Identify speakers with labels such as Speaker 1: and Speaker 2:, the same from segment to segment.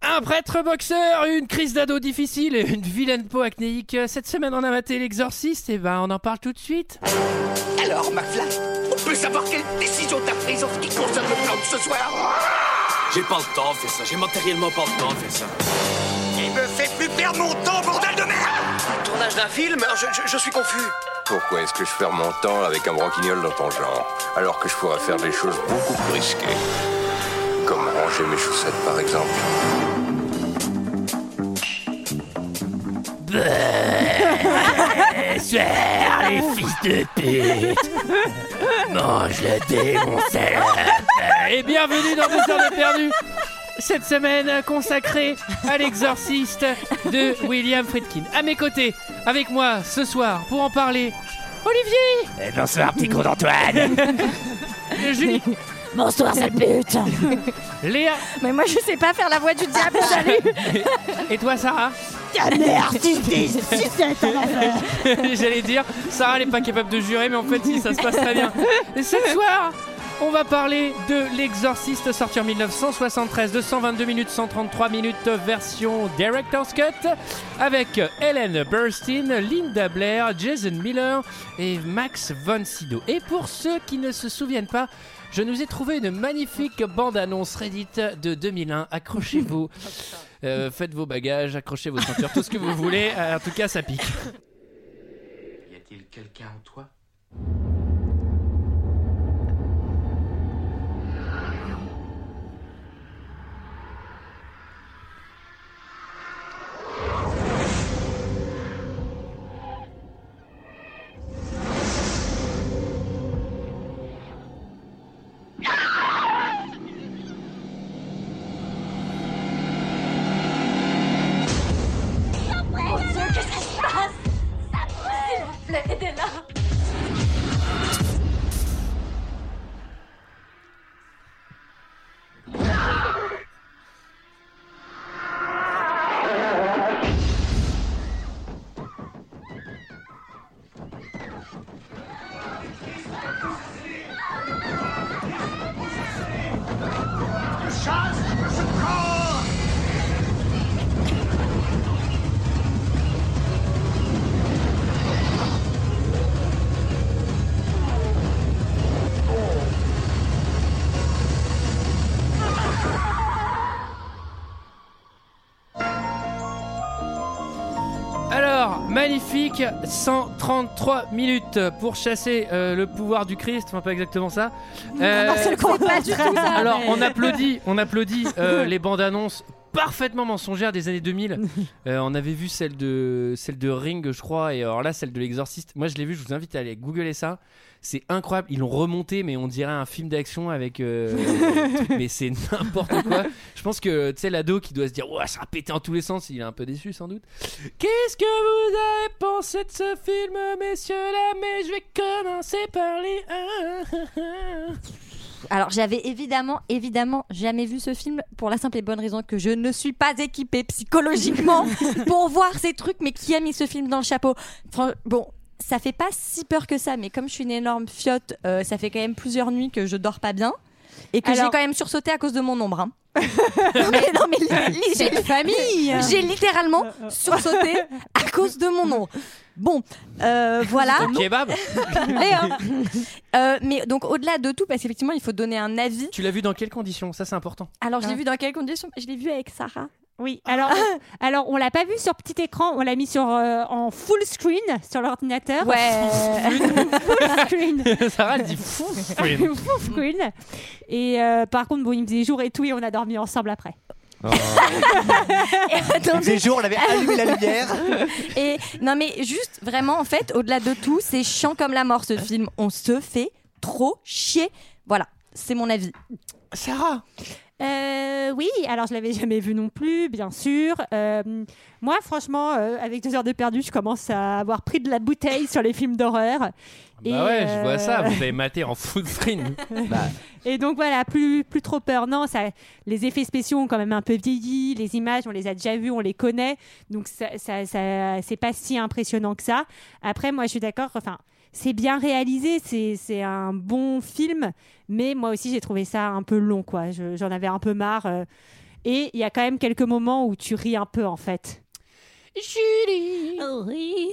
Speaker 1: Un prêtre boxeur, une crise d'ado difficile et une vilaine peau acnéique. Cette semaine, on a maté l'exorciste, et ben on en parle tout de suite.
Speaker 2: Alors, McFly, on peut savoir quelle décision t'as prise en ce qui concerne le plan de ce soir
Speaker 3: J'ai pas le temps de faire ça, j'ai matériellement pas le temps de faire ça.
Speaker 2: Il me fait plus perdre mon temps, bordel de merde
Speaker 4: Tournage d'un film je, je- je suis confus.
Speaker 5: Pourquoi est-ce que je perds mon temps avec un branquignol dans ton genre Alors que je pourrais faire des choses beaucoup plus risquées. Comme ranger mes chaussettes par exemple.
Speaker 1: Sœur, les fils de pute Mange le démon, Et bienvenue dans Deux heures de perdu Cette semaine consacrée à l'exorciste de William Friedkin. À mes côtés, avec moi ce soir pour en parler, Olivier
Speaker 6: Bonsoir, petit con d'Antoine.
Speaker 1: Julie,
Speaker 7: Bonsoir, sale pute
Speaker 1: Léa
Speaker 7: Mais moi, je sais pas faire la voix du diable, salut
Speaker 1: et toi Sarah.
Speaker 7: Ta mère, tu fils, sucette à l'enfer
Speaker 1: J'allais dire, Sarah elle est pas capable de jurer, mais en fait, si, ça se passe très bien. Et ce soir, on va parler de L'Exorciste sorti en 1973, 222 minutes, 133 minutes, version Director's Cut, avec Helen Burstyn, Linda Blair, Jason Miller et Max von Sydow. Et pour ceux qui ne se souviennent pas, je nous ai trouvé une magnifique bande-annonce Reddit de 2001. Accrochez-vous, Euh, faites vos bagages, accrochez vos ceintures, tout ce que vous voulez. Euh, En tout cas, ça pique.
Speaker 3: Y a-t-il quelqu'un en toi
Speaker 8: Mon Dieu, qu'est-ce qui se passe Ça brûle S'il vous plaît, aidez-la
Speaker 1: Alors, magnifique, 133 minutes pour chasser euh, le pouvoir du Christ, enfin pas exactement ça.
Speaker 9: Ah,
Speaker 1: Euh,
Speaker 7: pas du tout ça
Speaker 1: alors, on applaudit, on applaudit euh, les bandes annonces parfaitement mensongères des années 2000. Euh, on avait vu celle de, celle de Ring, je crois, et alors là, celle de l'Exorciste. Moi, je l'ai vu, je vous invite à aller googler ça. C'est incroyable, ils l'ont remonté, mais on dirait un film d'action avec. euh, mais c'est n'importe quoi. Je pense que, tu sais, l'ado qui doit se dire, ouais, ça a pété en tous les sens, il est un peu déçu sans doute. Qu'est-ce que vous avez pensé de ce film, messieurs là Mais je vais commencer par les.
Speaker 9: Alors, j'avais évidemment, évidemment jamais vu ce film pour la simple et bonne raison que je ne suis pas équipée psychologiquement pour voir ces trucs. Mais qui a mis ce film dans le chapeau Fran- Bon. Ça fait pas si peur que ça, mais comme je suis une énorme fiotte, euh, ça fait quand même plusieurs nuits que je dors pas bien et que
Speaker 7: Alors-
Speaker 9: j'ai quand même sursauté à cause de mon nombre. hein. non mais, non, mais li- li- j'ai-
Speaker 7: famille
Speaker 9: j'ai littéralement sursauté à cause de mon nombre. Bon, euh, voilà.
Speaker 1: Au kebab
Speaker 9: Léa. Euh, mais donc au-delà de tout, parce qu'effectivement, il faut donner un avis.
Speaker 1: Tu l'as vu dans quelles conditions Ça, c'est important.
Speaker 9: Alors, je l'ai
Speaker 7: Ah.
Speaker 9: vu dans quelles conditions Je l'ai vu avec Sarah.
Speaker 10: Oui, alors, alors on l'a pas vu sur petit écran, on l'a mis sur, euh, en full screen sur l'ordinateur.
Speaker 9: Ouais.
Speaker 10: Full screen.
Speaker 1: Sarah, elle dit fou.
Speaker 10: full screen. Et euh, par contre, bon, il faisait jour et tout et on a dormi ensemble après.
Speaker 6: Il faisait jour, on avait allumé la lumière.
Speaker 9: Et non, mais juste vraiment, en fait, au-delà de tout, c'est chiant comme la mort ce film. On se fait trop chier. Voilà, c'est mon avis.
Speaker 1: Sarah
Speaker 10: Euh, oui, alors je l'avais jamais vu non plus, bien sûr. Euh, moi, franchement, euh, avec deux heures de perdu, je commence à avoir pris de la bouteille sur les films d'horreur. Et,
Speaker 1: Bah ouais, je
Speaker 10: euh,
Speaker 1: vois ça. Vous avez maté en full screen.
Speaker 10: Et donc voilà, plus, plus trop peur. Non, ça, les effets spéciaux ont quand même un peu vieilli, les images, on les a déjà vues, on les connaît, donc ça, ça, ça- c'est pas si impressionnant que ça. Après, moi, je suis d'accord, enfin, c'est bien réalisé, c'est c'est un bon film, mais moi aussi, j'ai trouvé ça un peu long, quoi. Je- J'en avais un peu marre. euh. Et il y a quand même quelques moments où tu ris un peu en fait.
Speaker 11: Julie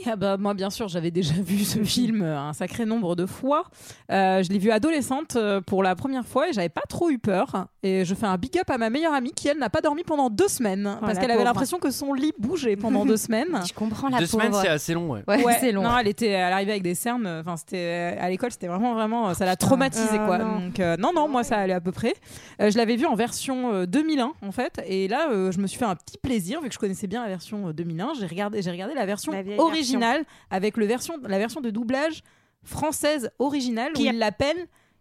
Speaker 11: ah bah, Moi, bien sûr, j'avais déjà vu ce film euh, un sacré nombre de fois. Euh, je l'ai vu adolescente euh, pour la première fois et j'avais pas trop eu peur. Et je fais un big up à ma meilleure amie qui, elle, n'a pas dormi pendant deux semaines
Speaker 9: Oh,
Speaker 11: parce
Speaker 9: la
Speaker 11: qu'elle avait
Speaker 9: pauvre.
Speaker 11: l'impression que son lit bougeait pendant deux semaines.
Speaker 9: Je comprends Oh, la
Speaker 1: Deux semaines,
Speaker 9: pauvre.
Speaker 1: c'est assez long, ouais.
Speaker 11: Ouais,
Speaker 9: c'est long.
Speaker 11: Non, elle était, elle arrivait avec des cernes. euh, Enfin, c'était à l'école, c'était vraiment, vraiment, euh, ça l'a traumatisée,
Speaker 10: Ah,
Speaker 11: quoi.
Speaker 10: non.
Speaker 11: Donc, euh, non, non, moi, ça allait à peu près. Euh, je l'avais vu en version euh, 2001, en fait, et là, euh, je me suis fait un petit plaisir vu que je connaissais bien la version euh, 2001. J'ai regardé, j'ai regardé la version
Speaker 10: La vieille
Speaker 11: originale avec le version, la version de doublage française originale
Speaker 10: Qui
Speaker 11: où
Speaker 10: a-
Speaker 11: il l'appelle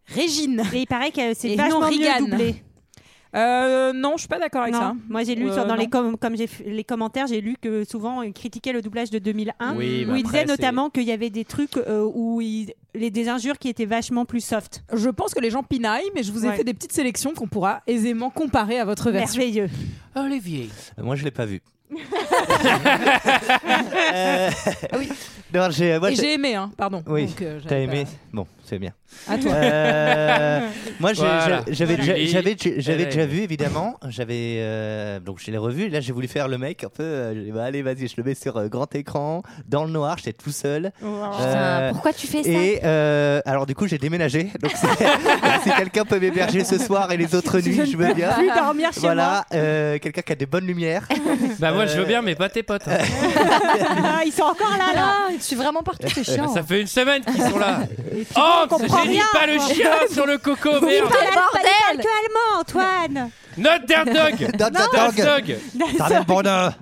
Speaker 11: Régine.
Speaker 10: Et il paraît que c'est
Speaker 11: Et
Speaker 10: vachement
Speaker 11: non,
Speaker 10: mieux
Speaker 11: Regan.
Speaker 10: doublé.
Speaker 11: Euh, non, je suis pas d'accord avec
Speaker 10: Non,
Speaker 11: ça.
Speaker 10: Moi, j'ai lu
Speaker 11: Euh,
Speaker 10: sur- dans
Speaker 11: non.
Speaker 10: les, com- comme j'ai fait- les commentaires, j'ai lu que souvent ils critiquaient le doublage de 2001,
Speaker 1: Oui,
Speaker 10: où
Speaker 1: bah
Speaker 10: ils
Speaker 1: après,
Speaker 10: disaient notamment qu'il y avait des trucs euh, où il- les des injures qui étaient vachement plus soft.
Speaker 11: Je pense que les gens pinaillent, mais je vous ai
Speaker 10: Ouais.
Speaker 11: fait des petites sélections qu'on pourra aisément comparer à votre version.
Speaker 10: Merveilleux.
Speaker 1: Olivier.
Speaker 6: Moi, je l'ai pas vu.
Speaker 11: Euh,
Speaker 6: Euh, non, j'ai- moi,
Speaker 11: ah Et
Speaker 6: j'ai-
Speaker 11: j'ai aimé, hein, pardon.
Speaker 6: Oui,
Speaker 11: Donc, euh, j'avais
Speaker 6: T'as
Speaker 11: pas-
Speaker 6: aimé Bon, c'est bien.
Speaker 11: À toi.
Speaker 6: Euh, moi, j'ai-
Speaker 1: Voilà.
Speaker 6: j'ai- j'avais déjà-
Speaker 1: Julie,
Speaker 6: j'avais déjà- j'avais
Speaker 1: elle
Speaker 6: déjà
Speaker 1: aime.
Speaker 6: vu évidemment. J'avais euh, donc je l'ai revu. Là, j'ai voulu faire le mec un peu. euh, j'ai dit, bah, allez, vas-y, je le mets sur euh, grand écran, dans le noir. J'étais tout seul.
Speaker 10: Oh,
Speaker 9: Putain,
Speaker 6: Euh,
Speaker 9: pourquoi tu fais ça
Speaker 6: Et euh, alors du coup j'ai déménagé donc si si quelqu'un peut m'héberger ce soir et les autres nuits je veux bien
Speaker 10: Plus dormir chez moi.
Speaker 6: voilà euh, quelqu'un qui a des bonnes lumières
Speaker 1: Bah, moi, je veux
Speaker 6: Euh,
Speaker 1: bien, mais pas tes potes. hein.
Speaker 10: Ah, ils sont encore là, là.
Speaker 9: Ah, je suis vraiment partout, c'est chiant.
Speaker 1: Ça fait une semaine qu'ils sont là. Oh,
Speaker 10: comprend
Speaker 1: j'ai dit
Speaker 10: rien,
Speaker 1: pas le
Speaker 10: quoi.
Speaker 1: chien sur le coco, merde.
Speaker 10: Pas la- pas les
Speaker 9: bordel
Speaker 10: que allemand, Antoine.
Speaker 1: Not their dog.
Speaker 6: Dans la
Speaker 1: Daft
Speaker 6: dog
Speaker 1: Dog.
Speaker 6: Sarah Bernard.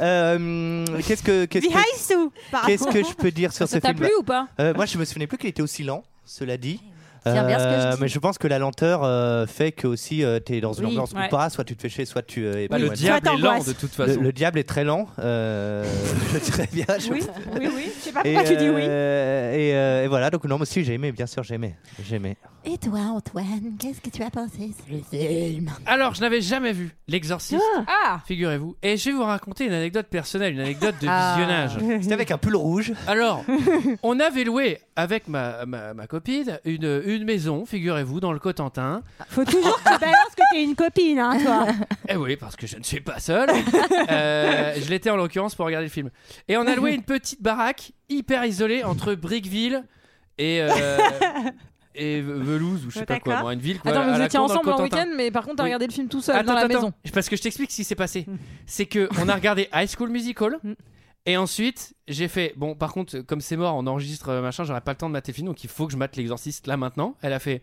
Speaker 6: Euh, qu'est-ce que qu'est-ce que
Speaker 10: Behind Sue. Pardon.
Speaker 6: Qu'est-ce que je peux dire sur
Speaker 11: Ça
Speaker 6: ce
Speaker 11: t'a
Speaker 6: film
Speaker 11: plu ou pas
Speaker 6: Euh, Moi, je me souvenais plus qu'il était aussi lent, cela dit. Euh,
Speaker 9: C'est bien ce que je dis.
Speaker 6: mais je pense que la lenteur euh, fait que aussi euh, t'es dans une
Speaker 11: Oui,
Speaker 6: ambiance
Speaker 11: ouais.
Speaker 6: ou pas, soit tu te fais chier, soit tu euh, es
Speaker 1: Bah,
Speaker 6: pas
Speaker 1: le
Speaker 6: loin.
Speaker 1: diable est lent
Speaker 10: t'angoisse.
Speaker 1: de toute
Speaker 6: Le,
Speaker 1: façon.
Speaker 6: le diable est très lent, euh, je le dirais bien. Je
Speaker 10: Oui,
Speaker 6: pense.
Speaker 10: oui, oui. Je sais pas pourquoi tu dis oui.
Speaker 6: euh, et, euh, et voilà, donc non, moi aussi j'ai aimé, bien sûr, j'ai aimé. J'ai aimé.
Speaker 9: Et toi, Antoine, qu'est-ce que tu as pensé sur le film
Speaker 1: Alors, je n'avais jamais vu l'exorciste,
Speaker 11: Ah
Speaker 1: figurez-vous. Et je vais vous raconter une anecdote personnelle, une anecdote de
Speaker 11: Ah.
Speaker 1: visionnage.
Speaker 6: C'était euh, avec un pull rouge.
Speaker 1: Alors, on avait loué avec ma, ma, ma copine une, une maison, figurez-vous, dans le Cotentin.
Speaker 10: Faut toujours que tu balances que t'es une copine, hein, toi.
Speaker 1: Eh oui, parce que je ne suis pas seul. Euh, je l'étais en l'occurrence pour regarder le film. Et on a loué une petite baraque hyper isolée entre Brickville et, euh, et Ve- Velouse, ou je sais pas quoi,
Speaker 10: D'accord.
Speaker 1: bon, une ville quoi.
Speaker 11: Attends,
Speaker 1: à
Speaker 11: mais vous
Speaker 1: la
Speaker 11: étiez
Speaker 1: con dans le
Speaker 11: ensemble en
Speaker 1: Cotentin.
Speaker 11: week-end, mais par contre, t'as
Speaker 1: Oui.
Speaker 11: regardé le film tout seul dans la maison. Mm.
Speaker 1: Parce que je t'explique ce qui s'est passé. C'est que on a regardé High School Musical.
Speaker 10: Mm.
Speaker 1: Et ensuite, j'ai fait bon. Par contre, comme c'est mort, on enregistre euh, machin. J'aurais pas le temps de mater le film, donc il faut que je mate l'Exorciste là maintenant. Elle a fait.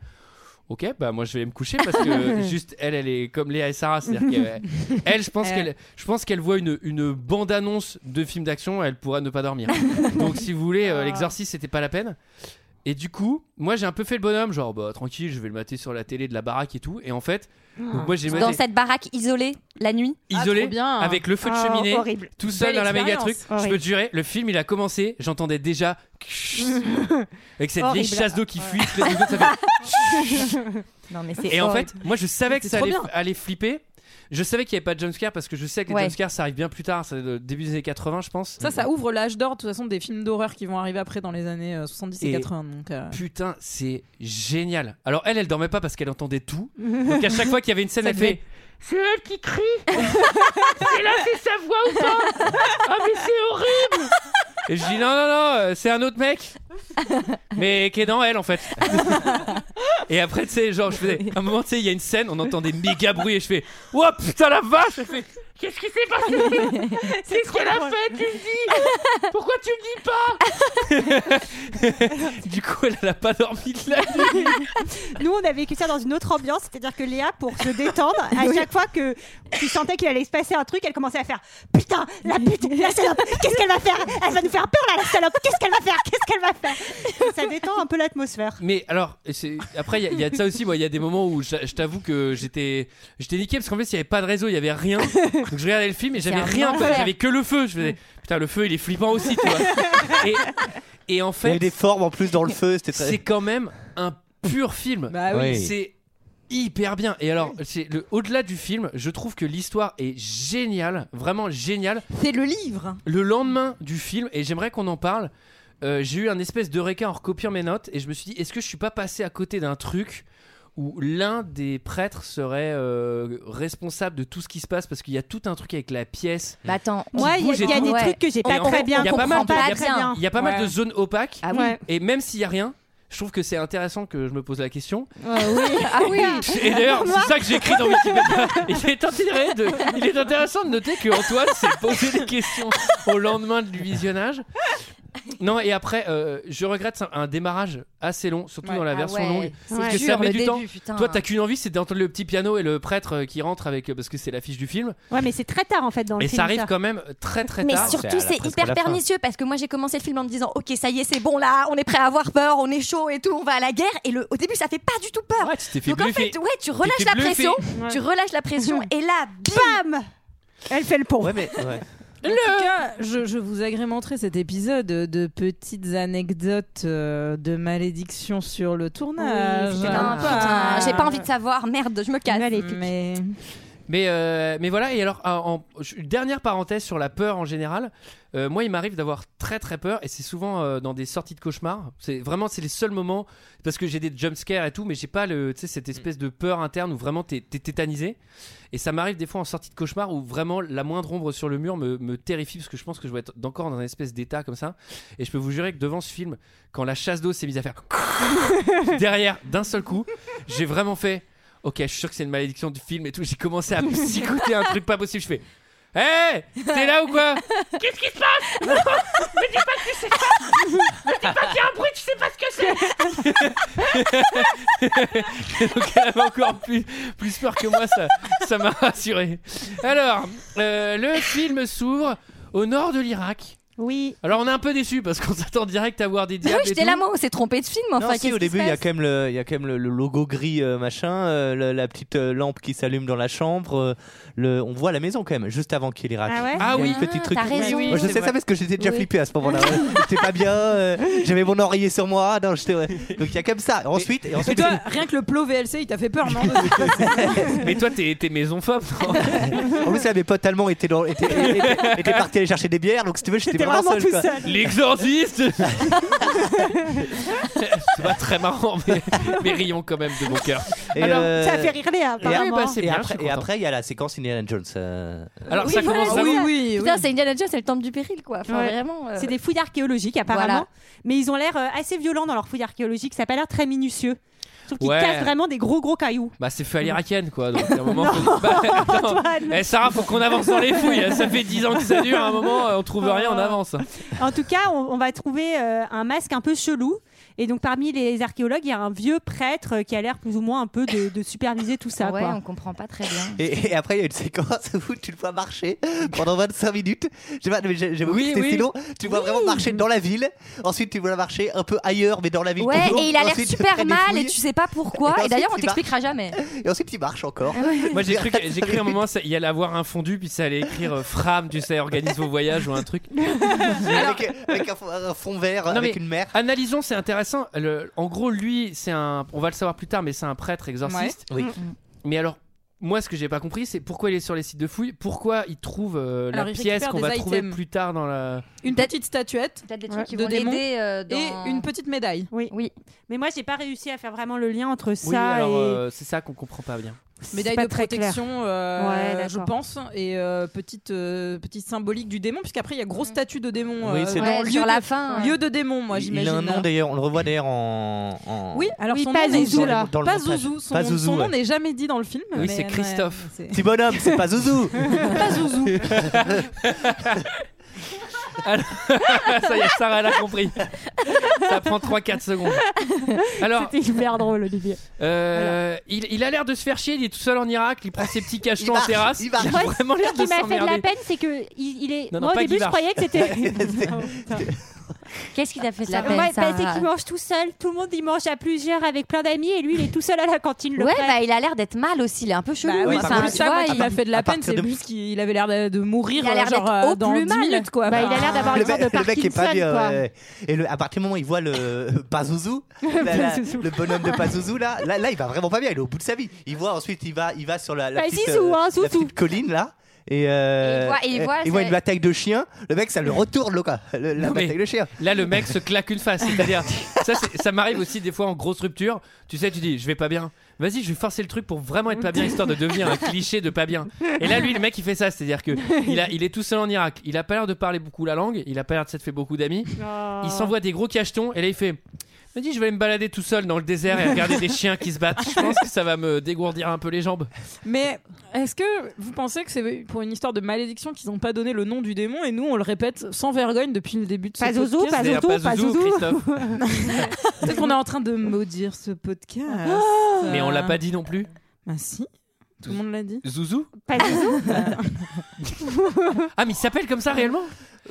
Speaker 1: Ok, bah moi je vais me coucher parce que juste elle, elle est comme Léa et Sarah, c'est-à-dire qu'elle, elle, je pense
Speaker 11: Ouais.
Speaker 1: qu'elle, je pense qu'elle voit une, une bande-annonce de film d'action, elle pourra ne pas dormir. Donc si vous voulez,
Speaker 11: Ah.
Speaker 1: euh, l'exorciste c'était pas la peine. Et du coup, moi j'ai un peu fait le bonhomme, genre bah tranquille, je vais le mater sur la télé de la baraque et tout. Et en fait,
Speaker 11: Ah.
Speaker 1: donc moi j'ai maté
Speaker 9: Dans cette baraque isolée, la nuit
Speaker 1: isolé
Speaker 11: trop bien. Ah,
Speaker 1: avec le feu de
Speaker 10: Oh,
Speaker 1: cheminée
Speaker 10: horrible.
Speaker 1: tout seul
Speaker 11: Belle
Speaker 1: dans la méga truc
Speaker 11: expérience.
Speaker 1: je peux
Speaker 10: Horrible.
Speaker 1: te jurer le film il a commencé j'entendais déjà avec cette vieille
Speaker 10: Horrible.
Speaker 1: chasse d'eau qui fuit les deux autres, ça fait-
Speaker 9: Non, mais c'est
Speaker 1: et en
Speaker 9: horrible.
Speaker 1: fait moi je savais que
Speaker 11: C'est
Speaker 1: ça
Speaker 11: trop
Speaker 1: allait,
Speaker 11: bien.
Speaker 1: allait flipper je savais qu'il n'y avait pas de jumpscare parce que je sais que les
Speaker 9: Ouais.
Speaker 1: jumpscares ça arrive bien plus tard c'est le début des années 80 je pense
Speaker 11: Ça, ça ouvre l'âge d'or, de toute façon, des films d'horreur qui vont arriver après dans les années euh, 70 et,
Speaker 1: Et-
Speaker 11: 80. Donc, euh,
Speaker 1: Putain, c'est génial. Alors elle, elle dormait pas parce qu'elle entendait tout. Donc à chaque fois qu'il y avait une scène, elle fait. C'est elle qui crie. c'est là, c'est sa voix ou pas Ah mais c'est horrible. Et je dis non, non, non, euh, c'est un autre mec, mais qui est dans elle en fait. et après, tu sais, genre, je faisais. À un moment, tu sais, il y a une scène, on entend des méga bruits et je fais. Oh putain la vache. Elle fait, Qu'est-ce qui s'est passé Qu'est-ce qu'elle a fait Tu me dis Pourquoi tu me dis pas du coup, elle n'a pas dormi de la nuit.
Speaker 10: Nous, on a vécu ça dans une autre ambiance, c'est-à-dire que Léa, pour se détendre, à chaque fois que tu sentais qu'il allait se passer un truc, elle commençait à faire Putain, la pute, la salope, qu'est-ce qu'elle va faire Elle va nous faire peur là, la salope, qu'est-ce qu'elle va faire Qu'est-ce qu'elle va faire Ça détend un peu l'atmosphère.
Speaker 1: Mais alors, c'est- après, il y a- il y, a de ça aussi. Moi, il y a des moments où je, je t'avoue que j'étais, j'étais niqué parce qu'en fait, il n'y avait pas de réseau, il n'y avait rien. Donc, je regardais le film et j'avais
Speaker 9: un
Speaker 1: rien,
Speaker 9: enfer.
Speaker 1: j'avais que le feu. Je faisais, putain, le feu, il est flippant aussi, tu vois. Et, et en
Speaker 6: Il y avait
Speaker 1: fait,
Speaker 6: des formes en plus dans le feu. C'était
Speaker 1: c'est
Speaker 6: très.
Speaker 1: quand même un pur film.
Speaker 11: Bah oui.
Speaker 6: Oui.
Speaker 1: C'est hyper bien. Et alors, c'est le, au-delà du film, je trouve que l'histoire est géniale, vraiment géniale.
Speaker 11: C'est le livre.
Speaker 1: Le lendemain du film, et j'aimerais qu'on en parle, euh, j'ai eu un espèce d'eureka en recopiant mes notes et je me suis dit, est-ce que je suis pas passé à côté d'un truc où l'un des prêtres serait euh, responsable de tout ce qui se passe parce qu'il y a tout un truc avec la pièce.
Speaker 9: Bah attends,
Speaker 1: qui
Speaker 10: Ouais, il y a-
Speaker 1: bouge et
Speaker 10: il y a
Speaker 1: tout.
Speaker 10: des Ouais. trucs que j'ai
Speaker 1: Et
Speaker 10: pas
Speaker 1: en
Speaker 10: très
Speaker 1: fait,
Speaker 10: bien
Speaker 1: Il y a pas mal de-
Speaker 10: compris,
Speaker 1: il y a-
Speaker 10: pas très bien.
Speaker 1: il y a pas mal de
Speaker 10: Ouais.
Speaker 1: zones opaques.
Speaker 10: Ah oui. Ouais.
Speaker 1: Et même s'il y a rien, je trouve que c'est intéressant que je me pose la question.
Speaker 10: oui.
Speaker 9: ah oui.
Speaker 1: Et d'ailleurs, c'est ça que j'écris dans Wikipédia. Il est, intéressant de, il est intéressant de noter que Antoine s'est posé des questions au lendemain du visionnage. Non, et après, euh, je regrette ça- un démarrage assez long, surtout
Speaker 9: Ouais.
Speaker 1: dans la
Speaker 9: Ah
Speaker 1: version
Speaker 9: ouais. Ah.
Speaker 1: longue.
Speaker 9: C'est
Speaker 1: Parce que
Speaker 9: dur,
Speaker 1: ça met
Speaker 9: le
Speaker 1: du
Speaker 9: début,
Speaker 1: temps.
Speaker 9: putain.
Speaker 1: Toi, t'as qu'une envie, c'est d'entendre le petit piano et le prêtre euh, qui rentre avec. euh, Parce que c'est l'affiche du film.
Speaker 10: Ouais, mais c'est très tard en fait dans le
Speaker 1: Et
Speaker 10: film.
Speaker 1: ça arrive quand même très très
Speaker 9: Mais
Speaker 1: tard.
Speaker 9: surtout, c'est hyper pernicieux parce que moi j'ai commencé le film en me disant Ok, ça y est, c'est bon là, on est prêt à avoir peur, on est chaud et tout, on va à la guerre. Et le, au début, ça fait pas du tout peur.
Speaker 1: t'es fait
Speaker 9: Donc en
Speaker 1: bluffer.
Speaker 9: fait, ouais,
Speaker 1: T'es
Speaker 9: tu relâches
Speaker 1: fait
Speaker 9: la
Speaker 1: bluffer.
Speaker 9: pression,
Speaker 1: Ouais.
Speaker 9: tu relâches la pression et là, bam
Speaker 10: Elle fait le pont.
Speaker 6: Ouais, mais. ouais.
Speaker 11: En tout cas, je, je vous agrémenterai cet épisode de petites anecdotes euh, de malédiction sur le
Speaker 9: Ah,
Speaker 11: tournage.
Speaker 9: Putain, putain, j'ai pas envie de savoir, merde, je me casse. Mm.
Speaker 11: Mais...
Speaker 1: Mais, euh, mais voilà, et alors, en- en- je- une dernière parenthèse sur la peur en général. Euh, moi, il m'arrive d'avoir très très peur, et c'est souvent euh, dans des sorties de cauchemar. C'est vraiment, c'est les seuls moments, parce que j'ai des jumpscares et tout, mais j'ai pas le, tu sais, cette espèce de peur interne où vraiment t'es t'es tétanisé. Et ça m'arrive des fois en sortie de cauchemar où vraiment la moindre ombre sur le mur me, me terrifie, parce que je pense que je vais être encore dans un espèce d'état comme ça. Et je peux vous jurer que devant ce film, quand la chasse d'eau s'est mise à faire derrière d'un seul coup, j'ai vraiment fait. Ok, je suis sûr que c'est une malédiction du film et tout. J'ai commencé à psychoter un truc pas possible. Je fais. Hé T'es là ou quoi Qu'est-ce qui se passe Non Me dis pas que tu sais pas Me dis pas qu'il y a un bruit, tu sais pas ce que c'est Donc elle avait encore plus, plus peur que moi, ça ça m'a rassuré. Alors, euh, le film s'ouvre au nord de l'Irak.
Speaker 10: Oui.
Speaker 1: Alors on est un peu déçu parce qu'on s'attend direct à voir des diables. et
Speaker 9: J'étais
Speaker 1: tout.
Speaker 9: là, moi, on s'est trompé de film. Enfin,
Speaker 6: non, si,
Speaker 9: qu'est-ce
Speaker 6: au
Speaker 9: qui se
Speaker 6: début, il y a
Speaker 9: passe
Speaker 6: quand même le, il y a quand même le, le logo gris euh, machin, euh, le- la petite euh, lampe qui s'allume dans la chambre. euh, le, on voit la maison quand même, juste avant qu'il y ait l'Irak.
Speaker 9: Ah ouais
Speaker 6: Il y a
Speaker 9: Ah oui.
Speaker 6: une petite
Speaker 9: Ah,
Speaker 6: truc.
Speaker 9: t'as raison.
Speaker 6: Moi, je
Speaker 9: C'est
Speaker 6: sais
Speaker 9: vrai.
Speaker 6: ça parce que j'étais déjà
Speaker 9: Oui.
Speaker 6: flippé à ce moment-là. j'étais pas bien, euh, j'avais mon oreiller sur moi. Ah Non, j'étais- ouais. Donc il y a comme ça. Ensuite, et
Speaker 11: Et
Speaker 6: ensuite
Speaker 11: toi, rien que le plot VLC, il t'a fait peur, non
Speaker 1: Mais toi, t'es t'es maison femme.
Speaker 6: En plus, là, mes potes allemands étaient, dans, étaient, étaient- étaient partis aller chercher des bières, donc si tu veux, j'étais
Speaker 1: T'es
Speaker 6: vraiment,
Speaker 1: vraiment
Speaker 6: seul.
Speaker 1: tout
Speaker 6: quoi.
Speaker 1: seul. L'exorciste C'est pas très marrant, mais, mais rions quand même de mon cœur.
Speaker 6: Et,
Speaker 1: Alors,
Speaker 6: euh,
Speaker 10: Ça fait rire Léa,
Speaker 6: Et,
Speaker 10: apparemment.
Speaker 1: bah, c'est
Speaker 6: et
Speaker 1: bien, je
Speaker 6: après,
Speaker 1: suis
Speaker 6: et après, il y a la séquence Indiana Jones. euh.
Speaker 1: Alors, ça commence
Speaker 9: voilà, c'est
Speaker 1: vraiment-
Speaker 9: ça.
Speaker 11: Oui, oui,
Speaker 9: Putain,
Speaker 11: oui.
Speaker 9: c'est Indiana Jones, c'est le temple du péril, quoi. Enfin,
Speaker 10: Ouais.
Speaker 9: vraiment. euh,
Speaker 10: C'est des fouilles archéologiques apparemment,
Speaker 9: Voilà.
Speaker 10: mais ils ont l'air euh, assez violents dans leurs fouilles archéologiques. Ça n'a pas l'air très minutieux. Je trouve qu'ils
Speaker 1: Ouais.
Speaker 10: cassent vraiment des gros gros cailloux.
Speaker 1: Bah, c'est feu à l'irakienne, quoi. Donc, à un moment. faut- Bah, attends.
Speaker 10: Antoine.
Speaker 1: Eh, Sarah, faut qu'on avance dans les fouilles. Ça fait 10 ans que ça dure. À un moment, euh, on trouve rien, on avance.
Speaker 10: En tout cas, on, on va trouver euh, un masque un peu chelou. Et donc parmi les archéologues, il y a un vieux prêtre euh, qui a l'air plus ou moins un peu de, de superviser tout ça.
Speaker 9: Ouais,
Speaker 10: quoi.
Speaker 9: on comprend pas très bien.
Speaker 6: Et, et après, il y a une séquence où tu le vois marcher pendant 25 minutes. Je sais pas, mais j'ai- j'ai
Speaker 1: Oui,
Speaker 6: oublié que c'était
Speaker 1: oui.
Speaker 6: si long. Tu le vois vraiment marcher dans la ville. Ensuite, tu le vois marcher un peu ailleurs, mais dans la ville.
Speaker 9: Ouais,
Speaker 6: toujours.
Speaker 9: et il a l'air
Speaker 6: Ensuite,
Speaker 9: super
Speaker 6: près des
Speaker 9: mal
Speaker 6: fouilles.
Speaker 9: et tu sais pas pourquoi.
Speaker 6: Et
Speaker 9: Et d'ailleurs, on
Speaker 6: ensuite, il marche.
Speaker 9: t'expliquera jamais.
Speaker 6: Et ensuite, il marche encore.
Speaker 1: Moi, j'ai cru, que- j'ai cru à un moment, ça- il y allait avoir un fondu, puis ça allait écrire euh, Fram, tu sais, organise vos voyages ou un truc.
Speaker 6: avec, avec un, fond- un fond vert,
Speaker 1: Non,
Speaker 6: avec
Speaker 1: mais-
Speaker 6: une mer.
Speaker 1: Analysons, c'est intéressant. Le- en gros, lui, c'est un. On va le savoir plus tard, mais c'est un prêtre exorciste.
Speaker 6: Oui.
Speaker 1: Mais alors, moi, ce que j'ai pas compris, c'est pourquoi il est sur les sites de fouilles, pourquoi il trouve euh, la
Speaker 11: Alors, il
Speaker 1: pièce
Speaker 11: récupère
Speaker 1: qu'on
Speaker 11: des
Speaker 1: va trouver
Speaker 11: items.
Speaker 1: plus tard dans la.
Speaker 11: Une
Speaker 9: Peut-être-
Speaker 11: petite statuette
Speaker 9: Peut-être des trucs qui
Speaker 11: de
Speaker 9: vont
Speaker 11: démons
Speaker 9: l'aider euh, dans-
Speaker 11: et une petite médaille.
Speaker 10: Oui.
Speaker 9: Oui.
Speaker 10: Mais moi, j'ai pas réussi à faire vraiment le lien entre ça
Speaker 1: oui, alors
Speaker 10: et
Speaker 1: euh, c'est ça qu'on comprend pas bien.
Speaker 10: C'est
Speaker 11: Médaille
Speaker 10: pas
Speaker 11: de
Speaker 10: très clair.
Speaker 11: protection, euh,
Speaker 10: Ouais, d'accord.
Speaker 11: je pense, et euh, petite, euh, petite symbolique du démon, puisqu'après il y a grosse statue de démon
Speaker 6: Oui,
Speaker 11: euh,
Speaker 6: c'est-
Speaker 11: dans
Speaker 9: Ouais,
Speaker 11: lieu,
Speaker 9: sur
Speaker 11: de,
Speaker 9: la fin. euh,
Speaker 11: lieu de démon, moi
Speaker 6: il il a un
Speaker 11: j'imagine. hein.
Speaker 6: nom d'ailleurs, on le revoit d'ailleurs en. en-
Speaker 11: Oui, alors
Speaker 10: Oui,
Speaker 11: son
Speaker 10: pas
Speaker 11: nom n'est-
Speaker 10: Zouzou,
Speaker 11: dans-
Speaker 10: là.
Speaker 6: dans le
Speaker 11: Pas
Speaker 6: montage.
Speaker 11: Zouzou, son,
Speaker 6: Pas Zouzou,
Speaker 11: son nom
Speaker 6: ouais.
Speaker 11: n'est jamais dit dans le film.
Speaker 1: Oui,
Speaker 11: mais-
Speaker 1: c'est
Speaker 11: ouais,
Speaker 1: Christophe.
Speaker 11: c'est-
Speaker 6: Petit bonhomme, c'est pas Zouzou.
Speaker 11: Pas Zouzou.
Speaker 1: ça y est, Sarah l'a compris. ça prend 3-4 secondes. Alors,
Speaker 10: C'était hyper drôle, Olivier.
Speaker 1: euh, il, il a l'air de se faire chier, il est tout seul en Irak, il prend ses petits
Speaker 6: Il
Speaker 1: cachetons en
Speaker 6: marche,
Speaker 1: terrasse.
Speaker 6: il
Speaker 1: Il,
Speaker 6: marche.
Speaker 1: a vraiment l'air
Speaker 10: Ce
Speaker 1: de
Speaker 10: qui m'a fait de la
Speaker 1: s'emmerder.
Speaker 10: peine, c'est que il, il est.
Speaker 1: Non, non,
Speaker 10: moi,
Speaker 1: pas
Speaker 10: au
Speaker 1: qu'il
Speaker 10: début, je
Speaker 1: marche.
Speaker 10: croyais que c'était. Oh, putain.
Speaker 9: Qu'est-ce qui t'a fait de la
Speaker 10: Ouais,
Speaker 9: peine,
Speaker 10: bah, c'est
Speaker 9: Sarah
Speaker 10: qu'il mange tout seul. Tout le monde, il mange à plusieurs avec plein d'amis, et lui, il est tout seul à la cantine. Le
Speaker 9: Ouais,
Speaker 10: prêtre.
Speaker 9: bah il a l'air d'être mal aussi, il est un peu chelou. hein.
Speaker 11: Bah oui,
Speaker 9: Enfin,
Speaker 11: c'est
Speaker 6: par
Speaker 11: plus
Speaker 9: tu
Speaker 11: ça moi,
Speaker 9: vois,
Speaker 11: qui m'a fait de la
Speaker 6: à
Speaker 11: peine,
Speaker 6: partir
Speaker 11: c'est
Speaker 6: de-
Speaker 11: plus qu'il avait l'air de, de mourir
Speaker 9: Il a l'air
Speaker 11: euh, genre,
Speaker 9: d'être
Speaker 11: euh,
Speaker 9: au
Speaker 11: dans
Speaker 9: plus
Speaker 11: 10
Speaker 9: mal.
Speaker 11: minutes quoi.
Speaker 10: Bah, il a
Speaker 11: Enfin,
Speaker 10: l'air d'avoir
Speaker 6: le,
Speaker 10: une sorte de
Speaker 6: mec, le mec est pas
Speaker 10: Parkinson,
Speaker 6: bien.
Speaker 10: quoi.
Speaker 6: ouais. Et le, à partir du moment où il voit le Pazouzou, la- la-
Speaker 10: Pazouzou.
Speaker 6: le bonhomme de Pazouzou là, là, là, il va vraiment pas bien. Il est au bout de sa vie. Il voit ensuite, il va, il va sur la, la
Speaker 10: Bah,
Speaker 6: petite, euh,
Speaker 10: Zizou, hein,
Speaker 6: la
Speaker 10: Zouzou.
Speaker 6: petite colline là. Et, euh,
Speaker 9: Et il voit- et il voit, c'est-
Speaker 6: une bataille de chiens. Le mec, ça le retourne, le, quoi, le- la
Speaker 1: Non, mais
Speaker 6: bataille de chiens.
Speaker 1: Là, le mec se claque une face. C'est-à-dire, ça, c'est- ça m'arrive aussi des fois en grosse rupture. Tu sais, tu dis, je vais pas bien. Vas-y, je vais forcer le truc pour vraiment être pas bien, histoire de devenir un cliché de pas bien. Et là, lui, le mec, il fait ça. C'est-à-dire que il, a, il est tout seul en Irak. Il a pas l'air de parler beaucoup la langue. Il a pas l'air de s'être fait beaucoup d'amis.
Speaker 10: Oh.
Speaker 1: Il s'envoie des gros cachetons. Et là, il fait. Il dit, je vais aller me balader tout seul dans le désert et regarder des chiens qui se battent. Je pense que ça va me dégourdir un peu les jambes.
Speaker 11: Mais est-ce que vous pensez que c'est pour une histoire de malédiction qu'ils n'ont pas donné le nom du démon et nous on le répète sans vergogne depuis le début de ce
Speaker 10: Pas
Speaker 11: podcast
Speaker 10: Zouzou, pas
Speaker 1: D'ailleurs,
Speaker 10: Zouzou, pas
Speaker 1: Zouzou,
Speaker 10: Zouzou.
Speaker 1: Christophe.
Speaker 11: Peut-être qu'on est en train de maudire ce podcast.
Speaker 1: Mais on l'a pas dit non plus.
Speaker 11: Bah si, tout le monde l'a dit.
Speaker 1: Zouzou
Speaker 10: Pas Zouzou.
Speaker 1: Ah, mais il s'appelle comme ça réellement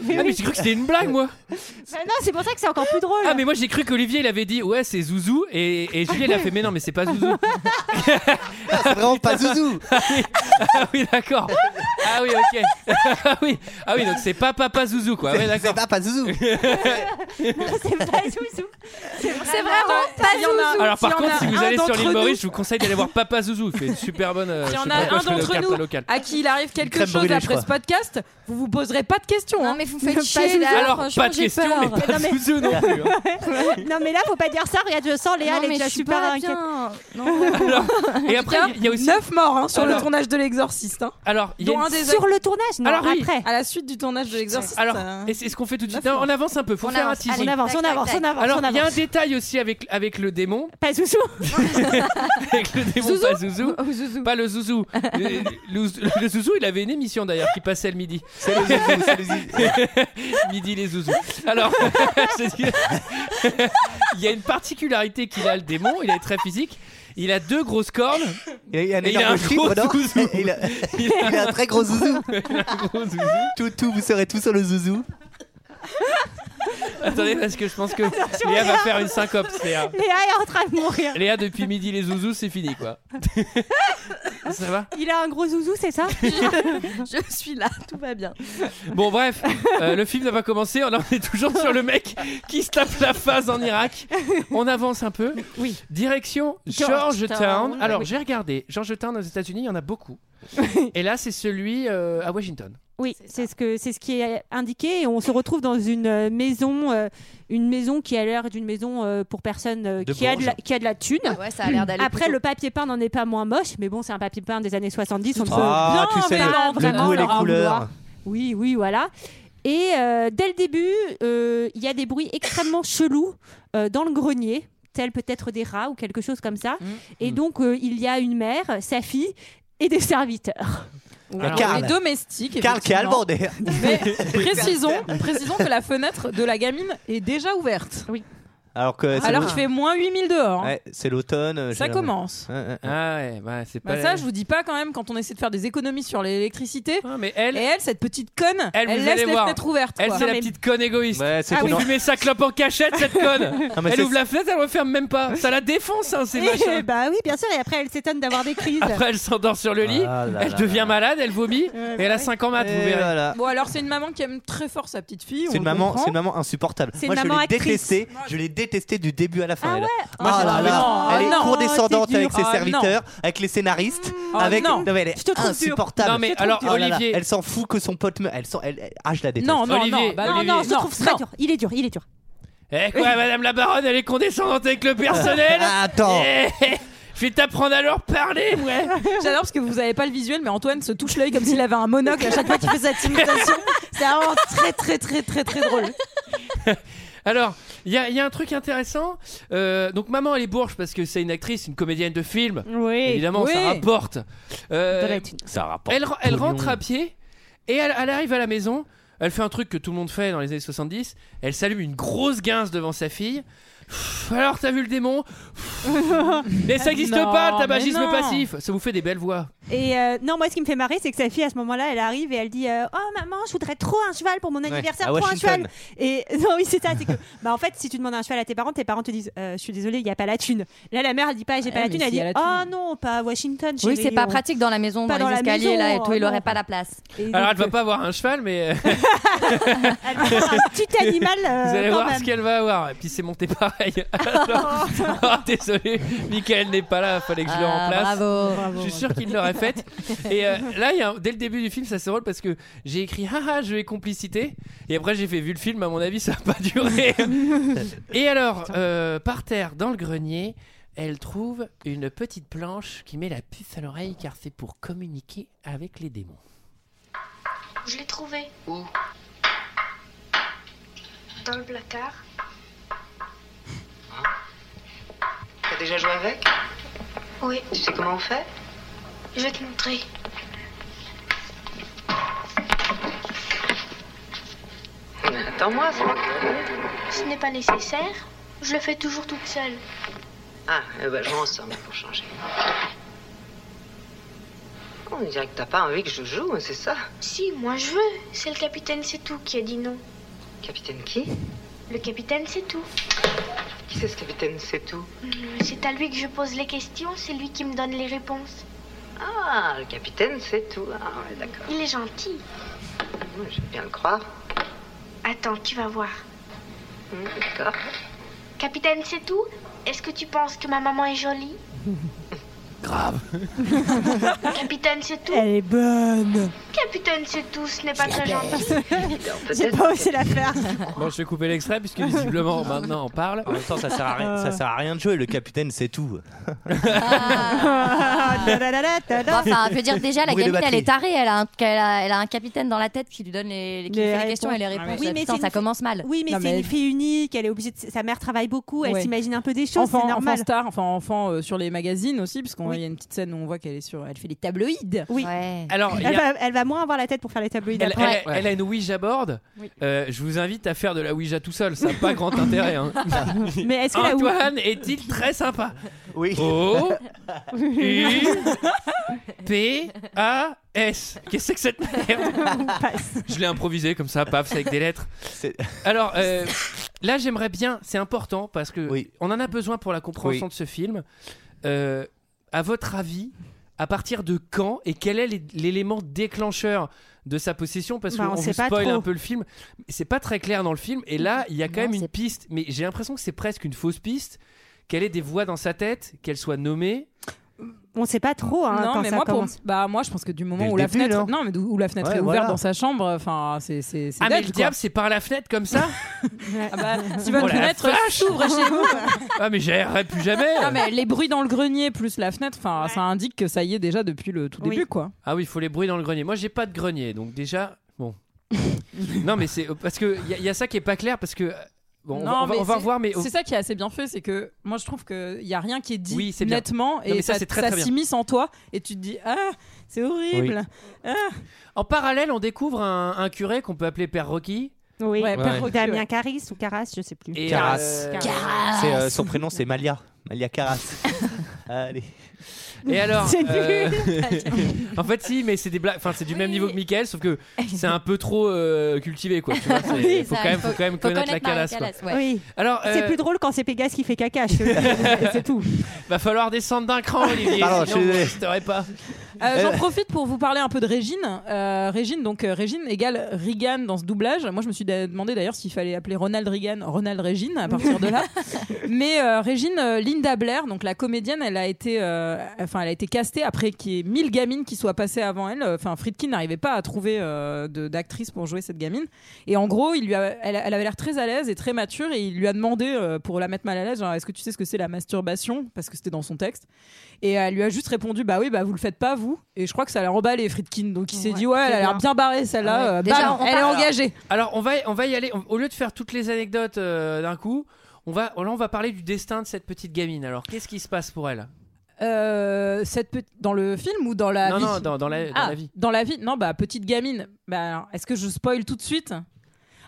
Speaker 10: Mais
Speaker 1: Ah, mais
Speaker 10: oui.
Speaker 1: j'ai cru que c'était une blague, moi
Speaker 10: Bah non, c'est pour ça que c'est encore plus drôle.
Speaker 1: Ah mais moi j'ai cru qu'Olivier il avait dit ouais c'est Zouzou et, et Julie elle a fait mais non mais c'est pas Zouzou.
Speaker 6: Ah, C'est vraiment pas Zouzou.
Speaker 1: Ah oui d'accord. Ah oui ok. Ah oui, ah oui donc c'est pas papa Zouzou quoi. Ouais,
Speaker 6: C'est
Speaker 1: d'accord.
Speaker 6: pas, pas Zouzou.
Speaker 10: c'est pas Zouzou.
Speaker 9: C'est vraiment pas
Speaker 11: Il y en a-
Speaker 9: Zouzou.
Speaker 1: Alors par
Speaker 11: s'il y en
Speaker 1: contre
Speaker 11: a
Speaker 1: si vous
Speaker 11: un
Speaker 1: allez sur
Speaker 11: d'entre
Speaker 1: l'île
Speaker 11: nous-
Speaker 1: Maurice je vous conseille d'aller voir papa Zouzou. Il fait une super bonne. euh,
Speaker 11: Il y
Speaker 1: je
Speaker 11: en
Speaker 1: sais
Speaker 11: a
Speaker 1: pas pourquoi
Speaker 11: un
Speaker 1: je fais le
Speaker 11: d'entre
Speaker 1: carton
Speaker 11: nous
Speaker 1: local.
Speaker 11: à qui il arrive quelque
Speaker 6: crème
Speaker 11: chose
Speaker 6: brûlée, je
Speaker 11: après
Speaker 6: crois.
Speaker 11: ce podcast, vous vous poserez pas de questions.
Speaker 9: Non
Speaker 11: hein.
Speaker 9: mais vous
Speaker 10: Pas
Speaker 9: faites chier
Speaker 10: Zouzou.
Speaker 9: là.
Speaker 1: Alors
Speaker 9: Ah, franchement,
Speaker 1: pas de
Speaker 9: j'ai
Speaker 1: question
Speaker 9: peur.
Speaker 1: mais pas
Speaker 10: Non, mais-
Speaker 1: Zouzou non plus. hein.
Speaker 10: non mais là, faut pas dire ça. Regarde, je sens Léa,
Speaker 9: Non,
Speaker 10: elle est
Speaker 9: mais
Speaker 10: déjà
Speaker 9: je suis
Speaker 10: super
Speaker 9: pas
Speaker 10: inquiète.
Speaker 9: bien.
Speaker 1: Alors, et après il y a aussi
Speaker 11: 9 morts hein, sur
Speaker 1: Alors-
Speaker 11: le tournage de l'exorciste. hein.
Speaker 1: alors il y a
Speaker 11: Dont
Speaker 1: une-
Speaker 11: un des
Speaker 10: Sur le tournage, non
Speaker 1: Alors oui.
Speaker 10: après.
Speaker 11: à la suite du tournage de l'exorciste.
Speaker 1: alors
Speaker 11: euh,
Speaker 1: est-ce est-ce qu'on fait tout de suite
Speaker 11: Neuf
Speaker 1: Non, on avance un peu faut
Speaker 9: On
Speaker 1: faire un
Speaker 9: avance,
Speaker 1: teasing.
Speaker 10: On
Speaker 9: allez.
Speaker 10: avance,
Speaker 9: Tac,
Speaker 10: on
Speaker 9: tac,
Speaker 10: avance,
Speaker 9: tac.
Speaker 10: on avance,
Speaker 1: Alors
Speaker 10: on
Speaker 1: il y a un
Speaker 10: avance.
Speaker 1: détail aussi avec avec le démon
Speaker 10: Pas Zouzou.
Speaker 1: avec le démon
Speaker 9: Zouzou
Speaker 1: pas Zouzou.
Speaker 9: Oh, Zouzou.
Speaker 1: Pas le zouzou. Le, le- le zouzou, il avait une émission d'ailleurs qui passait le midi.
Speaker 6: C'est le Zouzou. C'est le Zouzou.
Speaker 1: Midi les zouzous. Alors, je dis- il y a une particularité qu'il a le démon, il est très physique. Il a deux grosses cornes.
Speaker 6: Il a, il a un
Speaker 1: Et il a un
Speaker 6: énorme
Speaker 1: gros
Speaker 6: chibre, non
Speaker 1: Zouzou.
Speaker 6: il, a,
Speaker 1: Il a
Speaker 6: il a un très gros Zouzou.
Speaker 1: un gros zouzou.
Speaker 6: Tout, tout, vous serez tous sur le Zouzou.
Speaker 1: Attendez, parce que je pense que Léa va faire une syncope. c'est un-
Speaker 10: Léa est en train de mourir.
Speaker 1: Léa, depuis midi les zouzous, c'est fini quoi. Ça va
Speaker 10: Il a un gros Zouzou, c'est ça
Speaker 9: Je suis là, tout va bien.
Speaker 1: Bon, bref, euh, le film n'a pas commencé. On en est toujours sur le mec qui se tape la face en Irak. On avance un peu.
Speaker 10: Oui.
Speaker 1: Direction Georgetown.
Speaker 9: Georgetown.
Speaker 1: Alors, j'ai regardé. Georgetown aux États-Unis, il y en a beaucoup. Et là, c'est celui euh, à Washington.
Speaker 10: Oui, c'est ce que c'est ce qui est indiqué. Et on se retrouve dans une euh, maison, euh, une maison qui a l'air d'une maison euh, pour personne euh,
Speaker 1: De
Speaker 10: qui a, de
Speaker 1: bourge.
Speaker 10: la, qui a de la thune.
Speaker 9: Ouais, ça a l'air d'aller.
Speaker 10: Après, le papier peint n'en est pas moins moche, mais bon, c'est un papier peint des années 70. On ne peut-
Speaker 6: Ah,
Speaker 11: bien,
Speaker 6: tu sais,
Speaker 11: mais
Speaker 6: le,
Speaker 11: non,
Speaker 6: le
Speaker 10: vraiment,
Speaker 6: goût et les
Speaker 10: leur en
Speaker 6: couleurs.
Speaker 10: vouloir. Oui, oui, voilà. Et euh, dès le début, euh, il y a des bruits extrêmement chelous euh, dans le grenier, tels peut-être des rats ou quelque chose comme ça. Et donc, euh, il y a une mère, sa fille et des serviteurs.
Speaker 11: alors,
Speaker 1: Ah,
Speaker 6: Karl.
Speaker 11: les domestiques.
Speaker 6: Karl qui a
Speaker 11: effectivement.
Speaker 6: allemand, d'ailleurs.
Speaker 11: Mais précisons, précisons que la fenêtre de la gamine est déjà ouverte.
Speaker 6: Alors que c'est
Speaker 11: Alors
Speaker 6: l'au-
Speaker 11: qu'il fait moins 8000 dehors. hein.
Speaker 6: ouais, c'est l'automne. euh,
Speaker 11: Ça
Speaker 6: j'ai-
Speaker 11: commence.
Speaker 6: Ouais, ouais, ouais.
Speaker 1: Ah ouais, bah, c'est pas.
Speaker 11: Bah ça, je vous dis pas quand même quand on essaie de faire des économies sur l'électricité.
Speaker 1: Ah, mais
Speaker 11: Et
Speaker 1: elle,
Speaker 11: elle, cette petite conne,
Speaker 1: Elle,
Speaker 11: elle,
Speaker 1: vous
Speaker 11: laisse
Speaker 1: allez
Speaker 11: les
Speaker 1: voir.
Speaker 11: fenêtres ouvertes.
Speaker 1: elle,
Speaker 11: quoi.
Speaker 1: c'est la
Speaker 11: Non, mais
Speaker 1: petite conne égoïste.
Speaker 6: Ouais, c'est
Speaker 1: Ah
Speaker 6: une
Speaker 1: oui,
Speaker 6: en-
Speaker 1: fumez sa clope en cachette, cette conne.
Speaker 6: Non, mais
Speaker 1: elle
Speaker 6: c'est-
Speaker 1: ouvre la fenêtre, elle referme même pas. Ça la défonce, hein, ces
Speaker 10: Et,
Speaker 1: machins.
Speaker 10: bah oui, bien sûr. Et après, elle s'étonne d'avoir des crises.
Speaker 1: Après, elle s'endort sur le lit.
Speaker 6: Ah là
Speaker 1: Elle
Speaker 6: là
Speaker 1: devient
Speaker 6: là.
Speaker 1: malade, elle vomit.
Speaker 10: Ouais,
Speaker 1: Et elle a 5 ans mat, vous
Speaker 6: Et
Speaker 1: verrez.
Speaker 6: voilà.
Speaker 11: Bon, alors c'est une maman qui aime très fort sa petite fille.
Speaker 6: C'est une, maman, c'est une maman insupportable.
Speaker 10: C'est une
Speaker 6: Moi,
Speaker 10: maman
Speaker 6: je l'ai
Speaker 10: actrice.
Speaker 6: détestée. Je l'ai détestée du début à la fin.
Speaker 10: Ah
Speaker 6: elle.
Speaker 10: ouais
Speaker 6: Moi,
Speaker 11: Ah
Speaker 6: j'ai
Speaker 11: là
Speaker 6: trouvé-
Speaker 11: là.
Speaker 6: elle est
Speaker 11: Ah non,
Speaker 6: condescendante
Speaker 10: t'es
Speaker 6: avec
Speaker 11: dur.
Speaker 6: ses
Speaker 11: Ah
Speaker 6: serviteurs, avec les scénaristes,
Speaker 11: Ah
Speaker 6: avec.
Speaker 11: non.
Speaker 6: mais elle est
Speaker 10: Je te trouve dur.
Speaker 6: insupportable.
Speaker 1: Non, mais
Speaker 6: Je te
Speaker 1: alors,
Speaker 6: trouve dur. Oh là là,
Speaker 1: Olivier-
Speaker 6: Elle s'en fout que son pote. me- Elle s'en- elle- elle- Ah, je la déteste.
Speaker 11: Non, non,
Speaker 1: Olivier,
Speaker 11: non. bah,
Speaker 10: Non,
Speaker 1: Olivier.
Speaker 10: non, je
Speaker 11: non,
Speaker 10: trouve ça
Speaker 11: non.
Speaker 10: dur. Il est dur, il est dur.
Speaker 1: Eh quoi, madame la baronne, elle est condescendante avec le personnel
Speaker 6: Attends.
Speaker 1: Eh, Je vais t'apprendre à leur parler, ouais
Speaker 11: J'adore parce que vous avez pas le visuel, mais Antoine se touche l'œil comme s'il avait un monocle à chaque fois qu'il fait cette imitation. C'est vraiment très, très, très, très, très drôle.
Speaker 1: Alors, il y, a- il y a un truc intéressant. Euh, donc, maman, elle est bourge parce que c'est une actrice, une comédienne de film.
Speaker 10: Oui.
Speaker 1: Évidemment, ça
Speaker 11: Oui.
Speaker 1: rapporte. Euh,
Speaker 6: Ça rapporte.
Speaker 1: elle, elle rentre à pied et elle, elle arrive à la maison. Elle fait un truc que tout le monde fait dans les années 70. Elle s'allume une grosse guinze devant sa fille. Pff, Alors, t'as vu le démon Pff, Mais ça n'existe
Speaker 11: Non,
Speaker 1: pas, le
Speaker 11: mais
Speaker 1: tabagisme
Speaker 11: non.
Speaker 1: passif. Ça vous fait des belles voix.
Speaker 10: Et euh, non, moi, ce qui me fait marrer, c'est que sa fille, à ce moment-là, elle arrive et elle dit euh, Oh maman, je voudrais trop un cheval pour mon anniversaire,
Speaker 1: Ah
Speaker 6: à
Speaker 10: trop un
Speaker 6: Washington.
Speaker 10: cheval. Et non, oui, c'est ça. C'est que, bah, en fait, si tu demandes un cheval à tes parents, tes parents te disent euh, Je suis désolée, il n'y a pas la thune. Là, la mère, elle dit pas J'ai
Speaker 11: Ouais,
Speaker 10: pas la
Speaker 11: mais
Speaker 10: thune.
Speaker 11: s'il
Speaker 10: Elle dit
Speaker 11: y a la
Speaker 10: Oh non, pas à Washington.
Speaker 9: Oui,
Speaker 10: chérie,
Speaker 9: c'est euh, pas
Speaker 10: on-
Speaker 9: pratique dans la maison, euh,
Speaker 10: Pas
Speaker 9: dans,
Speaker 10: dans
Speaker 9: les
Speaker 10: la
Speaker 9: escaliers
Speaker 10: maison,
Speaker 9: là et tout, il
Speaker 10: non.
Speaker 9: aurait pas la place.
Speaker 10: Et
Speaker 1: Alors, elle
Speaker 10: donc,
Speaker 1: va pas avoir un cheval, mais euh,
Speaker 10: euh, elle va faire un petit animal. euh,
Speaker 1: vous allez
Speaker 10: quand
Speaker 1: voir
Speaker 10: même. Oh,
Speaker 1: ce qu'elle va avoir. Et puis, c'est monté pareil. Alors, ah, désolé, Michael n'est pas là, fallait que je le
Speaker 9: Ah,
Speaker 1: remplace.
Speaker 9: Bravo.
Speaker 1: Je suis sûr qu'il l'aurait la fête. Et euh, là, il y a un- dès le début du film, ça c'est drôle parce que j'ai écrit haha, je vais complicité. Et après, j'ai fait vu le film, à mon avis, ça n'a pas duré. Et alors, euh, par terre, dans le grenier, elle trouve une petite planche qui met la puce à l'oreille car c'est pour communiquer avec les démons.
Speaker 11: Je l'ai trouvé. Où Dans le placard.
Speaker 12: T'as déjà joué avec
Speaker 11: Oui,
Speaker 12: Tu sais comment on fait
Speaker 11: je vais te montrer.
Speaker 12: Attends-moi, c'est moi. qui-
Speaker 11: Ce n'est pas nécessaire. Je le fais toujours toute seule.
Speaker 12: Ah, eh ben, je m'en sors mais pour changer. On dirait que t'as pas envie que je joue, hein, c'est ça
Speaker 11: Si, moi je veux. C'est le capitaine C'est tout qui a dit non.
Speaker 12: Capitaine qui
Speaker 11: Le capitaine C'est tout.
Speaker 12: Qui c'est ce capitaine C'est tout
Speaker 11: Hmm, C'est à lui que je pose les questions, c'est lui qui me donne les réponses.
Speaker 12: Ah, le capitaine C'est tout. Ah, ouais, d'accord.
Speaker 11: Il est gentil.
Speaker 12: Ouais, Je veux bien le croire.
Speaker 11: Attends, tu vas voir.
Speaker 12: Hum, D'accord.
Speaker 11: Capitaine C'est tout Est-ce que tu penses que ma maman est jolie
Speaker 1: Grave.
Speaker 11: Capitaine C'est tout
Speaker 13: Elle est bonne.
Speaker 11: Capitaine C'est tout, ce n'est pas très gentil.
Speaker 13: J'ai pas osé la faire.
Speaker 10: Oh,
Speaker 1: Bon, je vais couper l'extrait puisque visiblement maintenant on parle.
Speaker 6: En même temps, ça sert à rien, ça sert à rien de jouer. Le capitaine, c'est tout.
Speaker 9: Bon, enfin, je veux dire, déjà, la
Speaker 6: Bruit de
Speaker 9: gamine, elle
Speaker 6: batterie.
Speaker 9: est tarée. Elle a, un, elle, a, elle a un capitaine dans la tête qui lui donne les, qui lui fait les questions et les réponses.
Speaker 14: Oui, mais
Speaker 9: Putain,
Speaker 14: c'est
Speaker 9: ça
Speaker 14: une-
Speaker 9: commence mal.
Speaker 14: Oui, mais c'est une fille unique. Elle est obligée. de- Sa mère travaille beaucoup. Elle
Speaker 10: Ouais.
Speaker 14: s'imagine un peu des choses. C'est
Speaker 10: enfant, enfant
Speaker 14: normal.
Speaker 10: star, enfin enfant euh, sur les magazines aussi, parce qu'il y a une petite scène où on voit qu'elle est sur, elle fait les tabloïds.
Speaker 14: Oui.
Speaker 1: Alors, il y
Speaker 14: elle,
Speaker 1: a-
Speaker 14: va, elle va moins avoir la tête pour faire les tabloïds.
Speaker 1: Elle,
Speaker 14: après.
Speaker 1: elle- elle a une Ouija board. Euh, je vous invite à faire de la Ouija tout seul, ça n'a pas grand intérêt. hein.
Speaker 14: Mais est-ce que la Ouija-
Speaker 1: Antoine est-il très sympa
Speaker 6: Oui.
Speaker 1: O U P A S. Qu'est-ce que c'est que cette merde Je l'ai improvisé comme ça, paf, c'est avec des lettres. Alors euh, là, j'aimerais bien, c'est important parce que on en a besoin pour la compréhension
Speaker 6: Oui.
Speaker 1: de ce film. Euh, à votre avis, à partir de quand et quel est l'é- l'élément déclencheur de sa possession parce
Speaker 14: Bah, on
Speaker 1: qu'on
Speaker 14: sait
Speaker 1: vous
Speaker 14: pas
Speaker 1: spoil
Speaker 14: trop. Mm-hmm.
Speaker 1: un peu le film. C'est pas très clair dans le film. Et là, il y a quand
Speaker 14: Non,
Speaker 1: même une piste, mais j'ai l'impression que c'est presque une fausse piste. Qu'elle ait des voix dans sa tête, qu'elle soit nommée.
Speaker 14: On sait pas trop. Hein,
Speaker 10: non,
Speaker 14: quand
Speaker 10: mais
Speaker 14: ça
Speaker 10: moi, pour-
Speaker 14: commence.
Speaker 10: bah, moi, je pense que du moment
Speaker 1: Dès
Speaker 10: où
Speaker 1: le
Speaker 10: la
Speaker 1: début,
Speaker 6: hein.
Speaker 10: fenêtre, non, mais d'où- où la fenêtre
Speaker 1: Ouais,
Speaker 10: est
Speaker 1: voilà.
Speaker 10: ouverte dans sa chambre, enfin, c'est c'est c'est
Speaker 1: Ah, mais
Speaker 10: dingue,
Speaker 1: le
Speaker 10: quoi.
Speaker 1: diable, c'est par la fenêtre comme ça
Speaker 10: Ah bah, si votre
Speaker 1: Oh la
Speaker 10: fenêtre
Speaker 1: vache
Speaker 10: s'ouvre chez vous.
Speaker 1: Ah, mais j'errerai plus jamais
Speaker 10: Non, mais les bruits dans le grenier plus la fenêtre, enfin, ça indique que ça y est déjà depuis le tout début, quoi.
Speaker 1: Ah oui, il faut les bruits dans le grenier. Moi, j'ai pas de grenier, donc déjà, bon. non, mais c'est euh, parce que il y, a- y a ça qui est pas clair parce que euh, bon, on va-
Speaker 10: Non,
Speaker 1: on va,
Speaker 10: mais
Speaker 1: on va
Speaker 10: c'est-
Speaker 1: voir, mais
Speaker 10: c'est ça qui est assez bien fait, c'est que moi je trouve que il y a rien qui est dit
Speaker 1: Oui, c'est bien.
Speaker 10: nettement
Speaker 1: Non,
Speaker 10: et
Speaker 1: mais ça,
Speaker 10: ça,
Speaker 1: c'est très,
Speaker 10: ça
Speaker 1: très bien.
Speaker 10: s'immisce en toi et tu te dis ah c'est horrible.
Speaker 1: En parallèle, on découvre un, un curé qu'on peut appeler Père Rocky.
Speaker 14: Oui.
Speaker 1: Ouais, Père Rocky,
Speaker 14: Damien
Speaker 1: ouais.
Speaker 14: Caris ou Caras, je sais plus.
Speaker 1: Et,
Speaker 6: Caras.
Speaker 1: euh,
Speaker 6: C'est,
Speaker 9: Ah,
Speaker 6: euh, son prénom, c'est Malia. Malia Caras. Allez.
Speaker 1: Et alors
Speaker 6: C'est
Speaker 1: euh,
Speaker 6: nul.
Speaker 1: En fait, si, mais c'est des blagues. Enfin, c'est du même niveau que Michael, sauf que c'est un peu trop euh, cultivé, quoi. Tu vois, c'est-
Speaker 14: Oui,
Speaker 1: faut,
Speaker 14: ça,
Speaker 1: quand même,
Speaker 14: faut-
Speaker 1: faut quand même
Speaker 14: faut
Speaker 1: connaître la
Speaker 14: connaître Maria
Speaker 1: calasse. quoi.
Speaker 14: Callas, ouais. Oui.
Speaker 1: Alors,
Speaker 14: C'est
Speaker 1: euh,
Speaker 14: plus drôle quand c'est Pégase qui fait caca. je te le dis. c'est tout.
Speaker 1: va falloir descendre d'un cran, Olivier. sinon,
Speaker 6: Pardon, je suis
Speaker 1: vous
Speaker 6: désolé.
Speaker 1: resterez pas.
Speaker 10: Euh, J'en profite pour vous parler un peu de Régine. Euh, Régine, donc euh, Régine égale Reagan dans ce doublage. Moi, je me suis da- demandé d'ailleurs s'il fallait appeler Ronald Reagan Ronald Régine à partir de là. Mais euh, Régine euh, Linda Blair, donc la comédienne, elle a été, euh, enfin, elle a été castée après qu'il y ait 1000 gamines qui soient passées avant elle. Euh, Enfin, Friedkin n'arrivait pas à trouver euh, de- d'actrice pour jouer cette gamine. Et en gros, il lui a- elle, elle avait l'air très à l'aise et très mature, et il lui a demandé euh, pour la mettre mal à l'aise, genre, est-ce que tu sais ce que c'est la masturbation Parce que c'était dans son texte. Et elle lui a juste répondu, bah oui, bah vous le faites pas vous. Et je crois que ça l'a emballé Friedkin, donc il s'est dit ouais, elle a l'air bien barrée celle-là. euh, bam, elle est engagée.
Speaker 1: Alors, on va, on va y aller. On- Au lieu de faire toutes les anecdotes euh, d'un coup, on va, oh là, on va parler du destin de cette petite gamine. Alors, qu'est-ce qui se passe pour elle
Speaker 10: Euh, cette pe- dans le film ou dans la
Speaker 1: Non,
Speaker 10: vie
Speaker 1: non, dans- dans la- euh, dans
Speaker 10: Ah,
Speaker 1: la vie.
Speaker 10: Dans la vie. Non, bah petite gamine. Bah, alors, est-ce que je spoil tout de suite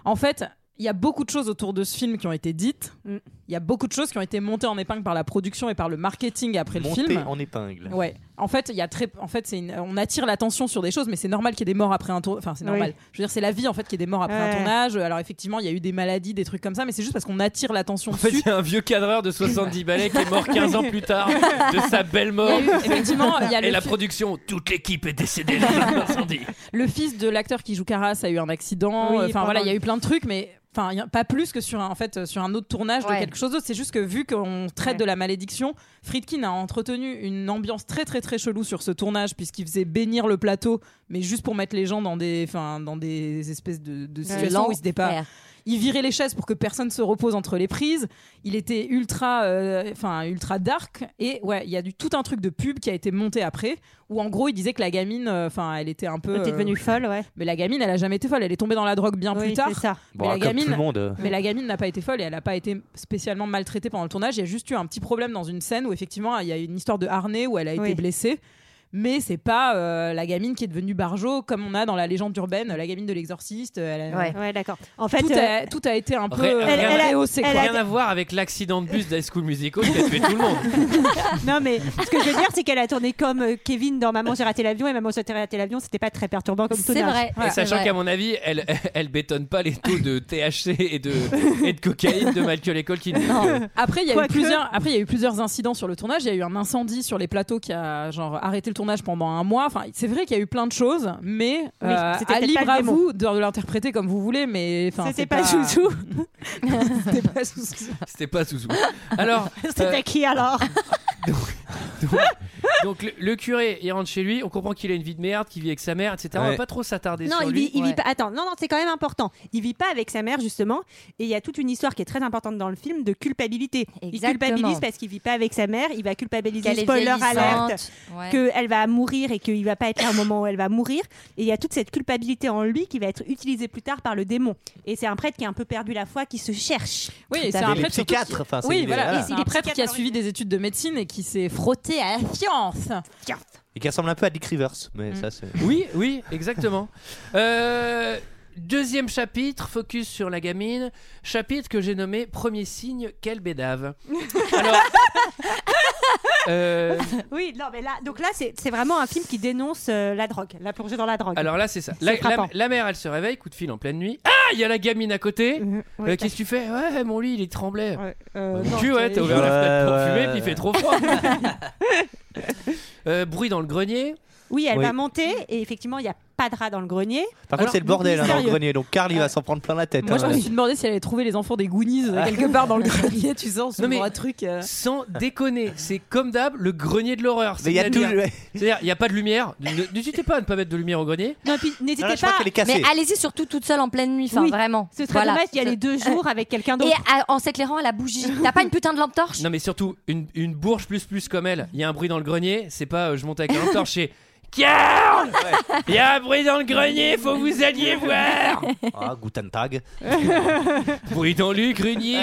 Speaker 10: En fait, il y a beaucoup de choses autour de ce film qui ont été dites.
Speaker 6: Mm.
Speaker 10: Il y a beaucoup de choses qui ont été montées en épingle par la production et par le marketing après
Speaker 6: Monté
Speaker 10: le film.
Speaker 6: en épingle.
Speaker 10: Ouais. En fait, il y a très. En fait, c'est une- on attire l'attention sur des choses, mais c'est normal qu'il y ait des morts après un tournage. Enfin, c'est normal.
Speaker 6: Oui.
Speaker 10: Je veux dire, c'est la vie en fait qu'il y ait des morts après
Speaker 1: Ouais.
Speaker 10: un tournage. Alors effectivement, il y a eu des maladies, des trucs comme ça, mais c'est juste parce qu'on attire l'attention.
Speaker 1: En fait, il y a un vieux cadreur de 70 balais qui est mort 15 ans plus tard de sa belle mort.
Speaker 10: Il y a eu- effectivement, il y a
Speaker 1: Et
Speaker 10: le
Speaker 1: la
Speaker 10: fi-
Speaker 1: production, toute l'équipe est décédée dans l'incendie.
Speaker 10: Le fils de l'acteur qui joue Caras a eu un accident.
Speaker 1: Oui,
Speaker 10: Enfin
Speaker 1: pendant
Speaker 10: voilà, il y a
Speaker 1: le-
Speaker 10: eu plein de trucs, mais
Speaker 11: enfin y a- pas plus que sur un, en fait euh, sur un autre tournage
Speaker 9: Ouais.
Speaker 11: de quelque chose d'autre. C'est juste que vu qu'on traite de la malédiction, Friedkin a entretenu une ambiance très très très chelou sur ce tournage puisqu'il faisait bénir le plateau, mais juste pour mettre les gens dans des enfin dans des espèces de, de
Speaker 9: Ouais.
Speaker 11: situations où ils se dépassent.
Speaker 9: L'enfer.
Speaker 11: Il virait les chaises pour que personne se repose entre les prises. Il était ultra, euh, enfin ultra dark. Et ouais, il y a du tout un truc de pub qui a été monté après, où en gros il disait que la gamine, euh, enfin elle était un peu,
Speaker 10: Elle était devenue
Speaker 11: folle, ouais. Mais la gamine, elle a jamais été folle. Elle est tombée dans la drogue bien
Speaker 10: Oui,
Speaker 11: plus tard.
Speaker 10: c'est ça.
Speaker 11: Mais
Speaker 15: Bon,
Speaker 11: la
Speaker 15: comme tout
Speaker 11: gamine,
Speaker 15: le monde.
Speaker 11: mais la gamine n'a pas été folle et elle n'a pas été spécialement maltraitée pendant le tournage. Il y a juste eu un petit problème dans une scène où effectivement il y a une histoire de harnais où elle a été
Speaker 10: Oui.
Speaker 11: blessée. Mais c'est pas euh, la gamine qui est devenue barjo comme on a dans la légende urbaine, la gamine de l'exorciste. elle a-
Speaker 10: Ouais, d'accord. En fait,
Speaker 11: tout,
Speaker 10: euh,
Speaker 11: a, tout a été un peu euh,
Speaker 1: Ré-
Speaker 11: elle,
Speaker 1: rien,
Speaker 11: rehaussé. quoi.
Speaker 1: rien à voir avec l'accident de bus d'High School Musical qui a tué tout le monde.
Speaker 10: non mais ce que je veux dire c'est qu'elle a tourné comme euh, Kevin dans Maman j'ai raté l'avion et Maman j'ai raté l'avion c'était pas très perturbant comme tournage.
Speaker 1: et sachant qu'à mon avis, elle, elle bétonne pas les taux de THC et de, et de cocaïne de Michael Ecole qui
Speaker 11: Non. Après, il y a eu
Speaker 1: Quoique.
Speaker 11: plusieurs. Après, il y a eu plusieurs incidents sur le tournage. Il y a eu un incendie sur les plateaux qui a genre arrêté le tournage pendant un mois. Enfin, c'est vrai qu'il y a eu plein de choses, mais
Speaker 10: Oui,
Speaker 11: euh,
Speaker 10: c'était
Speaker 11: à
Speaker 10: peut-être
Speaker 11: libre
Speaker 10: pas le
Speaker 11: à
Speaker 10: démon.
Speaker 11: vous de, de l'interpréter comme vous voulez. Mais enfin,
Speaker 10: C'était
Speaker 11: c'est
Speaker 10: pas Zouzou.
Speaker 11: C'était pas Zouzou.
Speaker 1: C'était pas Zouzou. Alors,
Speaker 10: C'était
Speaker 1: euh,
Speaker 10: qui alors
Speaker 1: donc le, le curé, il rentre chez lui. On comprend qu'il a une vie de merde, qu'il vit avec sa mère, etc. On va
Speaker 10: Ouais.
Speaker 1: pas trop s'attarder
Speaker 10: Non,
Speaker 1: sur
Speaker 10: il
Speaker 1: lui.
Speaker 10: vit, il vit pas. Attends, non, non, c'est quand même important. Il vit pas avec sa mère justement, et il y a toute une histoire qui est très importante dans le film de culpabilité. Il
Speaker 9: Exactement.
Speaker 10: culpabilise parce qu'il vit pas avec sa mère. Il va culpabiliser.
Speaker 9: Qu'elle est
Speaker 10: Spoiler
Speaker 9: vieillissante.
Speaker 10: alerte.
Speaker 9: Ouais.
Speaker 10: Qu'elle va mourir et qu'il va pas être là au moment où elle va mourir. Et il y a toute cette culpabilité en lui qui va être utilisée plus tard par le démon. Et c'est un prêtre qui a un peu perdu la foi, qui se cherche.
Speaker 11: Oui,
Speaker 10: Tout
Speaker 11: et
Speaker 10: à
Speaker 11: c'est
Speaker 10: fait.
Speaker 11: un prêtre surtout
Speaker 6: psychiatre,
Speaker 11: qui-
Speaker 6: enfin, c'est
Speaker 11: oui,
Speaker 6: une-
Speaker 11: voilà.
Speaker 6: voilà.
Speaker 11: C'est un prêtre qui a suivi des études de médecine et qui s'est frotté à la science.
Speaker 10: Bah,
Speaker 6: Et qui ressemble un peu à Dick Rivers, mais ça c'est.
Speaker 1: Oui, oui, exactement. Euh, deuxième chapitre, focus sur la gamine. Chapitre que j'ai nommé Premier signe, quel bédave. Alors. euh,
Speaker 10: Oui, non, mais là, donc là, c'est c'est vraiment un film qui dénonce euh, la drogue, la plongée dans la drogue.
Speaker 1: alors là, c'est ça.
Speaker 10: C'est
Speaker 1: La, la,
Speaker 10: frappant.
Speaker 1: la mère, elle se réveille, coup de fil en pleine nuit. Ah, il y a la gamine à côté. Euh, Qu'est-ce que tu fais Ouais, mon lit, il tremblait.
Speaker 10: euh,
Speaker 1: Mon cul, ouais, t'as ouvert la fenêtre pour fumer, puis il fait trop froid. Euh, bruit dans le grenier.
Speaker 10: Oui, elle
Speaker 6: Oui.
Speaker 10: va monter et effectivement, il n'y a pas de rat dans le grenier.
Speaker 6: Par contre, c'est le bordel hein, dans le grenier, donc Carl il va s'en prendre plein la tête.
Speaker 11: Moi, je
Speaker 6: hein.
Speaker 11: me suis demandé si elle allait trouver les enfants des Goonies euh, quelque part dans le grenier, tu sais, en se
Speaker 1: Ah. Non, mais
Speaker 11: ouvrant un truc. euh.
Speaker 1: Sans déconner, c'est comme d'hab le grenier de l'horreur.
Speaker 6: Mais il y a
Speaker 1: C'est-à-dire-
Speaker 6: tout, Ah, ouais.
Speaker 1: C'est-à-dire, il n'y a pas de lumière. Ne- N'hésitez pas à ne pas mettre de lumière au grenier.
Speaker 10: Non, puis n'hésitez
Speaker 1: Ah, je crois
Speaker 10: pas.
Speaker 1: qu'elle est cassée.
Speaker 9: Mais allez-y surtout toute seule en pleine nuit, enfin
Speaker 10: Oui.
Speaker 9: vraiment.
Speaker 10: Ce serait dommage d'y aller deux jours avec quelqu'un d'autre.
Speaker 9: Et à- en s'éclairant à la bougie. T'as pas une putain de lampe torche
Speaker 1: Non, mais surtout, une, une bourge plus plus comme elle. Il y a un bruit dans le grenier. C'est pas euh, je monte avec un torche, c'est. Carl Il y a un bruit dans le grenier, faut que vous alliez voir
Speaker 6: Ah, Guten Tag.
Speaker 1: Bruit dans le grenier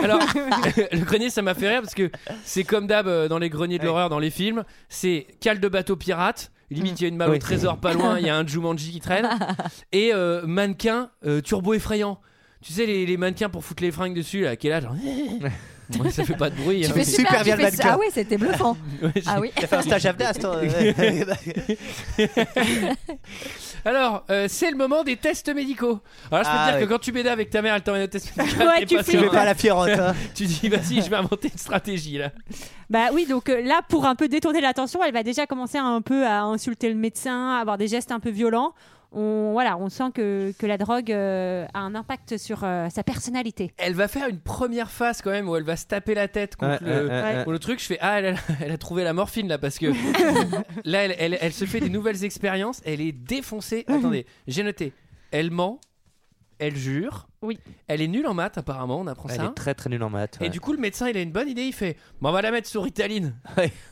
Speaker 1: Alors, le grenier, ça m'a fait rire parce que c'est comme d'hab euh, dans les greniers de l'horreur, dans les films. C'est cale de bateau pirate. Limite, il y a une malle au
Speaker 6: Oui.
Speaker 1: trésor pas loin, il y a un Jumanji qui traîne. Et euh, mannequin euh, turbo effrayant. Tu sais, les, les mannequins pour foutre les fringues dessus, là, qui est là, genre. Ouais, ça fait pas de bruit.
Speaker 9: Tu
Speaker 1: hein.
Speaker 9: fais super, tu fais ça. Ah oui, c'était bluffant.
Speaker 1: Ouais, j'ai-
Speaker 9: ah oui.
Speaker 6: T'as fait un stage à Avdas, toi ouais.
Speaker 1: Alors, euh, c'est le moment des tests médicaux. Alors, je peux
Speaker 6: Ah,
Speaker 1: te dire
Speaker 6: ouais.
Speaker 1: que quand tu baises avec ta mère, elle t'emmène au test médical.
Speaker 10: Ouais,
Speaker 1: t'es
Speaker 10: tu
Speaker 1: pas
Speaker 10: flippes.
Speaker 1: sûr.
Speaker 10: Tu fais pas la
Speaker 6: pierrotte,
Speaker 1: tu dis, vas-y, je vais inventer une stratégie là.
Speaker 10: Bah oui, donc euh, là, pour un peu détourner l'attention, elle va déjà commencer un peu à insulter le médecin, à avoir des gestes un peu violents. On, voilà, on sent que, que la drogue euh, a un impact sur euh, sa personnalité.
Speaker 1: Elle va faire une première phase quand même où elle va se taper la tête contre,
Speaker 6: Ouais,
Speaker 1: le,
Speaker 6: ouais, ouais,
Speaker 1: contre le truc. Je fais, ah, elle a, elle a trouvé la morphine là parce que là, elle, elle- elle se fait des nouvelles expériences. Elle est défoncée. Attendez, j'ai noté. Elle ment, elle jure.
Speaker 10: Oui.
Speaker 1: Elle est nulle en maths apparemment, on apprend
Speaker 6: Elle
Speaker 1: ça.
Speaker 6: est très très nulle en maths.
Speaker 1: Et
Speaker 6: ouais.
Speaker 1: du coup, le médecin, il a une bonne idée. Il fait Bon, on va la mettre sur Ritaline.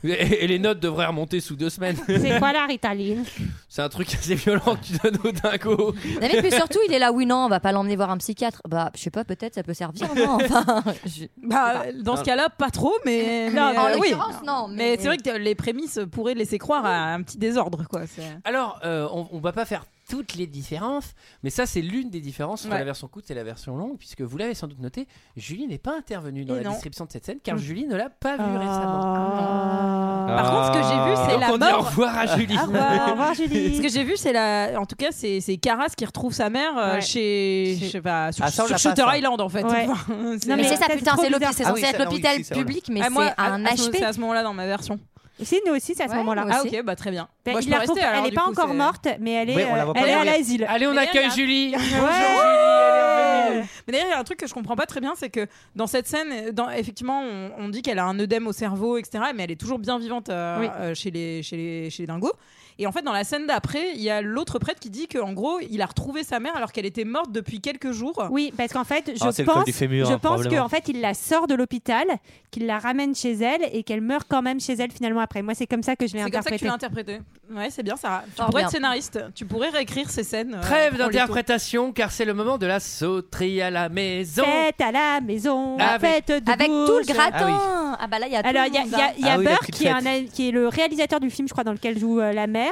Speaker 1: Et, et les notes devraient remonter sous deux semaines.
Speaker 10: C'est quoi la Ritaline
Speaker 1: C'est un truc assez violent que tu donnes au dingo.
Speaker 9: Non, mais puis surtout, il est là, oui, non, on va pas l'emmener voir un psychiatre. Bah, je sais pas, peut-être ça peut servir, non enfin, je-
Speaker 11: Bah,
Speaker 10: euh,
Speaker 11: dans ce cas-là, pas trop, mais.
Speaker 10: Ah,
Speaker 9: Non,
Speaker 11: mais,
Speaker 9: en
Speaker 11: euh, oui.
Speaker 9: l'occurrence, non, mais-
Speaker 11: c'est vrai que les prémices pourraient laisser croire à un petit désordre, quoi. c'est-
Speaker 1: Alors, euh, on, on va pas faire toutes les différences, mais ça, c'est l'une des différences entre
Speaker 11: Ouais.
Speaker 1: la version courte et la version longue, puisque vous l'avez sans doute noté, Julie n'est pas intervenue dans
Speaker 11: Et
Speaker 1: la
Speaker 11: non. Mm.
Speaker 1: description de cette scène, car Julie ne l'a pas vue
Speaker 11: Ah.
Speaker 1: récemment.
Speaker 10: Ah.
Speaker 11: Par contre, ce que j'ai
Speaker 6: Ah.
Speaker 11: vu, c'est
Speaker 1: Donc,
Speaker 11: la
Speaker 1: on dit
Speaker 11: mort.
Speaker 1: au revoir à Julie.
Speaker 11: Au revoir, Ce Ah. que j'ai vu, c'est la. En tout cas, c'est c'est Caras qui retrouve sa mère euh,
Speaker 9: Ouais.
Speaker 11: chez. Je sais pas, sur,
Speaker 9: Ah, ça, on
Speaker 11: sur
Speaker 9: l'a pas,
Speaker 11: Shutter
Speaker 9: ça.
Speaker 11: Island, en fait.
Speaker 9: Ouais.
Speaker 11: Enfin,
Speaker 9: Non, mais c'est ça, putain, c'est l'hôpital- c'est
Speaker 11: Ah
Speaker 9: censé
Speaker 11: oui,
Speaker 9: être
Speaker 11: ça, oui,
Speaker 9: l'hôpital
Speaker 11: si, ça, voilà.
Speaker 9: public, mais
Speaker 11: Ah, moi,
Speaker 9: c'est
Speaker 11: à-
Speaker 9: un E
Speaker 11: à ce-
Speaker 9: HP.
Speaker 11: C'est à ce moment-là dans ma version.
Speaker 10: Si, nous aussi, c'est à ce
Speaker 11: Ouais,
Speaker 10: moment-là.
Speaker 11: moi Ah, aussi. ok, bah très bien.
Speaker 10: Bah,
Speaker 11: Moi, je
Speaker 10: il
Speaker 11: peux
Speaker 10: la
Speaker 11: rester,
Speaker 10: retrouve-
Speaker 11: alors,
Speaker 10: elle
Speaker 11: du
Speaker 10: n'est pas
Speaker 11: coup,
Speaker 10: encore
Speaker 11: c'est-
Speaker 10: morte, mais elle est,
Speaker 11: Oui, on la
Speaker 10: euh,
Speaker 11: voit pas.
Speaker 10: elle est à
Speaker 11: Allez,
Speaker 10: l'asile.
Speaker 1: Allez, on
Speaker 11: Mais
Speaker 1: accueille
Speaker 11: regarde.
Speaker 1: Julie.
Speaker 10: Ouais.
Speaker 1: Bonjour, Julie, elle est revenue.
Speaker 11: Mais d'ailleurs, il y a un truc que je comprends pas très bien, c'est que dans cette scène, dans, effectivement, on, on dit qu'elle a un œdème au cerveau, etc. Mais elle est toujours bien vivante euh,
Speaker 10: Oui.
Speaker 11: euh, chez, les, chez, les, chez les dingos. Et en fait, dans la scène d'après, il y a l'autre prêtre qui dit qu'en gros, il a retrouvé sa mère alors qu'elle était morte depuis quelques jours.
Speaker 10: Oui, parce qu'en fait, je
Speaker 11: Ah, c'est le col
Speaker 10: pense,
Speaker 11: du fémur,
Speaker 10: je
Speaker 11: hein,
Speaker 10: pense
Speaker 11: probablement.
Speaker 10: qu'en fait, il la sort de l'hôpital, qu'il la ramène chez elle et qu'elle meurt quand même chez elle finalement après. Moi, c'est comme ça que je l'ai
Speaker 11: C'est comme ça que tu
Speaker 10: interprété.
Speaker 11: l'as interprété. Ouais, c'est bien, Sarah. Tu
Speaker 10: Oh,
Speaker 11: pourrais
Speaker 10: bien.
Speaker 11: être scénariste. Tu pourrais réécrire ces scènes. euh,
Speaker 1: Trêve
Speaker 11: pour les
Speaker 1: d'interprétation, car c'est le moment de la sauterie à la maison.
Speaker 10: Fête à la maison, la
Speaker 1: Avec-
Speaker 10: fête de
Speaker 9: Avec tout le
Speaker 10: gauche.
Speaker 9: gratin. Ah, bah là, il y a tout
Speaker 10: Alors,
Speaker 9: le
Speaker 10: il y a,
Speaker 9: monde,
Speaker 10: il y a-
Speaker 9: hein.
Speaker 10: il y a
Speaker 6: Ah oui, la
Speaker 10: Burr
Speaker 6: petite
Speaker 10: qui est, un-
Speaker 6: fête.
Speaker 10: qui est le réalisateur du film, je crois, dans lequel joue euh, la mère.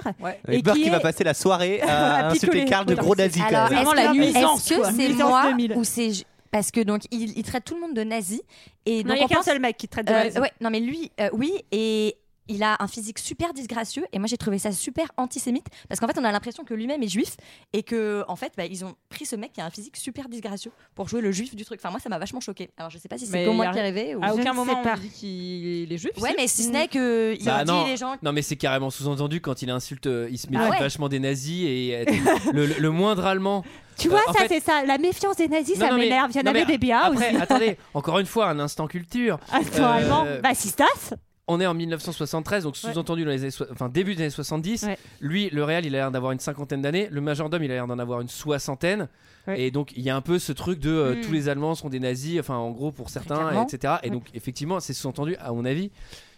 Speaker 6: Et
Speaker 10: Et
Speaker 6: Burke
Speaker 10: qui
Speaker 6: qui
Speaker 10: est-
Speaker 6: va passer la soirée à
Speaker 10: À
Speaker 6: insulter
Speaker 10: picoler.
Speaker 6: Karl de
Speaker 10: Putain,
Speaker 6: gros nazi.
Speaker 10: hein.
Speaker 9: Alors,
Speaker 6: quand même.
Speaker 9: est-ce que- Est-ce que
Speaker 10: quoi.
Speaker 9: c'est
Speaker 10: Nuisance
Speaker 9: moi
Speaker 10: 2000.
Speaker 9: ou c'est parce que donc il, il traite tout le monde de nazi et
Speaker 10: Non,
Speaker 9: donc
Speaker 10: il y a
Speaker 9: on
Speaker 10: qu'un
Speaker 9: pense-
Speaker 10: seul mec qui traite de
Speaker 9: Euh,
Speaker 10: nazi.
Speaker 9: ouais, non mais lui, euh, oui et. Il a un physique super disgracieux et moi j'ai trouvé ça super antisémite parce qu'en fait on a l'impression que lui-même est juif et que en fait bah, ils ont pris ce mec qui a un physique super disgracieux pour jouer le juif du truc. Enfin moi ça m'a vachement choqué. Alors je sais pas si c'est
Speaker 11: Mais
Speaker 9: que moi
Speaker 11: y a-
Speaker 9: qui est rêvé ou
Speaker 11: À aucun
Speaker 9: Je ne sais
Speaker 11: moment on
Speaker 9: pas.
Speaker 11: dit qu'il est juif.
Speaker 9: Ouais
Speaker 11: si.
Speaker 9: mais si ce n'est que il
Speaker 1: Bah
Speaker 9: dit
Speaker 1: non.
Speaker 9: les gens
Speaker 1: non, mais c'est carrément sous-entendu quand il insulte, euh, il se méfie
Speaker 9: Ah ouais.
Speaker 1: vachement des nazis et euh, le, le- le moindre allemand.
Speaker 10: Tu
Speaker 1: Euh,
Speaker 10: vois,
Speaker 1: en
Speaker 10: ça,
Speaker 1: fait-
Speaker 10: c'est ça. La méfiance des nazis,
Speaker 1: Non,
Speaker 10: ça
Speaker 1: non, mais-
Speaker 10: m'énerve. Il y en
Speaker 1: non,
Speaker 10: avait
Speaker 1: mais
Speaker 10: des
Speaker 11: Ah
Speaker 10: biens aussi.
Speaker 1: Après, attendez, encore une fois, un instant culture.
Speaker 10: Instant allemand.
Speaker 1: Euh,
Speaker 10: Bah, si se tasse.
Speaker 1: On est en 1973, donc sous-entendu dans les années soi- enfin, début des années 70. Lui, le réal, il a l'air d'avoir une cinquantaine d'années. Le majordome, il a l'air d'en avoir une soixantaine. Et donc, il y a un peu ce truc de euh,
Speaker 11: Mm.
Speaker 1: tous les Allemands sont des nazis, enfin, en gros, pour certains,
Speaker 9: Hmm. clairement.
Speaker 1: etc. Et donc, effectivement, c'est sous-entendu, à mon avis,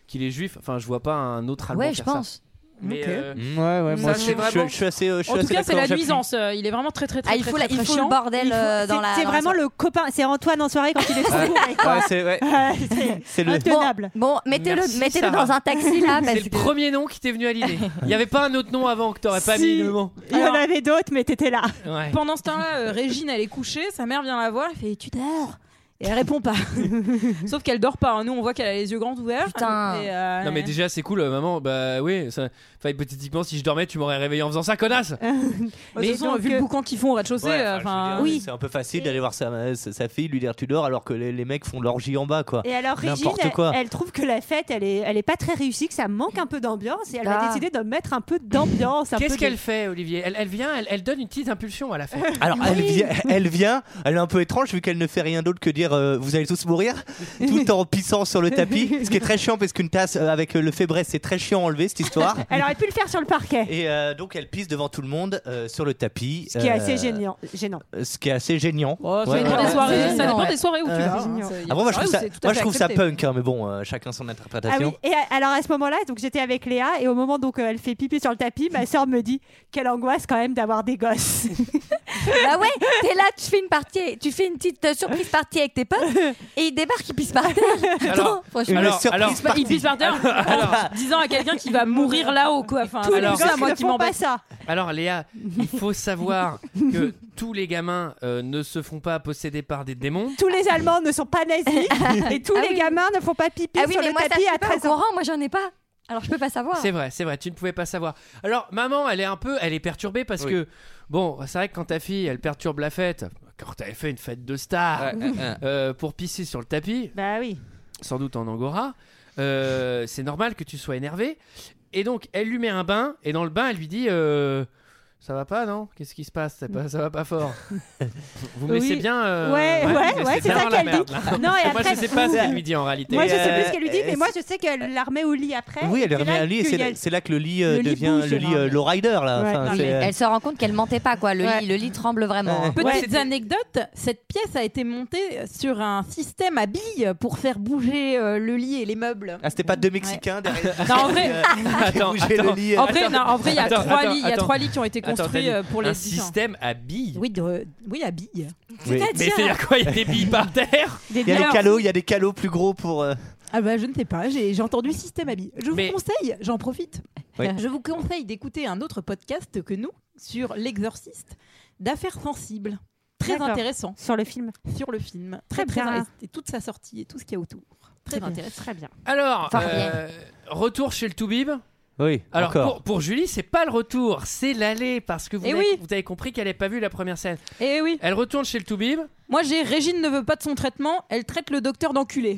Speaker 1: qu'il est juif. Enfin, je vois pas un autre Allemand.
Speaker 9: Ouais, je
Speaker 1: faire ça.
Speaker 9: pense.
Speaker 1: Mais,
Speaker 11: Ok.
Speaker 1: euh,
Speaker 6: Mm, ouais, ouais,
Speaker 1: ça,
Speaker 6: moi,
Speaker 1: c'est
Speaker 6: je suis- je suis-
Speaker 1: vraiment-
Speaker 6: je suis assez- je suis
Speaker 11: En tout
Speaker 6: assez
Speaker 11: cas, c'est la
Speaker 6: d'accord, j'appuie.
Speaker 11: nuisance. euh, Il est vraiment très très très
Speaker 9: Ah, il
Speaker 11: très,
Speaker 9: faut
Speaker 11: très,
Speaker 9: la- il
Speaker 11: très
Speaker 9: faut le
Speaker 11: chiant.
Speaker 9: bordel,
Speaker 11: Il faut-
Speaker 9: euh, dans
Speaker 11: c'est-
Speaker 9: la-
Speaker 11: c'est
Speaker 9: dans
Speaker 11: vraiment
Speaker 10: le copain. C'est Antoine en soirée quand il est
Speaker 6: Ouais.
Speaker 10: trop avec
Speaker 6: Ouais,
Speaker 10: quoi.
Speaker 6: c'est ouais. C'est le.
Speaker 10: Intenable.
Speaker 9: Bon, mettez-le
Speaker 1: Merci,
Speaker 9: mettez-le
Speaker 1: Sarah.
Speaker 9: dans un taxi là parce
Speaker 1: C'est le
Speaker 9: que
Speaker 1: premier nom qui t'est venu à l'idée. Il n'y avait pas un autre nom avant que t'aurais pas mis le nom.
Speaker 10: Il y en avait d'autres, mais t'étais là.
Speaker 1: Ouais.
Speaker 11: Pendant ce temps-là, euh, Régine, elle est couchée, sa mère vient la voir, elle fait Tu dors Et elle répond pas. Sauf qu'elle dort pas. hein. Nous, on voit qu'elle a les yeux grands ouverts.
Speaker 9: Putain.
Speaker 11: Et, euh,
Speaker 1: Non mais déjà c'est cool euh, maman bah oui ça... enfin hypothétiquement si je dormais tu m'aurais réveillé en faisant ça connasse
Speaker 11: de toute façon,
Speaker 10: euh,
Speaker 11: vu le boucan qu'ils font au rez-de-chaussée,
Speaker 6: Ouais, enfin,
Speaker 11: euh,
Speaker 6: je veux
Speaker 11: enfin,
Speaker 6: dire, C'est un peu facile d'aller voir sa, sa- sa fille, lui dire tu dors, alors que les, les mecs font l'orgie en bas, quoi.
Speaker 10: Et alors Régine,
Speaker 6: N'importe
Speaker 10: elle,
Speaker 6: quoi.
Speaker 10: elle trouve que la fête, elle est, elle est pas très réussie, que ça manque un peu d'ambiance, et elle
Speaker 1: Ah.
Speaker 10: va décider de mettre un peu d'ambiance. un
Speaker 1: qu'est-ce
Speaker 10: peu de-
Speaker 1: qu'elle fait Olivier elle, elle vient elle, elle donne une petite impulsion à la fête
Speaker 6: Alors elle vient, elle vient, elle est un peu étrange vu qu'elle ne fait rien d'autre que dire euh, vous allez tous mourir tout en pissant sur le tapis, ce qui est très chiant parce qu'une tasse euh, avec euh, le fébré c'est très chiant à enlever cette histoire.
Speaker 10: Elle aurait pu le faire sur le parquet,
Speaker 6: Et euh, donc elle pisse devant tout le monde euh, sur le tapis.
Speaker 10: ce qui est
Speaker 6: euh,
Speaker 10: assez gênant. gênant.
Speaker 6: Ce qui est assez gênant.
Speaker 11: Oh, ça
Speaker 6: Ouais,
Speaker 11: dépend
Speaker 6: ouais.
Speaker 11: des soirées, ça dépend
Speaker 10: ouais.
Speaker 11: des soirées où tu
Speaker 10: Euh,
Speaker 11: vas.
Speaker 10: c'est
Speaker 11: hein.
Speaker 10: mignon.
Speaker 11: C'est- il y a
Speaker 6: Ah, bon, moi
Speaker 11: des
Speaker 6: je trouve ça,
Speaker 11: soirées où c'est tout à
Speaker 6: moi, je
Speaker 11: fait
Speaker 6: trouve ça
Speaker 11: accepté.
Speaker 6: punk, hein, mais bon, euh, chacun son
Speaker 10: Ah
Speaker 6: interprétation.
Speaker 10: oui, et à- alors à ce moment-là, donc j'étais avec Léa et au moment donc euh, elle fait pipi sur le tapis, ma soeur me dit quelle angoisse quand même d'avoir des gosses.
Speaker 9: bah ouais, t'es là, tu fais une partie, tu fais une petite euh, surprise partie avec tes potes et ils débarquent, ils pissent par terre. Attends, franchement.
Speaker 1: alors, alors,
Speaker 11: Bah, il pisse par terre en disant à quelqu'un qui va mourir là-haut quoi. Enfin,
Speaker 1: Tous les
Speaker 11: Ah, alors,
Speaker 1: gosses
Speaker 11: ça, moi
Speaker 1: ne
Speaker 11: qui
Speaker 1: font
Speaker 11: m'embête.
Speaker 1: pas alors Léa il faut savoir que tous les gamins euh, ne se font pas posséder par des démons
Speaker 10: tous les Allemands ne sont pas nazis et tous les gamins ne font pas pipi
Speaker 9: Ah oui,
Speaker 10: sur
Speaker 9: mais
Speaker 10: le
Speaker 9: moi, ça,
Speaker 10: tapis
Speaker 9: je suis
Speaker 10: à
Speaker 9: pas au
Speaker 10: 13 ans.
Speaker 9: courant, moi j'en ai pas. Alors je peux pas savoir.
Speaker 1: C'est vrai, c'est vrai, tu ne pouvais pas savoir. Alors, maman, elle est un peu, elle est perturbée parce que, bon, c'est vrai que quand ta fille, elle perturbe la fête, quand t'avais fait une fête de star
Speaker 6: Ah, Ouais, ouais, ouais.
Speaker 1: euh, pour pisser sur le tapis,
Speaker 10: bah oui,
Speaker 1: sans doute en Angora, euh, c'est normal que tu sois énervé. Et donc, elle lui met un bain, et dans le bain, elle lui dit. euh, ça va pas, non Qu'est-ce qui se passe ça, pas- ça va pas fort. Vous me
Speaker 10: Oui.
Speaker 1: laissez bien. euh,
Speaker 10: Ouais,
Speaker 1: vous me
Speaker 10: ouais,
Speaker 1: laissez
Speaker 10: ouais, c'est
Speaker 1: bien
Speaker 10: ça
Speaker 1: dans la
Speaker 10: qu'elle
Speaker 1: merde,
Speaker 10: dit.
Speaker 1: là.
Speaker 10: Non,
Speaker 1: Parce
Speaker 10: et
Speaker 1: que moi,
Speaker 10: après-
Speaker 1: je sais pas ce qu'elle lui dit en réalité.
Speaker 10: Moi je sais
Speaker 6: euh,
Speaker 10: plus ce qu'elle lui dit, mais
Speaker 6: est-ce-
Speaker 10: moi je sais qu'elle la remet au lit après.
Speaker 6: Oui, elle lui
Speaker 10: C'est
Speaker 6: remet
Speaker 10: là
Speaker 6: un lit et
Speaker 10: que
Speaker 6: c'est
Speaker 10: il y a-
Speaker 6: là, c'est là que le lit euh,
Speaker 10: le lit
Speaker 6: devient
Speaker 10: bouge, hein.
Speaker 6: le lit euh, lowrider là.
Speaker 10: Ouais.
Speaker 6: Enfin,
Speaker 10: Non,
Speaker 6: c'est,
Speaker 10: mais
Speaker 6: euh,
Speaker 9: Elle se rend compte qu'elle mentait pas quoi, le,
Speaker 11: Ouais.
Speaker 9: lit, le lit tremble vraiment. hein.
Speaker 11: Petite anecdote, cette pièce a été montée sur un système à billes pour faire bouger euh, le lit et les meubles.
Speaker 6: Ah, c'était pas deux Mexicains derrière.
Speaker 11: Non, en vrai-
Speaker 1: Attends,
Speaker 6: Qui bougeaient le
Speaker 1: attends.
Speaker 10: Oh,
Speaker 6: lit, euh.
Speaker 11: En vrai, non, en vrai, il y a
Speaker 1: Attends,
Speaker 11: trois
Speaker 1: attends,
Speaker 11: lits, il y a
Speaker 1: attends.
Speaker 11: trois lits qui ont été
Speaker 1: Attends,
Speaker 11: construits
Speaker 1: t'as dit
Speaker 11: euh, pour les
Speaker 1: un
Speaker 11: différents-
Speaker 1: système à billes.
Speaker 11: Oui, de- oui, à billes.
Speaker 6: Oui.
Speaker 1: Mais c'est-à-dire quoi Il y a des billes par terre
Speaker 6: Il y a des calots, il y a des calots plus gros pour. euh,
Speaker 11: Ah bah je ne sais pas, j'ai j'ai entendu système à billes. Je vous conseille, j'en profite,
Speaker 6: Oui.
Speaker 11: je vous conseille d'écouter un autre podcast que nous sur l'exorciste d'affaires sensibles. Très
Speaker 10: D'accord.
Speaker 11: intéressant.
Speaker 10: Sur le film.
Speaker 11: Sur le film. Très,
Speaker 10: Très
Speaker 11: très,
Speaker 10: bien.
Speaker 11: Et toute sa sortie et tout ce qu'il y a autour. Très,
Speaker 10: Très bien,
Speaker 11: intéressant.
Speaker 10: très bien.
Speaker 1: Alors,
Speaker 11: Enfin,
Speaker 1: euh, retour chez le Toubib.
Speaker 6: Oui,
Speaker 1: Alors
Speaker 6: encore.
Speaker 1: pour, pour Julie, c'est pas le retour, c'est l'aller parce que vous,
Speaker 11: Eh
Speaker 1: avez,
Speaker 11: oui.
Speaker 1: vous avez compris qu'elle n'avait pas vu la première scène.
Speaker 11: Et oui.
Speaker 1: Elle retourne chez le Toubib.
Speaker 11: Moi j'ai Régine ne veut pas de son traitement, elle traite le docteur d'enculé.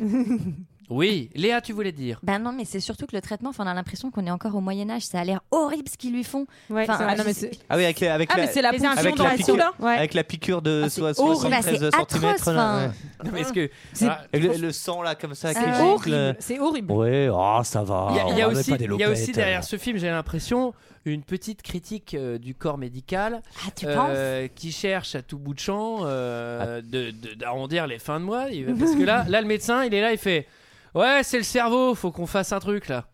Speaker 1: Oui, Léa, tu voulais dire.
Speaker 9: Ben non, mais c'est surtout que le traitement, enfin, on a l'impression qu'on est encore au Moyen Âge. Ça a l'air horrible ce qu'ils lui font.
Speaker 10: Ouais,
Speaker 9: Enfin,
Speaker 10: c'est vrai. Ah non, mais
Speaker 9: je-
Speaker 6: Ah oui, avec, la- avec
Speaker 9: Ah,
Speaker 6: la,
Speaker 9: mais c'est la ponction
Speaker 6: avec
Speaker 9: dans
Speaker 6: la
Speaker 9: la
Speaker 6: piqûre,
Speaker 11: hein.
Speaker 9: soupe, là.
Speaker 6: avec la piqûre de so-
Speaker 9: horrible. Bah, c'est
Speaker 6: 73
Speaker 9: atroce,
Speaker 6: cm.
Speaker 9: enfin.
Speaker 1: Mais est-ce que
Speaker 6: Avec le, le sang là comme ça
Speaker 1: C'est
Speaker 6: qui
Speaker 1: horrible,
Speaker 6: gicle.
Speaker 11: c'est horrible.
Speaker 6: Ouais, oh, ça va.
Speaker 1: Il y a, il y a
Speaker 6: on est
Speaker 1: aussi,
Speaker 6: pas des
Speaker 1: il y a aussi
Speaker 6: lopettes. euh.
Speaker 1: derrière ce film, j'ai l'impression, une petite critique euh, du corps médical
Speaker 9: ah,
Speaker 1: euh,
Speaker 9: tu
Speaker 1: qui cherche à tout bout de champ
Speaker 6: Ah.
Speaker 1: euh, de- de- d'arrondir les fins de mois. Il- Parce que là, là, le médecin, il est là, il fait Ouais, c'est le cerveau, faut qu'on fasse un truc là.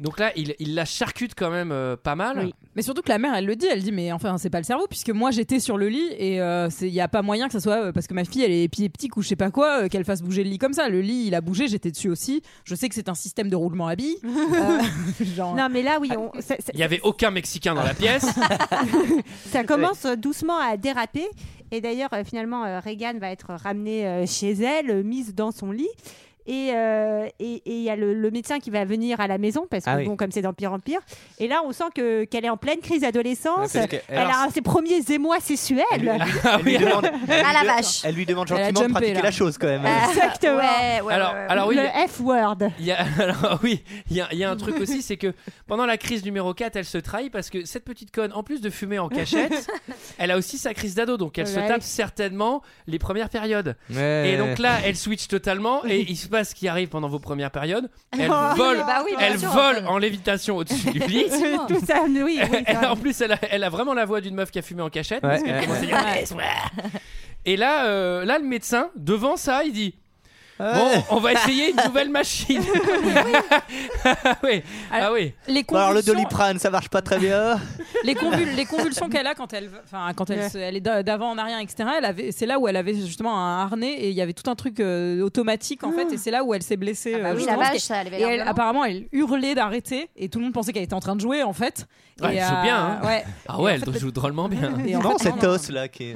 Speaker 1: Donc là, il, il la charcute quand même euh, pas mal.
Speaker 11: Mais surtout que la mère, elle le dit, elle dit mais enfin c'est pas le cerveau puisque moi j'étais sur le lit et euh, c'est il y a pas moyen que ça soit euh, parce que ma fille elle est épileptique ou je sais pas quoi euh, qu'elle fasse bouger le lit comme ça. Le lit il a bougé, j'étais dessus aussi. Je sais que c'est un système de roulement à billes. Euh, genre-
Speaker 10: Non, mais là, oui, on- ça, ça-
Speaker 1: Il y avait aucun Mexicain dans la pièce.
Speaker 10: ça commence euh, doucement à déraper. Et d'ailleurs, euh, finalement, euh, Reagan va être ramenée euh, chez elle, euh, mise dans son lit. Et euh, et- et il y a le, le médecin qui va venir à la maison parce que
Speaker 11: Ah oui.
Speaker 10: bon comme c'est d'empire en pire et là on sent que qu'elle est en pleine crise d'adolescence
Speaker 6: Ouais, parce que-
Speaker 10: elle
Speaker 6: alors-
Speaker 10: a ses premiers émois sexuels
Speaker 6: Elle lui demande- elle
Speaker 9: Ah
Speaker 10: À la
Speaker 6: lui de-
Speaker 10: vache.
Speaker 6: Elle lui demande
Speaker 10: Elle a
Speaker 6: gentiment de
Speaker 10: jumpé,
Speaker 6: pratiquer
Speaker 10: là.
Speaker 6: la chose quand même.
Speaker 9: Euh,
Speaker 10: exactement
Speaker 1: Alors- alors oui,
Speaker 10: le
Speaker 1: il y a-
Speaker 10: F word
Speaker 1: Il y a- alors oui, il y a, il y a un truc aussi, c'est que pendant la crise numéro 4, elle se trahit parce que cette petite conne, en plus de fumer en cachette, elle a aussi sa crise d'ado, donc elle se
Speaker 3: Ouais.
Speaker 1: tape certainement les premières périodes.
Speaker 3: Ouais.
Speaker 6: Euh.
Speaker 1: Et donc là, elle switch totalement et il se passe ce qui arrive pendant vos premières périodes. Elle
Speaker 10: Oh.
Speaker 1: vole,
Speaker 10: Bah oui, bien
Speaker 1: elle
Speaker 10: sûr,
Speaker 1: vole en lévitation au-dessus du lit.
Speaker 10: tout ça oui, oui c'est
Speaker 1: Elle-
Speaker 10: vrai.
Speaker 1: en plus, elle a, elle a vraiment la voix d'une meuf qui a fumé en cachette.
Speaker 6: Ouais.
Speaker 1: parce qu'elle commence à dire,
Speaker 6: Ouais.
Speaker 1: Yes, ouais. Et là, euh, là, le médecin, devant ça, il dit Bon, on va essayer une nouvelle machine. ah oui. Ah oui.
Speaker 11: Les
Speaker 6: Bon, alors le
Speaker 11: convulsions-
Speaker 6: doliprane, ça marche pas très bien.
Speaker 11: les, convul- les convulsions qu'elle a quand elle, enfin quand elle,
Speaker 6: Ouais.
Speaker 11: se- elle est d'a- d'avant en arrière, etc. Elle avait, c'est là où elle avait justement un harnais et il y avait tout un truc euh, automatique en fait. Et c'est là où elle s'est blessée.
Speaker 9: bah
Speaker 11: euh,
Speaker 9: oui,
Speaker 11: justement,
Speaker 9: la vache,
Speaker 11: parce que-
Speaker 9: ça, elle avait
Speaker 11: et
Speaker 9: l'air
Speaker 11: elle,
Speaker 9: violente.
Speaker 11: apparemment, elle hurlait d'arrêter et tout le monde pensait qu'elle était en train de jouer en fait.
Speaker 1: Ouais,
Speaker 11: Et,
Speaker 1: elle
Speaker 11: euh,
Speaker 1: joue bien. hein.
Speaker 11: ouais.
Speaker 1: Ah
Speaker 11: Et
Speaker 1: ouais,
Speaker 11: en fait,
Speaker 1: elle joue drôlement bien.
Speaker 11: Et en fait,
Speaker 6: Non,
Speaker 11: non,
Speaker 6: cet
Speaker 11: non.
Speaker 6: os là qui est.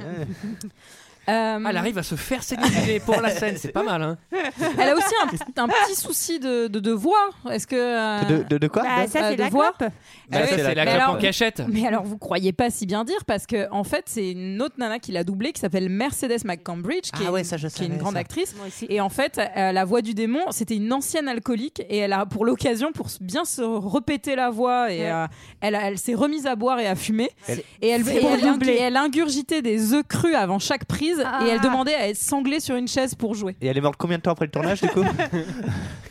Speaker 11: Euh,
Speaker 1: Ah, elle arrive à se faire séduire pour la scène, c'est pas mal. Hein.
Speaker 11: Elle a aussi un, un petit souci de, de, de voix. Est-ce que euh,
Speaker 6: De- de- de quoi Bah, ça,
Speaker 11: Euh,
Speaker 6: c'est
Speaker 11: de
Speaker 6: la
Speaker 11: voix.
Speaker 6: clope.
Speaker 11: Ah
Speaker 1: Bah, ça,
Speaker 11: oui,
Speaker 1: c'est la
Speaker 11: mais
Speaker 1: clope hein. en
Speaker 11: alors-
Speaker 1: cachette.
Speaker 11: Mais alors, vous croyez pas si bien dire parce que en fait, c'est une autre nana qui l'a doublée qui s'appelle Mercedes McCambridge, qui,
Speaker 6: Ah
Speaker 11: est,
Speaker 6: ouais,
Speaker 11: une-
Speaker 6: ça, je
Speaker 11: qui est une
Speaker 6: savais,
Speaker 11: grande
Speaker 6: ça.
Speaker 11: actrice. Et en fait, euh, la voix du démon, c'était une ancienne alcoolique et elle a pour l'occasion pour s- bien se répéter la voix et
Speaker 10: Ouais.
Speaker 11: euh, elle, elle s'est remise à boire et à fumer
Speaker 10: Elle-
Speaker 11: et elle
Speaker 10: C'est
Speaker 11: et
Speaker 10: pour
Speaker 11: elle, ingu-
Speaker 10: doubler.
Speaker 11: elle ingurgitait des œufs crus avant chaque prise et elle
Speaker 10: Ah.
Speaker 11: demandait à être sanglée sur une chaise pour jouer.
Speaker 6: Et elle est morte combien de temps après le tournage du coup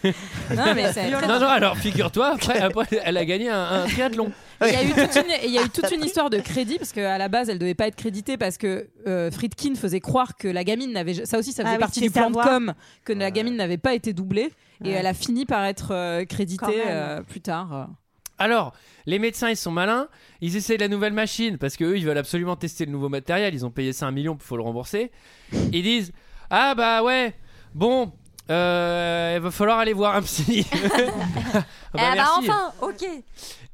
Speaker 11: Non, mais c'est très-
Speaker 1: Non, non, alors figure-toi, après, après, elle a gagné un, un triathlon.
Speaker 11: Il y, a eu toute une, il y a eu toute une histoire de crédit parce qu'à la base elle devait pas être créditée parce que euh, Friedkin faisait croire que la gamine n'avait ça aussi ça
Speaker 10: Ah
Speaker 11: faisait
Speaker 10: oui,
Speaker 11: partie
Speaker 10: c'est
Speaker 11: du plan de
Speaker 10: savoir.
Speaker 11: com que la gamine n'avait pas été doublée et
Speaker 10: Ouais.
Speaker 11: elle a fini par être euh,
Speaker 10: Quand
Speaker 11: créditée
Speaker 10: même.
Speaker 11: euh, plus tard.
Speaker 1: Alors, les médecins, ils sont malins, ils essayent la nouvelle machine parce que eux, ils veulent absolument tester le nouveau matériel. Ils ont payé 5 millions, il faut le rembourser. Ils disent Ah bah ouais, bon, euh, il va falloir aller voir un psy. Ah bah
Speaker 9: Eh, Ah bah
Speaker 1: merci.
Speaker 9: enfin, ok.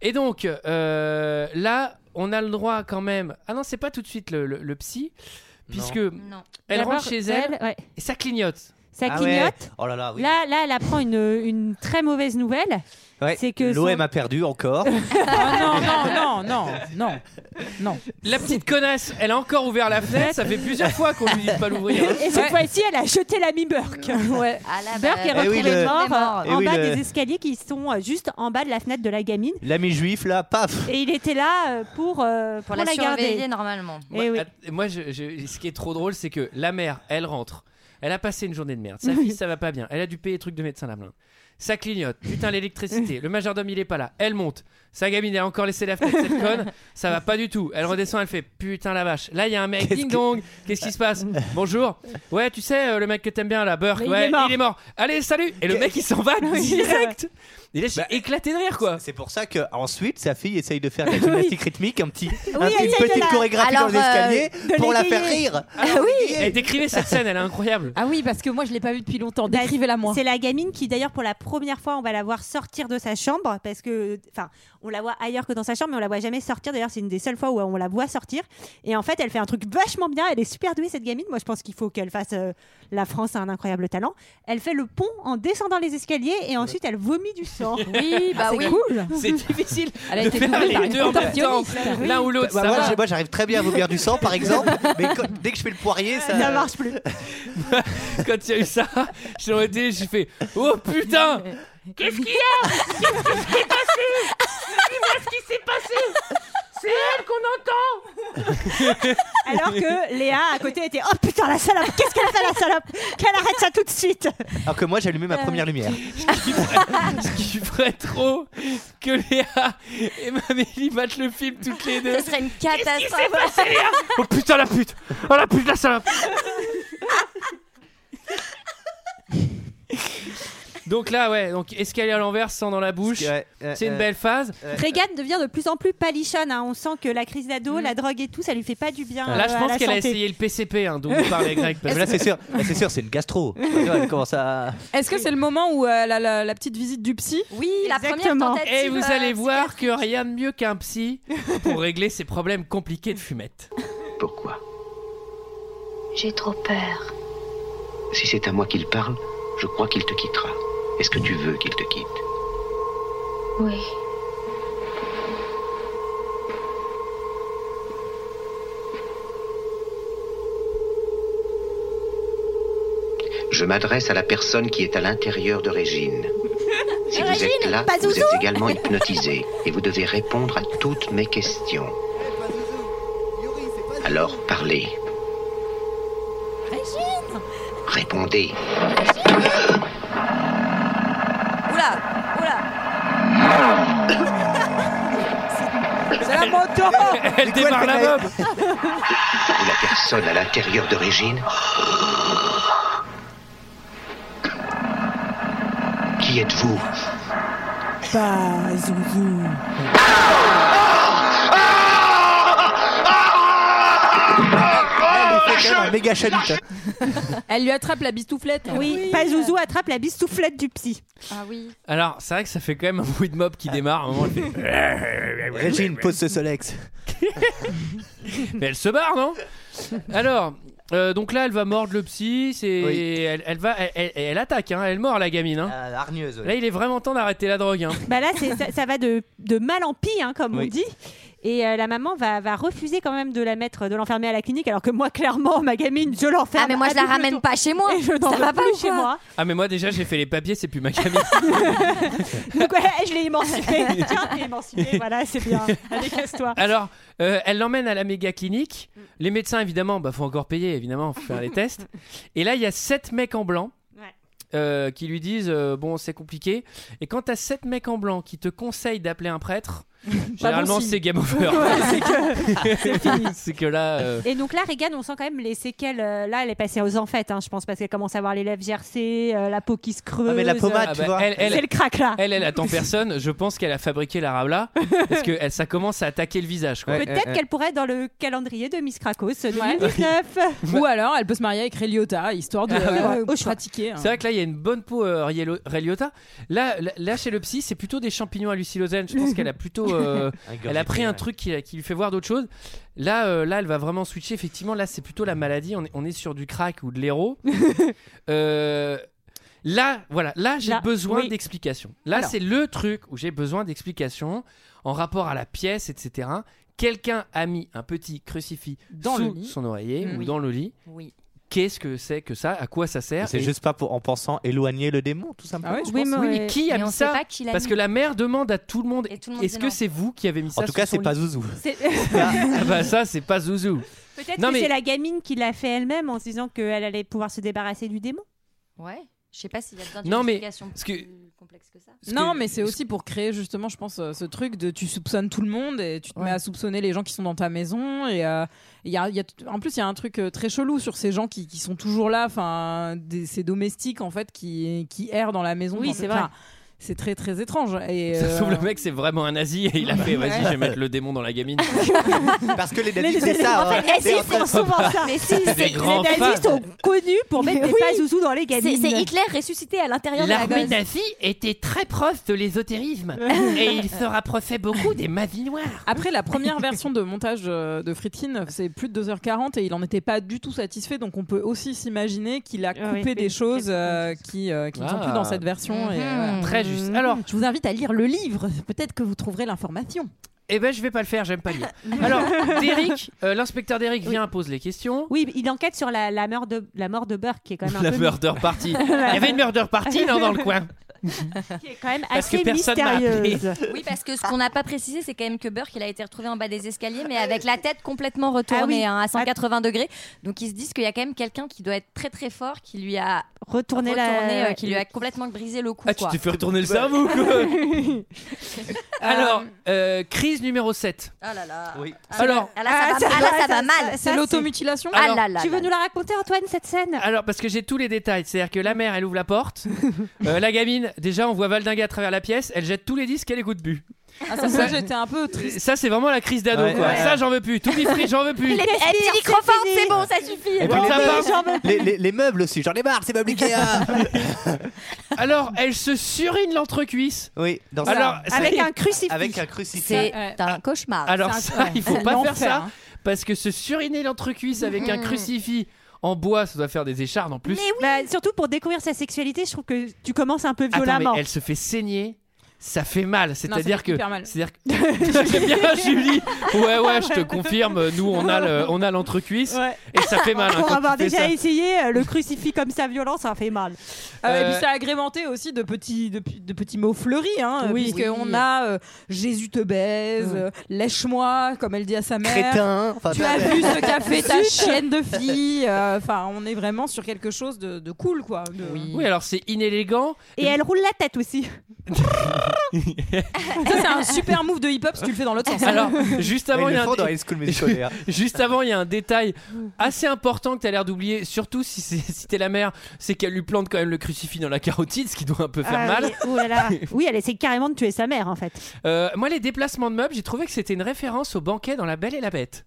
Speaker 1: Et donc, euh, là, on a le droit quand même. Ah non, c'est pas tout de suite le, le- le psy, puisque
Speaker 9: Non.
Speaker 1: elle
Speaker 10: D'abord,
Speaker 1: rentre chez elle,
Speaker 10: elle, ouais.
Speaker 1: et ça clignote.
Speaker 10: ça clignote
Speaker 6: Oh là là, oui.
Speaker 10: Là, là, elle apprend une, une très mauvaise nouvelle.
Speaker 6: Ouais.
Speaker 10: c'est que
Speaker 6: L'OM
Speaker 10: son-
Speaker 6: a perdu encore.
Speaker 11: Ah non, non, non, non, non, non.
Speaker 1: La petite connasse, elle a encore ouvert la fenêtre. Ça fait plusieurs fois qu'on lui dit de pas l'ouvrir. hein.
Speaker 10: Et cette fois-ci, elle a jeté l'ami Burke. Ouais. Burke est
Speaker 6: bah, Eh oui,
Speaker 10: retrouvé
Speaker 6: le-
Speaker 10: mort,
Speaker 6: Eh
Speaker 10: euh, en
Speaker 6: oui,
Speaker 10: bas
Speaker 6: le-
Speaker 10: des escaliers qui sont euh, juste en bas de la fenêtre de la gamine.
Speaker 6: L'ami juif là, paf.
Speaker 10: Et il était là euh, pour, euh, pour,
Speaker 9: la
Speaker 10: la, garder.
Speaker 9: surveiller normalement.
Speaker 10: Eh
Speaker 1: Moi, att- moi, je- je- ce qui est trop drôle, c'est que la mère, elle rentre. Elle a passé une journée de merde. Sa fille, ça va pas bien. Elle a dû payer les trucs de médecin la blinde. Ça clignote. Putain, l'électricité. Le majordome, il est pas là. Elle monte. Sa gamine, elle a encore laissé la fenêtre, cette conne. Ça va pas du tout. Elle redescend, elle fait Putain, la vache. Là, il y a un mec. Ding dong. Qu'est-ce qui se passe Bonjour. Ouais, tu sais, euh, le mec que t'aimes bien, là, Burke.
Speaker 10: Mais il
Speaker 1: ouais,
Speaker 10: est mort.
Speaker 1: Allez, salut. Et le mec, il s'en va direct. Il est
Speaker 6: Bah,
Speaker 1: éclaté de rire quoi.
Speaker 6: C'est pour ça que ensuite sa fille essaye de faire de la gymnastique rythmique, un petit, un petit-
Speaker 1: elle essaye
Speaker 6: une
Speaker 1: de
Speaker 6: petite
Speaker 1: la-
Speaker 6: chorégraphie
Speaker 1: Alors,
Speaker 6: dans les escaliers
Speaker 1: euh, de
Speaker 6: pour la faire
Speaker 1: l'égayer. Ah
Speaker 6: rire. Ah
Speaker 1: Et décrivez cette scène, elle est incroyable.
Speaker 11: Ah oui, parce que moi je l'ai pas vue depuis longtemps. Décrivez-la moi.
Speaker 10: C'est la gamine qui, d'ailleurs, pour la première fois, on va la voir sortir de sa chambre parce que, enfin, on on la voit ailleurs que dans sa chambre, mais on la voit jamais sortir. D'ailleurs, c'est une des seules fois où on la voit sortir. Et en fait, elle fait un truc vachement bien. Elle est super douée, cette gamine. Moi, je pense qu'il faut qu'elle fasse. euh, la France a un incroyable talent. Elle fait le pont en descendant les escaliers et ensuite elle vomit du sang.
Speaker 1: Oui, bah Ah, c'est oui. cool. C'est difficile Elle a
Speaker 6: de
Speaker 1: été
Speaker 6: faire
Speaker 1: doublée
Speaker 6: les
Speaker 1: par une
Speaker 6: deux en même temps.
Speaker 1: contorsionniste. Ah L'un ou l'autre,
Speaker 6: Bah,
Speaker 1: ça
Speaker 6: moi,
Speaker 1: va.
Speaker 6: j'ai- Moi, j'arrive très bien à vomir du sang, par exemple, mais quand- dès que je fais le poirier, ça.
Speaker 1: Ça
Speaker 10: marche plus.
Speaker 1: Quand il y a eu ça, j'ai été, j'ai fait Oh putain Qu'est-ce qu'il y a Qu'est-ce qui s'est passé Dis-moi ce qui s'est passé C'est elle qu'on entend
Speaker 10: Alors que Léa à côté était Oh putain, la salope Qu'est-ce qu'elle a fait, la salope Qu'elle arrête ça tout de suite
Speaker 6: Alors que moi, j'ai allumé ma première lumière.
Speaker 1: Je ferais trop que Léa et Mamélie battent le film toutes les deux.
Speaker 9: Ce serait une
Speaker 1: Qu'est-ce qui s'est
Speaker 9: catastrophe.
Speaker 1: passé Léa Oh putain la pute Oh la pute la salope Donc là, ouais, donc escalier à l'envers, sang dans la bouche. C'est une
Speaker 10: ouais.
Speaker 1: belle phase.
Speaker 10: Reagan devient de plus en plus palichonne. hein. On sent que la crise d'ado, la drogue et tout, ça lui fait pas du bien.
Speaker 1: Là,
Speaker 10: euh,
Speaker 1: je
Speaker 10: à
Speaker 1: pense
Speaker 10: la
Speaker 1: qu'elle a
Speaker 10: santé.
Speaker 1: essayé le PCP, hein, dont vous parlez, Greg. parce
Speaker 6: Mais
Speaker 1: que-
Speaker 6: là, c'est sûr, là, c'est sûr, c'est une gastro. Elle commence à.
Speaker 11: Est-ce que c'est le moment où euh, la, la- la petite visite du psy
Speaker 9: Oui,
Speaker 11: la
Speaker 1: Et Eh, vous allez voir que rien de mieux qu'un psy pour régler ses problèmes compliqués de fumette.
Speaker 8: J'ai trop peur.
Speaker 2: Si c'est à moi qu'il parle, je crois qu'il te quittera. Est-ce que tu veux qu'il te quitte
Speaker 8: Oui.
Speaker 2: Je m'adresse à la personne qui est à l'intérieur de Régine. Si vous
Speaker 8: Régine,
Speaker 2: êtes là,
Speaker 8: pas
Speaker 2: vous
Speaker 8: Zouzou
Speaker 2: êtes également hypnotisé et vous devez répondre à toutes mes questions. Alors parlez,
Speaker 9: Régine
Speaker 2: répondez.
Speaker 9: Oula Oula C'est la moto
Speaker 1: Elle démarre la meuf
Speaker 2: Ou la personne à l'intérieur de Régine Qui êtes-vous
Speaker 16: Pas Zouzou.
Speaker 6: Elle fait quand même un méga chalut. hein.
Speaker 11: Elle lui attrape la bistouflette.
Speaker 10: Oui, pas Zouzou attrape la bistouflette du psy.
Speaker 9: Ah oui.
Speaker 1: Alors, c'est vrai que ça fait quand même un bruit de mob qui démarre. à un moment, elle fait-
Speaker 6: Régine, pose ce Solex.
Speaker 1: Mais elle se barre, non Alors, euh, donc là, elle va mordre le psy. C'est,
Speaker 6: Oui.
Speaker 1: elle, elle va, elle, elle- elle attaque. Hein, elle mord la gamine. hein.
Speaker 6: hargneuse.
Speaker 1: Là, il est vraiment temps d'arrêter la drogue. hein.
Speaker 10: Bah là, c'est- ça, ça va de, de mal en pis, hein, comme
Speaker 1: Oui.
Speaker 10: on dit. Et euh, la maman va, va refuser quand même de la mettre, de l'enfermer à la clinique, alors que moi, clairement, ma gamine, je l'enferme.
Speaker 9: Ah, mais moi, je la
Speaker 10: double
Speaker 9: ramène
Speaker 10: tour.
Speaker 9: pas chez moi.
Speaker 10: Et je n'en
Speaker 9: Ça
Speaker 10: veux
Speaker 9: va pas
Speaker 10: plus
Speaker 9: ou
Speaker 10: chez
Speaker 9: quoi
Speaker 10: moi.
Speaker 1: Ah, mais moi déjà, j'ai fait les papiers, c'est plus ma gamine.
Speaker 10: Donc voilà, je l'ai émancipée. Tiens, t'es émancipée, voilà, c'est bien. Allez, casse-toi.
Speaker 1: Alors, euh, elle l'emmène à la méga clinique. Les médecins, évidemment, bah, faut encore payer, évidemment, faut faire les tests. Et là, il y a sept mecs en blanc. euh, qui lui disent euh, bon c'est compliqué et quand t'as sept mecs en blanc qui te conseillent d'appeler un prêtre généralement
Speaker 10: signe.
Speaker 1: c'est game over
Speaker 10: Ouais, c'est que- Ah, c'est fini.
Speaker 1: c'est que là euh,
Speaker 10: Et donc là, Regan, on sent quand même les séquelles. euh, là, elle est passée aux enfêtes, hein, je pense, parce qu'elle commence à avoir les lèvres gercées, euh, la peau qui se creuse. Euh,
Speaker 1: Ah bah, elle- elle-
Speaker 10: C'est le crack là.
Speaker 1: Elle, elle attend personne. Je pense qu'elle a fabriqué la rabla parce que elle- ça commence à attaquer le visage. quoi.
Speaker 10: Peut-être qu'elle pourrait être dans le calendrier de Miss Krakos 2019.
Speaker 11: Ou alors, elle peut se marier avec Réliota, histoire de
Speaker 1: Ah ouais.
Speaker 11: euh, pratiquer. hein.
Speaker 1: C'est vrai que là, il y a une bonne peau euh, Riello- Reliota. Là, là- là, chez le psy, c'est plutôt des champignons à Lucilosène. Je pense qu'elle a plutôt. euh,
Speaker 6: Ingurgité,
Speaker 1: elle a pris un
Speaker 6: ouais.
Speaker 1: truc qui, qui lui fait voir d'autres choses. Là, euh, là, elle va vraiment switcher. Effectivement, là, c'est plutôt la maladie. On est, on est sur du crack ou de l'héros. Euh, Là, voilà, là j'ai
Speaker 6: Là,
Speaker 1: besoin
Speaker 6: oui.
Speaker 1: d'explications. Là,
Speaker 6: Alors.
Speaker 1: c'est le truc où j'ai besoin d'explications en rapport à la pièce, etc. Quelqu'un a mis un petit crucifix
Speaker 11: Dans
Speaker 1: sous
Speaker 11: le lit.
Speaker 1: son oreiller
Speaker 11: Mm.
Speaker 1: ou
Speaker 11: Oui.
Speaker 1: dans le lit.
Speaker 11: Oui.
Speaker 1: Qu'est-ce que c'est que ça À quoi ça sert
Speaker 6: C'est
Speaker 1: Et-
Speaker 6: juste pas pour, en pensant éloigner le démon, tout
Speaker 11: Ah
Speaker 6: simplement.
Speaker 1: oui, mais, qui aime ça Parce que la mère demande à tout le monde,
Speaker 10: monde
Speaker 1: est-ce
Speaker 10: dit
Speaker 1: que
Speaker 10: non.
Speaker 1: c'est vous qui avez mis ça
Speaker 6: En tout
Speaker 1: sur
Speaker 6: cas,
Speaker 1: son
Speaker 6: c'est pas
Speaker 1: lit
Speaker 6: Zouzou.
Speaker 10: C'est- euh,
Speaker 1: Ah bah ça, c'est pas Zouzou.
Speaker 10: Peut-être
Speaker 1: Non,
Speaker 10: que
Speaker 1: mais-
Speaker 10: c'est la gamine qui l'a fait elle-même en se disant qu'elle allait pouvoir se débarrasser du démon.
Speaker 9: Ouais, je sais pas s'il y a besoin
Speaker 11: Non,
Speaker 9: d'une
Speaker 11: mais-
Speaker 9: explication
Speaker 1: parce
Speaker 9: plus
Speaker 1: que-
Speaker 9: complexe que ça.
Speaker 11: Non, mais c'est aussi pour créer justement, je pense, euh, ce truc de tu soupçonnes tout le monde et tu te mets à soupçonner les gens qui sont dans ta maison. Et euh, il y a, il y a t- en plus, il y a un truc euh, très chelou sur ces gens qui, qui sont toujours là, enfin, des- ces domestiques en fait qui, qui errent dans la maison.
Speaker 10: Oui,
Speaker 11: Enfin,
Speaker 10: c'est vrai.
Speaker 11: enfin, c'est très très étrange. Et,
Speaker 1: Ça se trouve,
Speaker 11: euh,
Speaker 1: le mec, c'est vraiment un nazi et il a fait vas-y, je vais mettre le démon dans la gamine.
Speaker 6: Parce que les
Speaker 1: nazis, c'est ça,
Speaker 6: Ah
Speaker 1: hein.
Speaker 9: eh,
Speaker 1: C'est en fait-
Speaker 9: Mais si,
Speaker 1: Des
Speaker 9: c'est- les
Speaker 1: grands
Speaker 9: nazis
Speaker 1: fans.
Speaker 9: sont connus pour mettre
Speaker 10: Mais
Speaker 9: des
Speaker 10: oui.
Speaker 9: pas zouzous dans les gamines.
Speaker 10: C'est- c'est
Speaker 9: Hitler ressuscité à l'intérieur
Speaker 1: L'armée nazie était très proche de l'ésotérisme et il se rapprochait beaucoup des masinoirs.
Speaker 11: Après, la première version de montage euh, de Fritin, c'est plus de 2h40 et il n'en était pas du tout satisfait. Donc, on peut aussi s'imaginer qu'il a
Speaker 1: Ah oui,
Speaker 11: coupé des
Speaker 1: oui,
Speaker 11: choses euh, qui, euh, qui ne sont
Speaker 1: Ah.
Speaker 11: plus dans cette version. et,
Speaker 10: Mhm.
Speaker 11: euh,
Speaker 1: Très juste. Alors,
Speaker 11: je vous invite à lire le livre. Peut-être que vous trouverez l'information.
Speaker 1: Eh ben, je vais pas le faire, j'aime pas lire. Alors, Derrick, euh, l'inspecteur Derrick vient, pose les questions.
Speaker 10: Oui, il enquête sur la, la mort de la mort de Burke, qui est quand même un
Speaker 1: La
Speaker 10: peu
Speaker 1: murder party. Il y avait une murder party non, dans le coin.
Speaker 10: qui est quand même
Speaker 1: Parce que
Speaker 10: assez
Speaker 1: personne m'a appelé.
Speaker 10: mystérieuse.
Speaker 9: Oui, parce que ce
Speaker 10: Ah.
Speaker 9: qu'on n'a pas précisé, c'est quand même que Burke, il a été retrouvé en bas des escaliers, mais avec la tête complètement retournée
Speaker 10: euh, Ah
Speaker 9: hein,
Speaker 10: oui.
Speaker 9: à 180 degrés. Donc ils se disent qu'il y a quand même quelqu'un qui doit être très très fort, qui lui a
Speaker 10: Retourné la-
Speaker 9: euh, qui lui a complètement brisé le cou.
Speaker 1: Ah, tu
Speaker 9: quoi.
Speaker 1: t'es fait retourner le cerveau, quoi Alors, euh, crise numéro 7.
Speaker 9: Ah là là.
Speaker 1: Alors,
Speaker 9: Ah là, ça va,
Speaker 10: Ah,
Speaker 9: ah là, ça
Speaker 10: ça-
Speaker 9: va mal.
Speaker 10: ça, c'est-
Speaker 9: Ah là là.
Speaker 10: Tu veux nous la raconter, Antoine, cette scène
Speaker 1: Alors, parce que j'ai tous les détails, c'est-à-dire que la mère, elle ouvre la porte, Euh, la gamine, déjà, on voit Valdinga à travers la pièce, elle jette tous les disques, elle écoute but.
Speaker 11: Ah, ça, ça, j'étais un peu triste.
Speaker 1: Ça, c'est vraiment la crise d'ado,
Speaker 6: Ouais,
Speaker 1: quoi.
Speaker 6: ouais.
Speaker 1: Ça, j'en veux plus. Tout free, j'en veux plus.
Speaker 9: Il est petit microphone, Eh, c'est bon, ça suffit.
Speaker 1: Eh,
Speaker 6: Et puis les, meubles, les, les- les meubles aussi, j'en ai marre, c'est hein. meubles Ikea
Speaker 1: Alors, elle se surine l'entrecuisse.
Speaker 6: Oui, dans ça.
Speaker 1: Alors,
Speaker 6: Avec
Speaker 1: c'est-
Speaker 6: un crucifix. Avec un crucifix.
Speaker 9: C'est
Speaker 10: Ah,
Speaker 9: un cauchemar.
Speaker 1: Alors
Speaker 9: Ah, C'est
Speaker 1: ça,
Speaker 9: un-
Speaker 1: il faut pas
Speaker 9: L'enfer,
Speaker 1: faire ça
Speaker 9: hein.
Speaker 1: parce que se suriner l'entrecuisse avec un
Speaker 10: Mhm.
Speaker 1: crucifix en bois, ça doit faire des échardes en plus.
Speaker 10: Bah, surtout pour découvrir sa sexualité, je trouve que tu commences un peu
Speaker 1: Attends, mais
Speaker 10: violemment.
Speaker 1: elle se fait saigner. Ça fait mal, c'est-à-dire
Speaker 11: fait
Speaker 1: que
Speaker 11: hyper mal.
Speaker 1: c'est-à-dire que J'aime bien Julie. Ouais ouais, je te confirme, nous on a le- on a l'entrecuisse et ça fait mal. hein,
Speaker 10: Pour
Speaker 1: quand
Speaker 10: avoir
Speaker 1: tu fais
Speaker 10: déjà
Speaker 1: ça.
Speaker 10: essayé euh, le crucifix comme ça violent, ça fait mal.
Speaker 11: Euh, Et puis ça a agrémenté aussi de petits, de, de petits mots fleuris, hein,
Speaker 10: Oui.
Speaker 11: puisqu'on
Speaker 10: Oui.
Speaker 11: a euh, Jésus te baise, euh, lèche-moi, comme elle dit à sa mère.
Speaker 6: Crétin, enfin,
Speaker 11: tu
Speaker 6: pas-
Speaker 11: as vu ce qu'a fait ta
Speaker 6: Zut.
Speaker 11: chienne de fille. euh, Enfin, on est vraiment sur quelque chose de, de cool, quoi. de- Eh,
Speaker 1: Oui, alors c'est inélégant.
Speaker 10: Et elle roule la tête aussi.
Speaker 11: Ça, c'est un super move de hip-hop si tu le fais dans l'autre sens. hein.
Speaker 1: Alors, juste avant,
Speaker 6: Mais ils
Speaker 1: il y a
Speaker 6: le
Speaker 1: un
Speaker 6: font
Speaker 1: dé-
Speaker 6: dans High School Musical, d'ailleurs.
Speaker 1: Juste avant, il y a un détail assez important que tu as l'air d'oublier, surtout si, c'est- si t'es la mère, c'est qu'elle lui plante quand même le crucifix dans la carotide, ce qui doit un peu faire
Speaker 10: Ah
Speaker 1: mal.
Speaker 10: Oui, oh là là. Oui, elle essaie carrément de tuer sa mère en fait.
Speaker 1: Euh, moi, les déplacements de meubles, j'ai trouvé que c'était une référence au banquet dans La Belle et la Bête.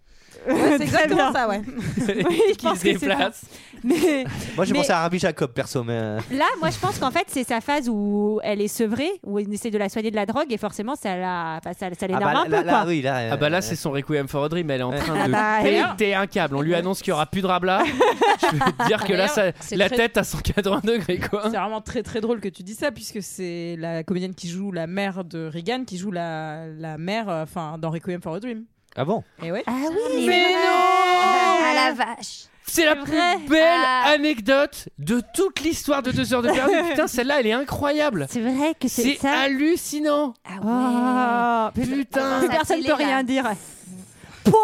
Speaker 11: c'est exactement
Speaker 10: bien.
Speaker 11: ça, ouais.
Speaker 1: Hein
Speaker 10: je
Speaker 1: qui
Speaker 10: pense
Speaker 1: se
Speaker 10: que c'est
Speaker 1: déplace.
Speaker 10: Mais
Speaker 6: Moi j'ai
Speaker 10: Mais-
Speaker 6: pensé à Rabbi Jacob perso, mais. euh,
Speaker 10: là, moi, je pense qu'en fait, c'est sa phase où elle est sevrée, où elle essaie de la soigner de la drogue, et forcément, ça la, enfin, ça, ça
Speaker 6: bah,
Speaker 10: l'énerve un peu. quoi.
Speaker 6: euh,
Speaker 1: ah bah là, c'est son Requiem for a Dream, elle est en train
Speaker 10: Euh, Ah
Speaker 1: de
Speaker 10: bah, elle-
Speaker 1: péter un câble. On lui annonce qu'il y aura plus de rabla. Je veux dire que là, ça-
Speaker 11: c'est
Speaker 1: la
Speaker 11: très-
Speaker 1: tête à 180 degrés, quoi.
Speaker 11: C'est vraiment très très drôle que tu dis ça puisque c'est la comédienne qui joue la mère de Regan qui joue la, la mère euh, enfin dans Requiem for a Dream.
Speaker 6: Ah bon
Speaker 11: Et ouais.
Speaker 9: Ah oui,
Speaker 11: Mais
Speaker 9: Ah la vache.
Speaker 1: C'est la plus belle
Speaker 10: Ah.
Speaker 1: anecdote de toute l'histoire de 2 heures de perdu. Putain, celle-là, elle est incroyable.
Speaker 10: C'est vrai que c'est
Speaker 1: C'est
Speaker 10: ça.
Speaker 1: hallucinant.
Speaker 10: Ah, mais-
Speaker 1: Putain.
Speaker 10: Plus personne
Speaker 9: télé,
Speaker 10: peut
Speaker 9: là.
Speaker 10: rien dire.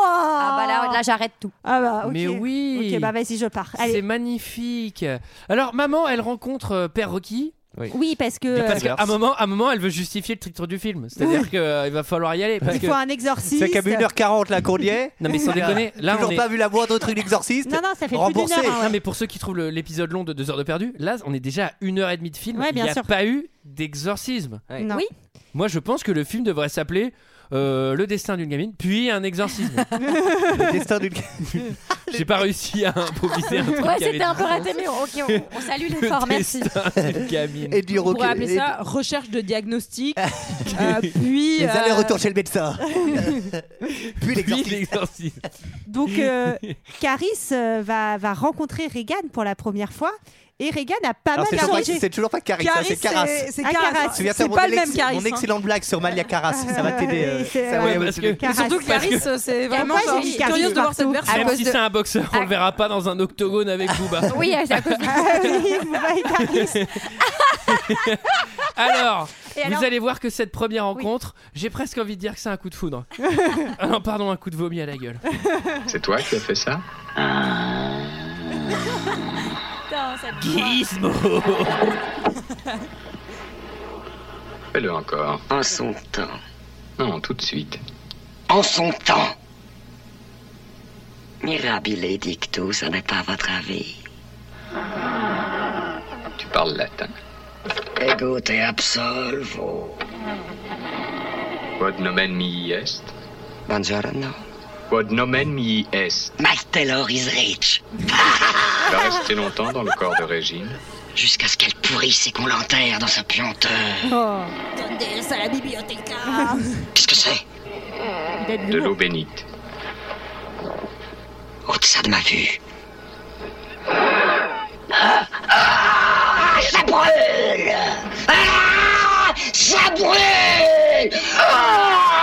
Speaker 9: Ah bah là, là, j'arrête tout.
Speaker 10: Ah bah, ok.
Speaker 1: Mais oui.
Speaker 10: Ok, bah vas-y, je pars. Allez.
Speaker 1: C'est magnifique. Alors, maman, elle rencontre euh, Père Rocky.
Speaker 10: Oui, parce que. euh,
Speaker 1: Et parce qu'à un moment, à un moment, elle veut justifier le titre du film. C'est-à-dire qu'il va falloir y aller. Parce
Speaker 10: Il
Speaker 1: que... Ah.
Speaker 10: faut un exorciste.
Speaker 6: C'est qu'à 1h40 là qu'on y est.
Speaker 1: Non, mais sans déconner, là,
Speaker 6: Toujours
Speaker 1: on est-
Speaker 6: pas vu la moindre truc d'exorciste.
Speaker 10: Non, non, ça fait plus d'une
Speaker 6: Remboursé.
Speaker 10: heure. hein, ouais.
Speaker 1: Non, mais pour ceux qui trouvent le- l'épisode long de 2 heures de perdu, là, on est déjà à 1 heure et demie de film.
Speaker 10: Ouais,
Speaker 1: Il
Speaker 10: bien
Speaker 1: n'y a
Speaker 10: sûr.
Speaker 1: pas eu d'exorcisme.
Speaker 10: Non. Oui.
Speaker 1: Moi, je pense que le film devrait s'appeler euh, Le destin d'une gamine, puis un exorcisme.
Speaker 6: Le destin d'une.
Speaker 1: J'ai pas réussi à improviser un truc.
Speaker 9: Ouais,
Speaker 1: avec-
Speaker 9: c'était un peu raté, mais on- ok, on, on salue
Speaker 1: Le
Speaker 9: l'effort, merci.
Speaker 1: destin d'une gamine.
Speaker 6: Et du
Speaker 11: On pourrait
Speaker 6: rock-
Speaker 11: appeler
Speaker 6: et-
Speaker 11: ça recherche de diagnostic. euh, puis
Speaker 6: Les
Speaker 11: euh,
Speaker 6: allers-retours chez le médecin.
Speaker 1: Puis l'exorcisme.
Speaker 10: Donc, euh, Caris euh, va, va rencontrer Regan pour la première fois. Et Regan a pas
Speaker 6: Alors, c'est
Speaker 10: mal Euh,
Speaker 6: toujours-
Speaker 10: changé.
Speaker 6: c'est toujours pas Caris, hein, c'est Caras.
Speaker 10: C'est
Speaker 6: Ah,
Speaker 10: Caras.
Speaker 6: Tu viens faire mon, ex- mon
Speaker 17: hein.
Speaker 6: excellent blague sur Malia Caras, ça va t'aider. euh,
Speaker 10: Oui,
Speaker 6: ça
Speaker 10: c'est-
Speaker 6: va
Speaker 10: Ah ouais,
Speaker 6: aider
Speaker 1: parce
Speaker 6: le
Speaker 1: que-
Speaker 6: truc.
Speaker 1: Caras.
Speaker 11: Surtout que Caris,
Speaker 1: Parce que-
Speaker 11: c'est
Speaker 10: Pourquoi
Speaker 11: vraiment.
Speaker 10: j'ai
Speaker 11: genre,
Speaker 10: mis
Speaker 11: je suis
Speaker 10: Caris
Speaker 11: curieuse de voir
Speaker 10: partout
Speaker 11: cette version.
Speaker 1: Même si c'est un boxeur, on le verra pas dans un octogone avec Booba.
Speaker 9: Oui, c'est à cause du
Speaker 1: Alors,
Speaker 9: Et
Speaker 1: vous
Speaker 9: alors-
Speaker 1: allez voir que cette première rencontre, j'ai presque envie de dire que c'est un coup de foudre. ah non, pardon, un coup de vomi à la gueule.
Speaker 15: C'est toi qui as fait ça
Speaker 9: Putain, ça te voit.
Speaker 1: Gizmo
Speaker 15: Fais-le encore. En son temps. Non, tout de suite. En son temps
Speaker 12: Mirabile dictus, ce n'est pas votre avis.
Speaker 15: Tu parles latin
Speaker 12: Ego te absolvo.
Speaker 15: Quod nomen mihi est
Speaker 12: Buongiorno.
Speaker 15: Quod nomen mihi est
Speaker 12: My Taylor is rich.
Speaker 15: Il va rester longtemps dans le corps de Régine.
Speaker 12: Jusqu'à ce qu'elle pourrisse et qu'on l'enterre dans sa puanteur.
Speaker 8: Donnez ça à la bibliothèque
Speaker 12: Qu'est-ce que c'est
Speaker 15: De l'eau bénite.
Speaker 12: Au-dessous Oh, de ma vue. Ah, ça brûle Ah, ça brûle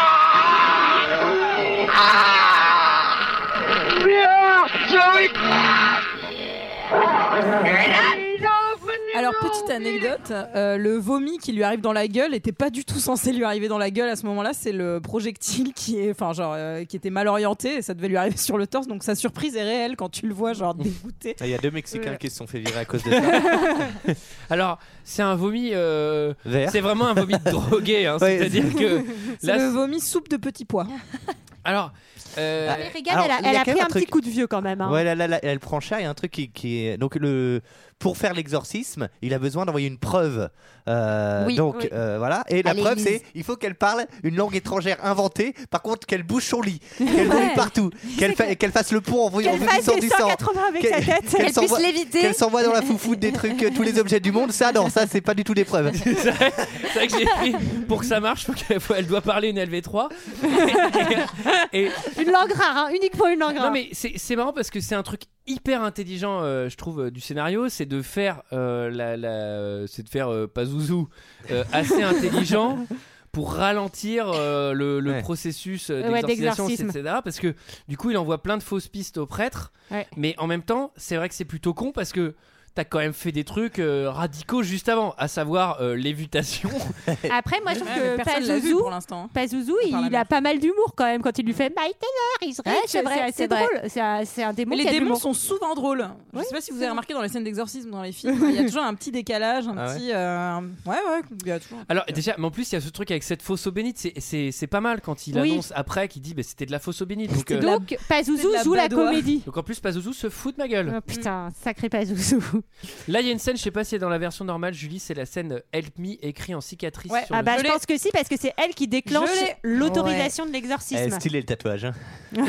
Speaker 11: Alors petite anecdote, euh, le vomi qui lui arrive dans la gueule était pas du tout censé lui arriver dans la gueule à ce moment-là. C'est le projectile qui est, enfin genre, euh, qui était mal orienté et ça devait lui arriver sur le torse. Donc sa surprise est réelle quand tu le vois genre dégoûté.
Speaker 6: Ah, Il y a deux Mexicains qui se sont fait virer à cause de ça.
Speaker 1: Alors, c'est un vomi. euh, c'est vraiment un vomi drogué. hein,
Speaker 6: Ouais.
Speaker 1: C'est-à-dire que.
Speaker 11: C'est
Speaker 1: Là,
Speaker 11: le vomi soupe de petits pois.
Speaker 1: Alors. euh,
Speaker 10: Mais regarde, elle a, elle a pris un, petit coup de vieux quand même. hein.
Speaker 6: Ouais, là, là, là, elle prend cher. Il y a un truc qui, qui est. Donc, le... pour faire l'exorcisme, il a besoin d'envoyer une preuve. Euh,
Speaker 17: Oui,
Speaker 6: donc,
Speaker 17: oui.
Speaker 6: euh, voilà. Et la
Speaker 17: À
Speaker 6: preuve,
Speaker 17: l'église.
Speaker 6: c'est il faut qu'elle parle une langue étrangère inventée. Par contre, qu'elle bouge son lit, qu'elle
Speaker 17: Ouais.
Speaker 6: vole partout, qu'elle fa- qu'elle fasse le pont en voulant
Speaker 17: Qu'elle fasse des
Speaker 6: du sang.
Speaker 17: 180 avec
Speaker 6: Qu'elle-
Speaker 17: sa tête.
Speaker 6: qu'elle
Speaker 17: Qu'elle puisse
Speaker 6: s'envoie-
Speaker 17: léviter.
Speaker 6: Qu'elle s'envoie dans la foufoute des trucs, euh, tous les objets du monde. Ça, non, ça, c'est pas du tout des preuves.
Speaker 1: C'est vrai que j'ai pris pour que ça marche, faut qu'elle faut- elle doit parler une LV3. Et,
Speaker 10: Une langue rare, hein, uniquement une langue rare.
Speaker 1: non mais c'est c'est marrant parce que c'est un truc hyper intelligent, euh, je trouve, euh, du scénario, c'est de faire euh, la, la- c'est de faire euh, pas zouzou, euh, assez intelligent. Pour ralentir euh, le, le processus euh,
Speaker 10: Ouais,
Speaker 1: d'exorcisation,
Speaker 10: d'exorcisme.
Speaker 1: etc. Parce que du coup, il envoie plein de fausses pistes au prêtre.
Speaker 10: Ouais.
Speaker 1: Mais en même temps, c'est vrai que c'est plutôt con parce que t'as quand même fait des trucs euh, radicaux juste avant, à savoir euh, l'évitation.
Speaker 10: Après, moi, je trouve
Speaker 11: Ouais, mais
Speaker 10: que
Speaker 11: personne l'a vu
Speaker 10: Pazuzu,
Speaker 11: pour l'instant. hein.
Speaker 10: Pazuzu, il a pas mal d'humour quand même quand il lui fait My Taylor, il se
Speaker 11: Ouais, c'est vrai,
Speaker 10: c'est
Speaker 11: c'est
Speaker 10: drôle.
Speaker 11: vrai.
Speaker 10: C'est un- C'est un démon.
Speaker 11: Mais
Speaker 10: qui
Speaker 11: les
Speaker 10: a de
Speaker 11: démons
Speaker 10: l'humour.
Speaker 11: sont souvent drôles. Je sais pas si vous avez remarqué dans les scènes d'exorcisme dans les films, il y a toujours un petit décalage, un
Speaker 1: Ah ouais
Speaker 11: petit. euh, Ouais, ouais, il y a toujours.
Speaker 1: Alors déjà, mais en plus il y a ce truc avec cette fausse eau bénite, c'est- c'est c'est pas mal quand il
Speaker 10: Oui.
Speaker 1: annonce après qu'il dit bah, c'était de la fausse eau bénite. Donc, euh,
Speaker 10: Donc, Pazuzu
Speaker 1: C'était de la
Speaker 10: joue la
Speaker 1: badoie.
Speaker 10: comédie.
Speaker 1: Donc en plus Pazuzu se fout de ma gueule.
Speaker 10: Oh, putain, sacré Pazuzu.
Speaker 1: Là il y a une scène, je sais pas si c'est dans la version normale, Julie, c'est la scène euh, Help Me écrit en cicatrice.
Speaker 10: Ouais,
Speaker 1: sur
Speaker 10: ah
Speaker 1: le-
Speaker 10: bah je pense que si, parce que c'est elle qui déclenche
Speaker 9: Je l'ai.
Speaker 10: l'autorisation de
Speaker 6: Eh,
Speaker 10: l'exorcisme.
Speaker 6: stylé le tatouage.
Speaker 17: Ah,
Speaker 6: hein.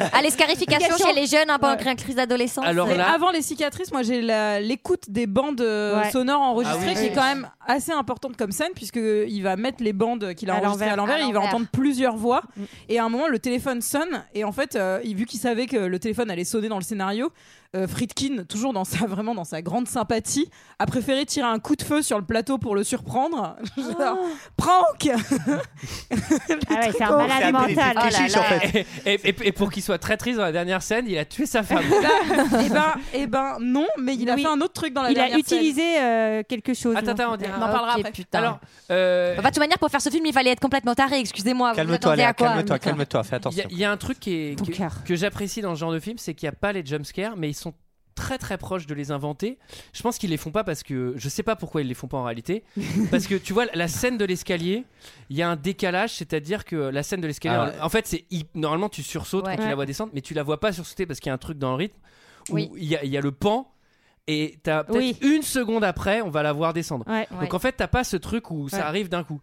Speaker 9: à Ah, les scarifications chez les jeunes hein, pendant la crise d'adolescence.
Speaker 11: Alors Mais là- avant les cicatrices, moi j'ai la- l'écoute des bandes euh,
Speaker 9: Ouais.
Speaker 11: sonores enregistrées
Speaker 9: Ah oui.
Speaker 11: qui est
Speaker 9: Oui.
Speaker 11: quand même assez importante comme scène puisque euh, il va mettre les bandes qu'il a
Speaker 9: À
Speaker 11: enregistrées à
Speaker 9: l'envers.
Speaker 11: l'envers,
Speaker 9: À
Speaker 11: et il va
Speaker 9: l'envers.
Speaker 11: entendre plusieurs voix et à un moment le téléphone sonne et en fait euh, il- vu qu'il savait que le téléphone allait sonner dans le scénario, euh, Friedkin toujours dans sa vraiment dans sa grande sympathie a préféré tirer un coup de feu sur le plateau pour le surprendre. Genre, Prank
Speaker 10: Ah ouais, c'est un malade mental.
Speaker 1: Et, et- et- et pour qu'il soit très triste dans la dernière scène, il a tué sa femme.
Speaker 11: Eh ben, eh ben non, mais il a fait un autre truc dans la
Speaker 10: Il a
Speaker 11: dernière scène.
Speaker 10: utilisé euh, quelque chose. euh,
Speaker 1: Attends,
Speaker 10: non
Speaker 1: attends, on dira.
Speaker 9: On en parlera
Speaker 1: Ok,
Speaker 9: après.
Speaker 1: putain. Alors, euh,
Speaker 9: Enfin, Bah, de toute manière, pour faire ce film, il fallait être complètement taré. Excusez-moi. vous
Speaker 6: Calme-toi,
Speaker 9: attendez à
Speaker 6: Léa,
Speaker 9: quoi
Speaker 6: calme-toi, calme-toi,
Speaker 1: Il y,
Speaker 6: fais attention.
Speaker 1: a- il y a un truc qui est- que, que j'apprécie dans ce genre de film, c'est qu'il n'y a pas les jumpscares, mais ils sont très très proches de les inventer. Je pense qu'ils les font pas parce que je sais pas pourquoi ils les font pas en réalité. parce que tu vois la scène de l'escalier, il y a un décalage, c'est-à-dire que la scène de l'escalier,
Speaker 6: Ah ouais.
Speaker 1: en fait, c'est hy- normalement tu sursautes
Speaker 9: Ouais.
Speaker 1: quand tu
Speaker 9: Ouais.
Speaker 1: la vois descendre, mais tu la vois pas sursauter parce qu'il y a un truc dans le rythme où
Speaker 9: Oui.
Speaker 1: il y, a- il y a le pan. Et t'as peut-être
Speaker 9: Oui.
Speaker 1: une seconde après, on va la voir descendre.
Speaker 9: Ouais.
Speaker 1: Donc en fait, t'as pas ce truc où
Speaker 9: Ouais.
Speaker 1: ça arrive d'un coup.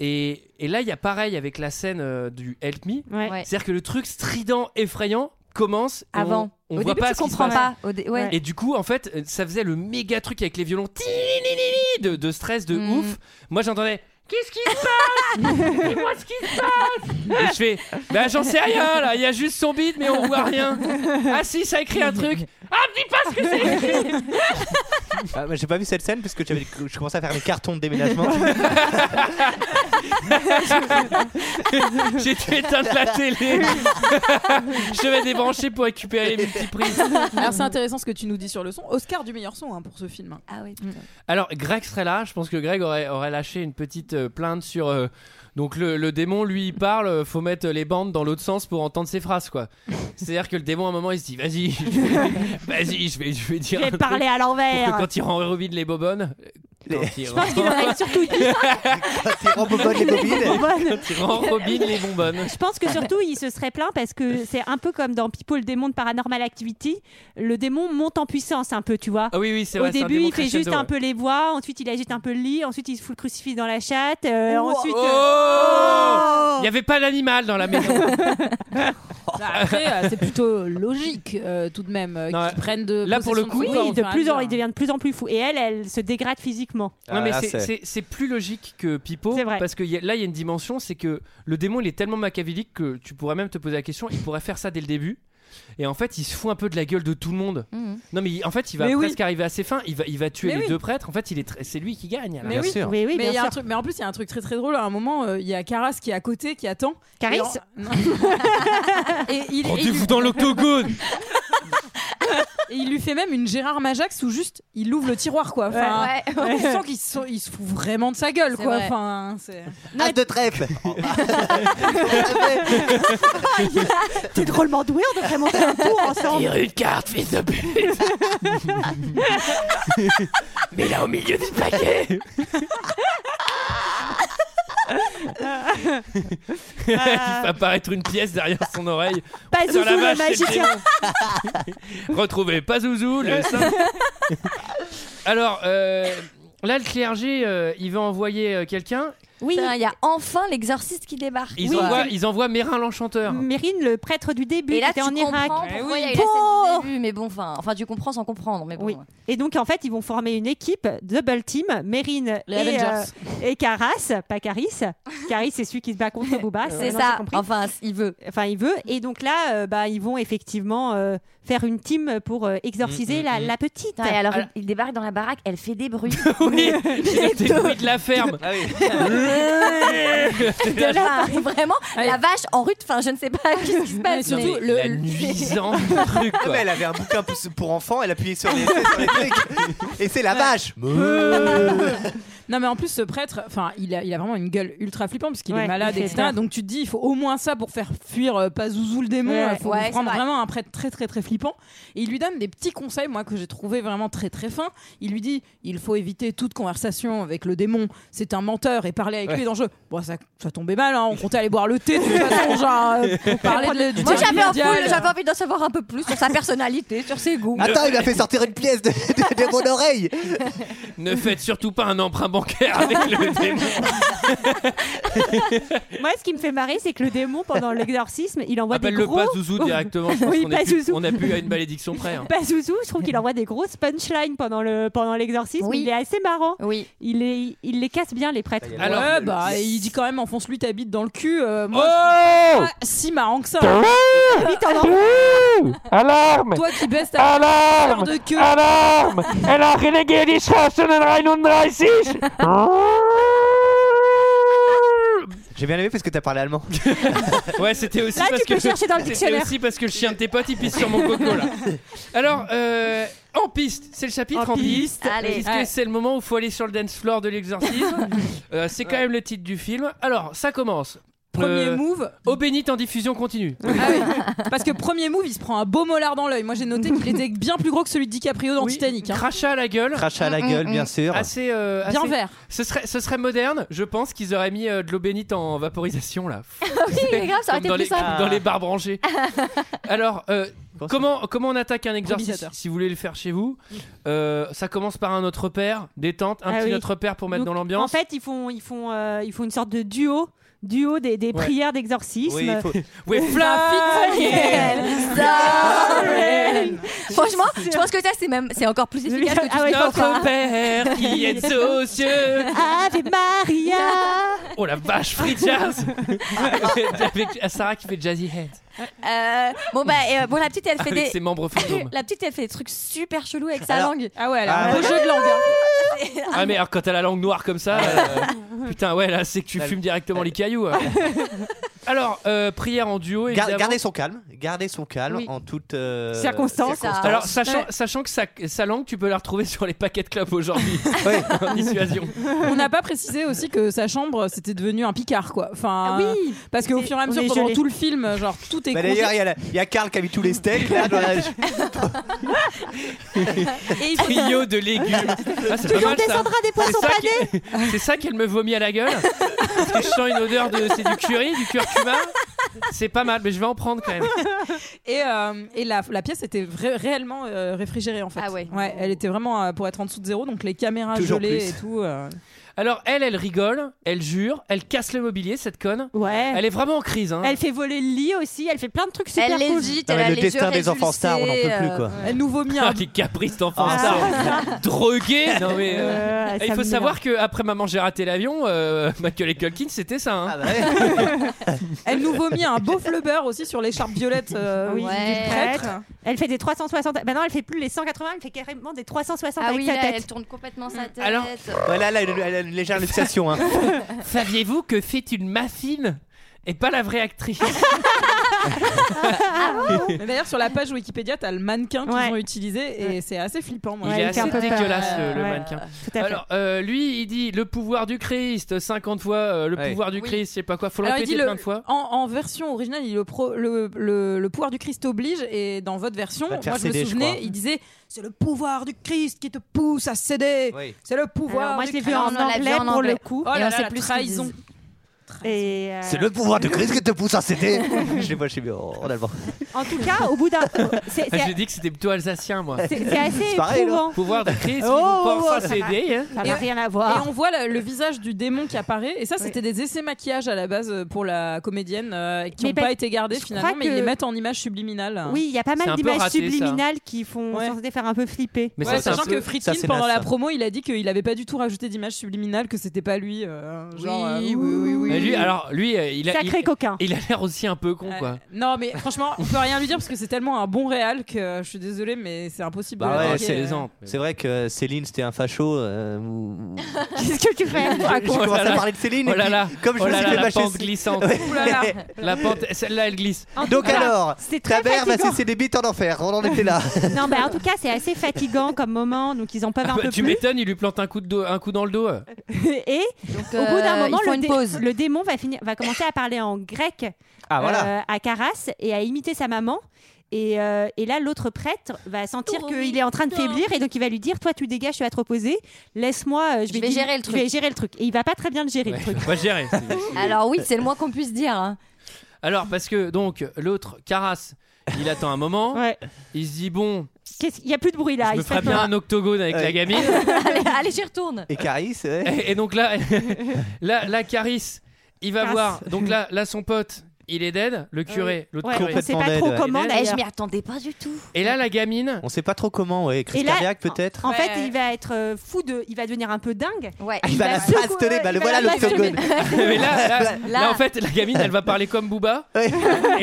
Speaker 1: Et, et là, il y a pareil avec la scène euh, du Help Me.
Speaker 9: Ouais. Ouais.
Speaker 1: C'est-à-dire que le truc strident, effrayant commence et
Speaker 9: Avant.
Speaker 1: On, on
Speaker 9: Au
Speaker 1: voit
Speaker 9: début,
Speaker 1: pas
Speaker 9: tu
Speaker 1: ce qui se
Speaker 9: comprends
Speaker 1: passe.
Speaker 9: pas. Au dé- ouais.
Speaker 1: Et du coup, en fait, euh, ça faisait le méga truc avec les violons Ti- li- li- li- li de, de stress, de
Speaker 9: Mm.
Speaker 1: ouf. Moi, j'entendais. Qu'est-ce qui se passe Dis-moi ce qui se passe Et je fais, bah j'en sais rien là, il y a juste son bide mais on voit rien. Ah si, ça écrit un truc. Ah, me dis pas ce que c'est écrit
Speaker 6: Ah, mais j'ai pas vu cette scène parce que j'avais- je commençais à faire mes cartons de déménagement.
Speaker 1: J'ai dû éteindre la télé. je vais débrancher pour récupérer les multiprises.
Speaker 11: Alors c'est intéressant ce que tu nous dis sur le son. Oscar du meilleur son hein, pour ce film.
Speaker 9: Ah oui.
Speaker 1: Alors, Greg serait là. Je pense que Greg aurait, aurait lâché une petite euh, plainte sur. euh, donc, le, le démon, lui, il parle. euh, Faut mettre les bandes dans l'autre sens pour entendre ses phrases, quoi. C'est-à-dire que le démon, à un moment, il se dit Vas-y, je vais- vas-y, je vais, je vais dire.
Speaker 10: Je vais
Speaker 1: un
Speaker 10: parler
Speaker 1: truc
Speaker 10: à l'envers.
Speaker 1: pour que Quand il rend Rubin les bobonnes, Quand il
Speaker 10: Je
Speaker 1: rend-
Speaker 10: pense qu'il aurait surtout dit.
Speaker 6: Quand il rend Bobonne les bobines.
Speaker 1: Quand il rend Robin les bonbonnes.
Speaker 10: Je pense que surtout, il se serait plaint parce que c'est un peu comme dans People, le démon de Paranormal Activity. Le démon monte en puissance un peu, tu vois.
Speaker 1: Ah oui, oui, c'est
Speaker 10: Au
Speaker 1: vrai, c'est un
Speaker 10: début,
Speaker 1: démon
Speaker 10: il fait
Speaker 1: crescendo,
Speaker 10: juste un
Speaker 1: ouais.
Speaker 10: peu les voix, ensuite il agite un peu le lit, ensuite il se fout le crucifix dans la chatte, euh,
Speaker 1: Oh
Speaker 10: ensuite.
Speaker 1: Oh
Speaker 10: euh,
Speaker 1: Il n'y avait pas l'animal dans la maison.
Speaker 11: Après, euh, c'est plutôt logique euh, tout de même euh,
Speaker 1: Non,
Speaker 11: qu'ils prennent de
Speaker 1: là, pour le
Speaker 11: possession
Speaker 1: coup,
Speaker 11: de son
Speaker 1: oui,
Speaker 11: corps,
Speaker 10: de
Speaker 11: enfin,
Speaker 10: plus
Speaker 11: à
Speaker 10: en,
Speaker 11: dire.
Speaker 10: il devient de plus en plus fou. Et elle, elle se dégrade physiquement.
Speaker 1: Non mais
Speaker 6: Ah,
Speaker 1: c'est-
Speaker 6: c'est-
Speaker 1: c'est c'est plus logique que Pipo parce que y a- là il y a une dimension c'est que le démon il est tellement machiavélique que tu pourrais même te poser la question il pourrait faire ça dès le début et en fait il se fout un peu de la gueule de tout le monde
Speaker 9: Mm,
Speaker 11: Mhm.
Speaker 1: non mais il- en fait il va
Speaker 11: Mais oui.
Speaker 1: presque arriver à ses fins il va il va tuer
Speaker 11: Mais
Speaker 1: les
Speaker 11: oui.
Speaker 1: deux prêtres en fait il est tr- c'est lui qui gagne à la
Speaker 11: Mais
Speaker 1: fin.
Speaker 11: oui. mais, il y a un truc- mais en plus, il y a un truc très très drôle. À un moment, euh, il y a Caras qui est à côté, qui attend.
Speaker 10: Caris
Speaker 11: Et en- Non. Et il- et il-
Speaker 1: rendez-vous dans l'octogone
Speaker 11: Et il lui fait même une Gérard Majax où juste il ouvre le tiroir quoi. Enfin,
Speaker 9: Ouais, ouais, ouais.
Speaker 11: On sent qu'il se, il se fout vraiment de sa gueule
Speaker 9: C'est
Speaker 11: quoi.
Speaker 9: vrai.
Speaker 11: Enfin, c'est-
Speaker 6: As de trèfle
Speaker 16: T'es drôlement doué, on devrait monter un tour ensemble.
Speaker 2: Tire une carte, fils de pute Mais là, au milieu du paquet
Speaker 1: il va apparaître une pièce derrière son oreille
Speaker 10: Pas
Speaker 1: Sur la
Speaker 10: Zouzou, le
Speaker 1: vache, c'est
Speaker 10: magicien.
Speaker 1: démon. retrouvez pas Zouzou le saint- alors euh, là le clergé euh, il va envoyer euh, quelqu'un
Speaker 9: Oui. Putain, Il y a enfin l'exorciste qui débarque.
Speaker 1: ils
Speaker 9: Oui.
Speaker 1: envoient ils envoient Mérin l'enchanteur
Speaker 10: Mérine, le prêtre du début,
Speaker 9: Et là,
Speaker 10: qui
Speaker 9: tu
Speaker 10: était en Irak.
Speaker 9: comprends pourquoi il y a eu la
Speaker 10: Bon.
Speaker 9: scène du début, mais bon, enfin, enfin, tu comprends sans comprendre, mais bon. Euh,
Speaker 10: Oui. Et donc, en fait, ils vont former une équipe, double team, Mérine
Speaker 9: Les
Speaker 10: et, euh,
Speaker 9: Avengers.
Speaker 10: et Caras, pas Caris. Caris, c'est celui qui se bat contre Booba.
Speaker 9: C'est
Speaker 10: non,
Speaker 9: ça.
Speaker 10: j'ai compris.
Speaker 9: Enfin, il veut.
Speaker 10: Enfin, il veut. Et donc là, euh, bah, ils vont effectivement euh, faire une team pour euh, exorciser
Speaker 9: Mm, mm,
Speaker 10: la,
Speaker 9: mm.
Speaker 10: la petite.
Speaker 9: Putain, et alors,
Speaker 10: Ah,
Speaker 9: il, il débarque dans la baraque, elle fait des bruits.
Speaker 1: oui, c'était le bruit de la ferme.
Speaker 9: de la- enfin, vraiment, la vache en rut. Enfin, je ne sais pas qu'est-ce qui se passe.
Speaker 6: Non, mais
Speaker 9: mais-
Speaker 6: la
Speaker 1: nuisance
Speaker 6: du truc. Ah, Mais elle avait un bouquin pour, pour enfants, elle appuyait sur les, sur les trucs. Et c'est la vache.
Speaker 11: non mais en plus ce prêtre, enfin il a, il a vraiment une gueule ultra flippante parce qu'il
Speaker 10: Ouais,
Speaker 11: est malade
Speaker 10: il fait
Speaker 11: etc.
Speaker 10: peur.
Speaker 11: Donc tu te dis il faut au moins ça pour faire fuir euh, pas Zouzou le démon.
Speaker 10: Ouais,
Speaker 11: Il faut
Speaker 10: ouais, c'est
Speaker 11: prendre
Speaker 10: vrai.
Speaker 11: vraiment un prêtre très très très flippant. Et il lui donne des petits conseils moi que j'ai trouvé vraiment très très fins. Il lui dit il faut éviter toute conversation avec le démon. C'est un menteur et parler avec
Speaker 9: Ouais.
Speaker 11: lui est dangereux. Bon ça, ça tombait mal hein. On comptait aller boire le thé de toute façon genre euh, pour parler de- du
Speaker 9: Moi,
Speaker 11: thé
Speaker 9: j'avais envie,
Speaker 11: mondial.
Speaker 9: j'avais envie d'en savoir un peu plus sur sa personnalité, sur ses goûts.
Speaker 6: Attends, il a fait sortir une pièce de, de- de mon oreille.
Speaker 1: Ne faites surtout pas un emprunt bancaire avec le démon.
Speaker 10: Moi, ce qui me fait marrer, c'est que le démon, pendant l'exorcisme, il envoie des
Speaker 1: Appelle-le
Speaker 10: gros...
Speaker 1: pas Zouzou directement. Je pense
Speaker 10: oui,
Speaker 1: qu'on
Speaker 10: pas
Speaker 1: est plus-
Speaker 10: Zouzou.
Speaker 1: on a pu à une malédiction près. hein.
Speaker 10: Pas Zouzou, je trouve qu'il envoie des grosses punchlines pendant le pendant l'exorcisme.
Speaker 9: Oui.
Speaker 10: Il est assez marrant.
Speaker 9: Oui.
Speaker 10: Il est il les casse bien les prêtres.
Speaker 11: Alors, ouais, bah, et il dit quand même enfonce-lui ta bite dans le cul. euh, moi,
Speaker 1: je
Speaker 11: trouve pas si marrant que ça. hein. Bite en
Speaker 1: Alarme
Speaker 11: Toi qui baisses ta Alarme de queue.
Speaker 1: Alarme Elle a relégué die Chance in
Speaker 6: J'ai bien aimé parce que t'as parlé allemand.
Speaker 1: Ouais, c'était aussi
Speaker 6: Là, tu
Speaker 1: parce
Speaker 6: peux
Speaker 1: que
Speaker 6: chercher dans le
Speaker 1: c'était
Speaker 6: dictionnaire.
Speaker 1: aussi parce que le chien de tes potes il pisse sur mon coco là. Alors euh, en piste, c'est le chapitre en,
Speaker 10: En
Speaker 1: piste.
Speaker 10: piste. Allez.
Speaker 1: puisque
Speaker 10: Ouais.
Speaker 1: c'est le moment où faut aller sur le dance floor de l'exorcisme. Euh, c'est quand même le titre du film. Alors ça commence.
Speaker 11: Premier
Speaker 1: Euh,
Speaker 11: move. Ah
Speaker 1: Au bénite en diffusion continue.
Speaker 11: Parce que premier move, il se prend un beau molar dans l'œil. Moi, j'ai noté qu'il était bien plus gros que celui de DiCaprio dans Titanic. Hein.
Speaker 1: Crachat à la gueule.
Speaker 6: Crachat à la gueule,
Speaker 1: Mm,
Speaker 6: bien sûr.
Speaker 1: Assez, euh,
Speaker 11: Bien
Speaker 1: assez-
Speaker 11: vert.
Speaker 1: Ce serait, ce serait moderne. Je pense qu'ils auraient mis euh, de l'eau bénite en vaporisation là.
Speaker 9: oui, grave, ça
Speaker 1: Comme
Speaker 9: aurait été
Speaker 1: dans
Speaker 9: plus
Speaker 1: les,
Speaker 9: simple.
Speaker 1: dans les bars branchés. Alors, euh, comment, comment on attaque un exercice
Speaker 11: Improvisateur.
Speaker 1: si vous voulez le faire chez vous Euh, Ça commence par un autre père, détente, un
Speaker 10: Ah
Speaker 1: petit
Speaker 10: oui.
Speaker 1: autre père pour mettre
Speaker 10: Donc,
Speaker 1: dans l'ambiance.
Speaker 10: En fait, ils font ils font euh, ils font une sorte de duo duo des, des prières d'exorcisme.
Speaker 1: Oui, il faut-
Speaker 10: Oui,
Speaker 1: Ouais, fly,
Speaker 9: Darren. Franchement, je pense que ça c'est même c'est encore plus efficace que hein. tout
Speaker 10: Ah ouais,
Speaker 9: ce qu'on
Speaker 1: Notre
Speaker 9: fait.
Speaker 1: père qui est aux cieux.
Speaker 10: Ave Maria.
Speaker 1: Oh la vache, free jazz Avec Sarah qui fait jazzy head.
Speaker 9: Euh, bon bah et, euh, bon la petite elle fait
Speaker 1: Avec
Speaker 9: des
Speaker 1: ses membres fantômes.
Speaker 9: la petite elle fait des trucs super chelous avec sa
Speaker 1: Alors-
Speaker 9: langue.
Speaker 11: Ah ouais,
Speaker 1: elle a un Ah beau ouais. jeu de
Speaker 11: langue.
Speaker 1: Ah mais alors quand t'as la langue noire comme ça, euh, putain ouais là c'est que tu fumes directement les cailloux. hein. Alors, euh, prière en duo.
Speaker 6: Gar-
Speaker 1: évidemment.
Speaker 6: Gardez son calme, gardez son calme
Speaker 1: Oui.
Speaker 6: en toute euh,
Speaker 1: Alors, sachant,
Speaker 6: Ouais.
Speaker 1: sachant que sa, sa langue, tu peux la retrouver sur les paquets de club aujourd'hui. En dissuasion.
Speaker 11: Ah. On n'a pas précisé aussi que sa chambre c'était devenu un picard quoi. Enfin, Ah oui, parce qu'au fur et à mesure
Speaker 6: on est
Speaker 11: pendant
Speaker 6: gelé.
Speaker 11: tout le film, genre tout est.
Speaker 6: Bah,
Speaker 11: congé-
Speaker 6: D'ailleurs, il y a la- il y, a Karl qui a mis tous les steaks. Là, dans la-
Speaker 11: Et il faut-
Speaker 1: Trio de légumes. Ah, c'est
Speaker 11: Tu
Speaker 1: pas
Speaker 11: leur
Speaker 1: mal, ça.
Speaker 11: descendras des
Speaker 1: C'est
Speaker 11: poissons
Speaker 1: ça qui- C'est ça qu'elle me vomit à la gueule. Parce que je sens une odeur de. C'est du curry, du curcuma. C'est pas mal, mais je vais en prendre quand même.
Speaker 11: et, euh, et la, la pièce était vrai- réellement euh, réfrigérée en fait. Ah ouais. Elle était vraiment euh, pour être en dessous de zéro, donc les caméras
Speaker 1: Toujours
Speaker 11: gelées
Speaker 1: plus.
Speaker 11: et tout. euh.
Speaker 1: Alors, elle, elle rigole, elle jure, elle casse le mobilier, cette conne.
Speaker 10: Ouais.
Speaker 1: Elle est vraiment en crise. Hein.
Speaker 10: Elle fait voler le lit aussi, elle fait plein de trucs super
Speaker 1: Elle
Speaker 10: cool.
Speaker 1: hésite, Non, elle mais a le les destin yeux des enfants révulsés, stars, on n'en peut plus, quoi. euh,
Speaker 11: Elle nous vomit
Speaker 1: Ah,
Speaker 11: un
Speaker 1: quel caprice d'enfant
Speaker 11: Ah.
Speaker 1: ça Drogué Non mais. euh,
Speaker 11: Ouais, ça
Speaker 1: Il faut
Speaker 11: me
Speaker 1: savoir que après Maman, j'ai raté l'avion, euh, Macaulay Culkin, c'était
Speaker 6: Ah,
Speaker 1: ça.
Speaker 6: bah
Speaker 1: hein.
Speaker 11: Elle nous vomit un beau flubber aussi sur l'écharpe violette euh,
Speaker 10: Oui,
Speaker 11: du
Speaker 10: du
Speaker 11: prêtre.
Speaker 10: prêtre. Elle fait des 360. Bah non, elle fait plus les 180, elle fait carrément des 360
Speaker 9: Ah
Speaker 10: avec
Speaker 9: oui,
Speaker 10: sa
Speaker 9: là,
Speaker 10: tête.
Speaker 9: elle tourne complètement sa tête.
Speaker 1: Alors-
Speaker 6: Ouais, là, là, elle a une légère luxation. hein.
Speaker 1: Ah. Saviez-vous que c'est une mafine et pas la vraie actrice
Speaker 11: Mais D'ailleurs, sur la page Wikipédia, t'as le mannequin qu'ils ont utilisé et c'est assez flippant. Moi.
Speaker 1: Il est assez dégueulasse le- le mannequin.
Speaker 11: à fait.
Speaker 1: Alors euh, lui il dit le pouvoir du Christ 50 fois, euh, le pouvoir du Christ, je sais pas quoi, faut le
Speaker 11: Alors, il dit
Speaker 1: répéter plein
Speaker 11: le-
Speaker 1: de fois.
Speaker 11: En, en version originale, il dit le, pro- le, le- le pouvoir du Christ oblige, et dans votre version,
Speaker 1: Va te
Speaker 11: moi
Speaker 1: faire
Speaker 11: je me
Speaker 1: céder, je
Speaker 11: souvenais,
Speaker 1: crois.
Speaker 11: il disait c'est le pouvoir du Christ qui te pousse à céder.
Speaker 1: Oui.
Speaker 11: C'est le pouvoir.
Speaker 10: Alors, moi,
Speaker 11: du
Speaker 10: je l'ai vu
Speaker 11: Christ.
Speaker 10: en Ah non, on l'a vu anglais en pour anglais. le coup.
Speaker 11: Oh
Speaker 10: Et
Speaker 11: là
Speaker 10: on
Speaker 11: là,
Speaker 10: sait
Speaker 11: la
Speaker 10: plus ce qu'ils
Speaker 11: trahison.
Speaker 10: disent. Et, euh,
Speaker 6: C'est le pouvoir de Christ qui te pousse à céder. je les vois chez en allemand.
Speaker 10: En tout cas, au bout d'un. c'est- c'est-
Speaker 1: Ah, J'ai dit que c'était plutôt alsacien moi.
Speaker 10: C'est- c'est assez C'est
Speaker 11: pareil, éprouvant. non
Speaker 1: Pouvoir du Christ,
Speaker 11: Oh,
Speaker 1: vous
Speaker 11: oh,
Speaker 1: pense à
Speaker 11: ça
Speaker 1: céder. hein.
Speaker 10: Ça n'a rien à voir.
Speaker 11: Et on voit le, le visage du démon qui apparaît. Et ça, c'était des essais maquillage à la base euh, pour la comédienne euh, qui
Speaker 10: Mais
Speaker 11: n'ont
Speaker 10: parce-
Speaker 11: pas été gardés
Speaker 10: je
Speaker 11: finalement,
Speaker 10: crois
Speaker 11: mais ils
Speaker 10: que-
Speaker 11: les mettent en images subliminales.
Speaker 10: Oui, il y a pas
Speaker 11: C'est
Speaker 10: mal
Speaker 11: un peu
Speaker 10: d'images
Speaker 11: raté, ça.
Speaker 10: subliminales qui font
Speaker 11: Ouais.
Speaker 10: censé faire un peu flipper.
Speaker 11: Mais
Speaker 1: ça, c'est
Speaker 11: sachant
Speaker 1: un peu-
Speaker 11: que
Speaker 1: ça,
Speaker 11: Friedkin
Speaker 1: c'est
Speaker 11: pendant
Speaker 1: naze,
Speaker 11: la
Speaker 1: ça.
Speaker 11: promo, il a dit qu'il avait pas du tout rajouté d'images subliminales, que c'était pas lui. euh, genre, euh, oui, oui, oui,
Speaker 1: Mais lui,
Speaker 11: oui.
Speaker 1: alors lui, euh, il a,
Speaker 11: Sacré
Speaker 1: il, il a l'air aussi un peu con quoi.
Speaker 11: Euh, Non, mais franchement, on peut rien lui dire parce que c'est tellement un bon réal que euh, je suis désolée, mais c'est impossible.
Speaker 6: Bah
Speaker 11: de
Speaker 6: ouais,
Speaker 11: l'attaquer,
Speaker 6: c'est
Speaker 11: euh.
Speaker 6: C'est vrai que Céline, c'était un facho. euh, ou-
Speaker 10: Qu'est-ce que tu
Speaker 1: Ah,
Speaker 10: fais
Speaker 6: Je commence à parler de Céline.
Speaker 1: Oh
Speaker 6: et
Speaker 1: là
Speaker 6: puis,
Speaker 1: là.
Speaker 6: comme je
Speaker 1: Oh
Speaker 6: me
Speaker 1: là
Speaker 6: suis
Speaker 1: là,
Speaker 6: fait
Speaker 1: la
Speaker 6: bâcher-
Speaker 1: pente glissante.
Speaker 6: Ouais.
Speaker 1: Ouh là là. La pente, celle-là, elle glisse.
Speaker 10: En tout
Speaker 6: Donc
Speaker 10: cas,
Speaker 6: alors,
Speaker 10: c'est
Speaker 6: ta
Speaker 10: très
Speaker 6: mère va
Speaker 10: fatigant.
Speaker 6: cesser des bites en enfer. On en était là.
Speaker 10: Non, mais en tout cas, c'est assez fatigant comme moment, donc ils en peuvent
Speaker 1: Ah
Speaker 10: un
Speaker 1: bah,
Speaker 10: peu
Speaker 1: tu
Speaker 10: plus.
Speaker 1: m'étonnes, il lui plante un coup, de dos- un coup dans le dos.
Speaker 10: Et
Speaker 9: euh,
Speaker 10: au bout d'un
Speaker 9: il
Speaker 10: moment,
Speaker 9: faut
Speaker 10: le,
Speaker 9: une
Speaker 10: dé-
Speaker 9: pause.
Speaker 10: le démon va, finir, va commencer à parler en grec
Speaker 6: Ah, voilà.
Speaker 10: euh, à Caras et à imiter sa maman. Et, euh, et là, l'autre prêtre va sentir qu'il est en train de faiblir et donc il va lui dire Toi, tu dégages, tu vas te reposer, laisse-moi, euh, je,
Speaker 9: Je vais
Speaker 10: dir-
Speaker 9: gérer le
Speaker 10: Je vais
Speaker 9: truc.
Speaker 10: gérer le truc. Et il va pas très bien le gérer, le truc.
Speaker 1: Moi, je dirais.
Speaker 9: Alors oui, c'est le moins qu'on puisse dire. hein.
Speaker 1: Alors, parce que donc, l'autre, Caras, il attend un moment. Il se dit, bon,
Speaker 10: Qu'est-ce- Il y a plus de bruit
Speaker 1: je
Speaker 10: là. Bah, il
Speaker 1: me
Speaker 10: se
Speaker 1: ferais
Speaker 10: fait
Speaker 1: bien un octogone avec la gamine.
Speaker 9: allez, allez, j'y retourne.
Speaker 6: Et Caris,
Speaker 1: Et, et donc là, là, là, Caris, il va
Speaker 9: Caras.
Speaker 1: voir. Donc là, là, son pote, il est dead. Le curé, l'autre curé. Il est
Speaker 9: Eh,
Speaker 1: dead.
Speaker 9: Je m'y attendais pas du tout.
Speaker 1: Et là, la gamine.
Speaker 6: On sait pas trop comment, ouais. Crise
Speaker 10: Et là-
Speaker 6: cardiaque peut-être.
Speaker 10: En fait, il va être euh, fou de. Il va devenir un peu dingue.
Speaker 6: Il va la
Speaker 10: secouer-
Speaker 6: bastonner. Bah,
Speaker 10: il
Speaker 6: le
Speaker 10: va
Speaker 6: voilà
Speaker 10: la
Speaker 6: l'octogone.
Speaker 1: Mais là, là,
Speaker 6: Là.
Speaker 1: là, en fait, la gamine, elle va parler comme Booba. Et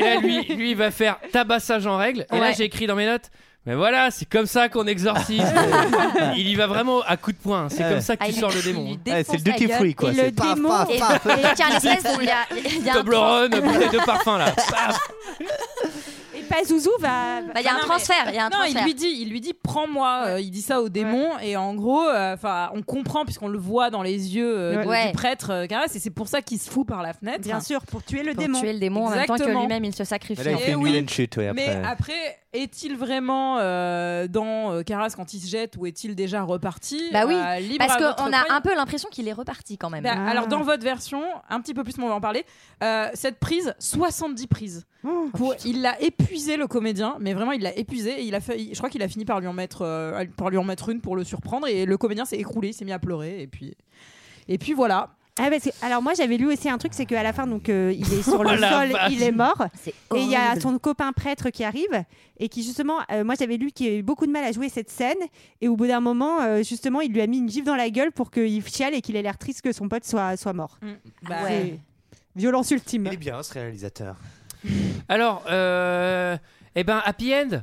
Speaker 1: là, lui, lui, il va faire tabassage en règle. Et là,
Speaker 9: Ouais.
Speaker 1: j'ai écrit dans mes notes. Mais voilà, c'est comme ça qu'on exorcise. il y va vraiment à coups de poing. C'est
Speaker 6: Ouais.
Speaker 1: comme ça que
Speaker 9: Ah,
Speaker 1: tu
Speaker 9: il
Speaker 1: sors
Speaker 9: lui-
Speaker 1: le
Speaker 9: il lui
Speaker 1: démon. hein.
Speaker 9: défonce Ouais, c'est le la duty gueule. free, quoi. Et le C'est paf, démon- paf,
Speaker 1: Et,
Speaker 9: paf. et- et tiens, l'espèce de- il y a- il y a un-
Speaker 1: Toblerone, bouteille de parfum là. Paf.
Speaker 10: Et Pazouzou va. va-
Speaker 9: Bah, il y a un
Speaker 11: Non, mais-
Speaker 9: transfert, il y a un
Speaker 11: non,
Speaker 9: transfert.
Speaker 11: il lui dit, il lui dit, prends-moi. euh, il dit ça au démon et en gros, euh, enfin, on comprend puisqu'on le voit dans les yeux euh, de-
Speaker 9: Ouais.
Speaker 11: du prêtre euh, Caras et c'est pour ça qu'il se fout par la fenêtre.
Speaker 10: Bien sûr, pour tuer le
Speaker 9: Pour
Speaker 11: démon.
Speaker 9: tuer le démon en même temps
Speaker 11: Exactement.
Speaker 9: que lui-même, il se sacrifie.
Speaker 6: Mais là, il fait
Speaker 11: Eh
Speaker 6: une
Speaker 11: oui.
Speaker 6: vilaine chute, ouais,
Speaker 11: Mais ah,
Speaker 6: après.
Speaker 11: après, est-il vraiment euh, dans euh, Caras quand il se jette ou est-il déjà reparti
Speaker 9: Bah oui,
Speaker 11: Euh, libre
Speaker 9: parce
Speaker 11: à votre
Speaker 9: qu'on a
Speaker 11: croyance.
Speaker 9: un peu l'impression qu'il est reparti quand même.
Speaker 11: Bah, Alors dans votre version, un petit peu plus, mais on va en parler. euh, cette prise, 70 prises.
Speaker 10: Oh,
Speaker 11: Pour- il l'a épuisé le comédien, mais vraiment il l'a épuisé. Et il a fait, il- je crois qu'il a fini par lui en mettre, euh, par lui en mettre une pour le surprendre. Et le comédien s'est écroulé, il s'est mis à pleurer. Et puis, et puis voilà.
Speaker 10: Ah, parce que- alors moi j'avais lu aussi un truc, c'est qu'à la fin donc euh, il est sur le
Speaker 11: Oh la
Speaker 10: sol,
Speaker 11: vache.
Speaker 10: il est mort,
Speaker 9: et
Speaker 10: il y a
Speaker 11: horrible.
Speaker 10: son copain prêtre qui arrive et qui justement, euh, moi j'avais lu qu'il a eu beaucoup de mal à jouer cette scène et au bout d'un moment euh, justement il lui a mis une gifle dans la gueule pour qu'il chiale et qu'il ait l'air triste que son pote soit soit mort.
Speaker 11: Bah,
Speaker 10: C'est
Speaker 11: ouais.
Speaker 10: Violence ultime.
Speaker 6: bien ce réalisateur.
Speaker 1: Alors, euh, eh ben, happy end.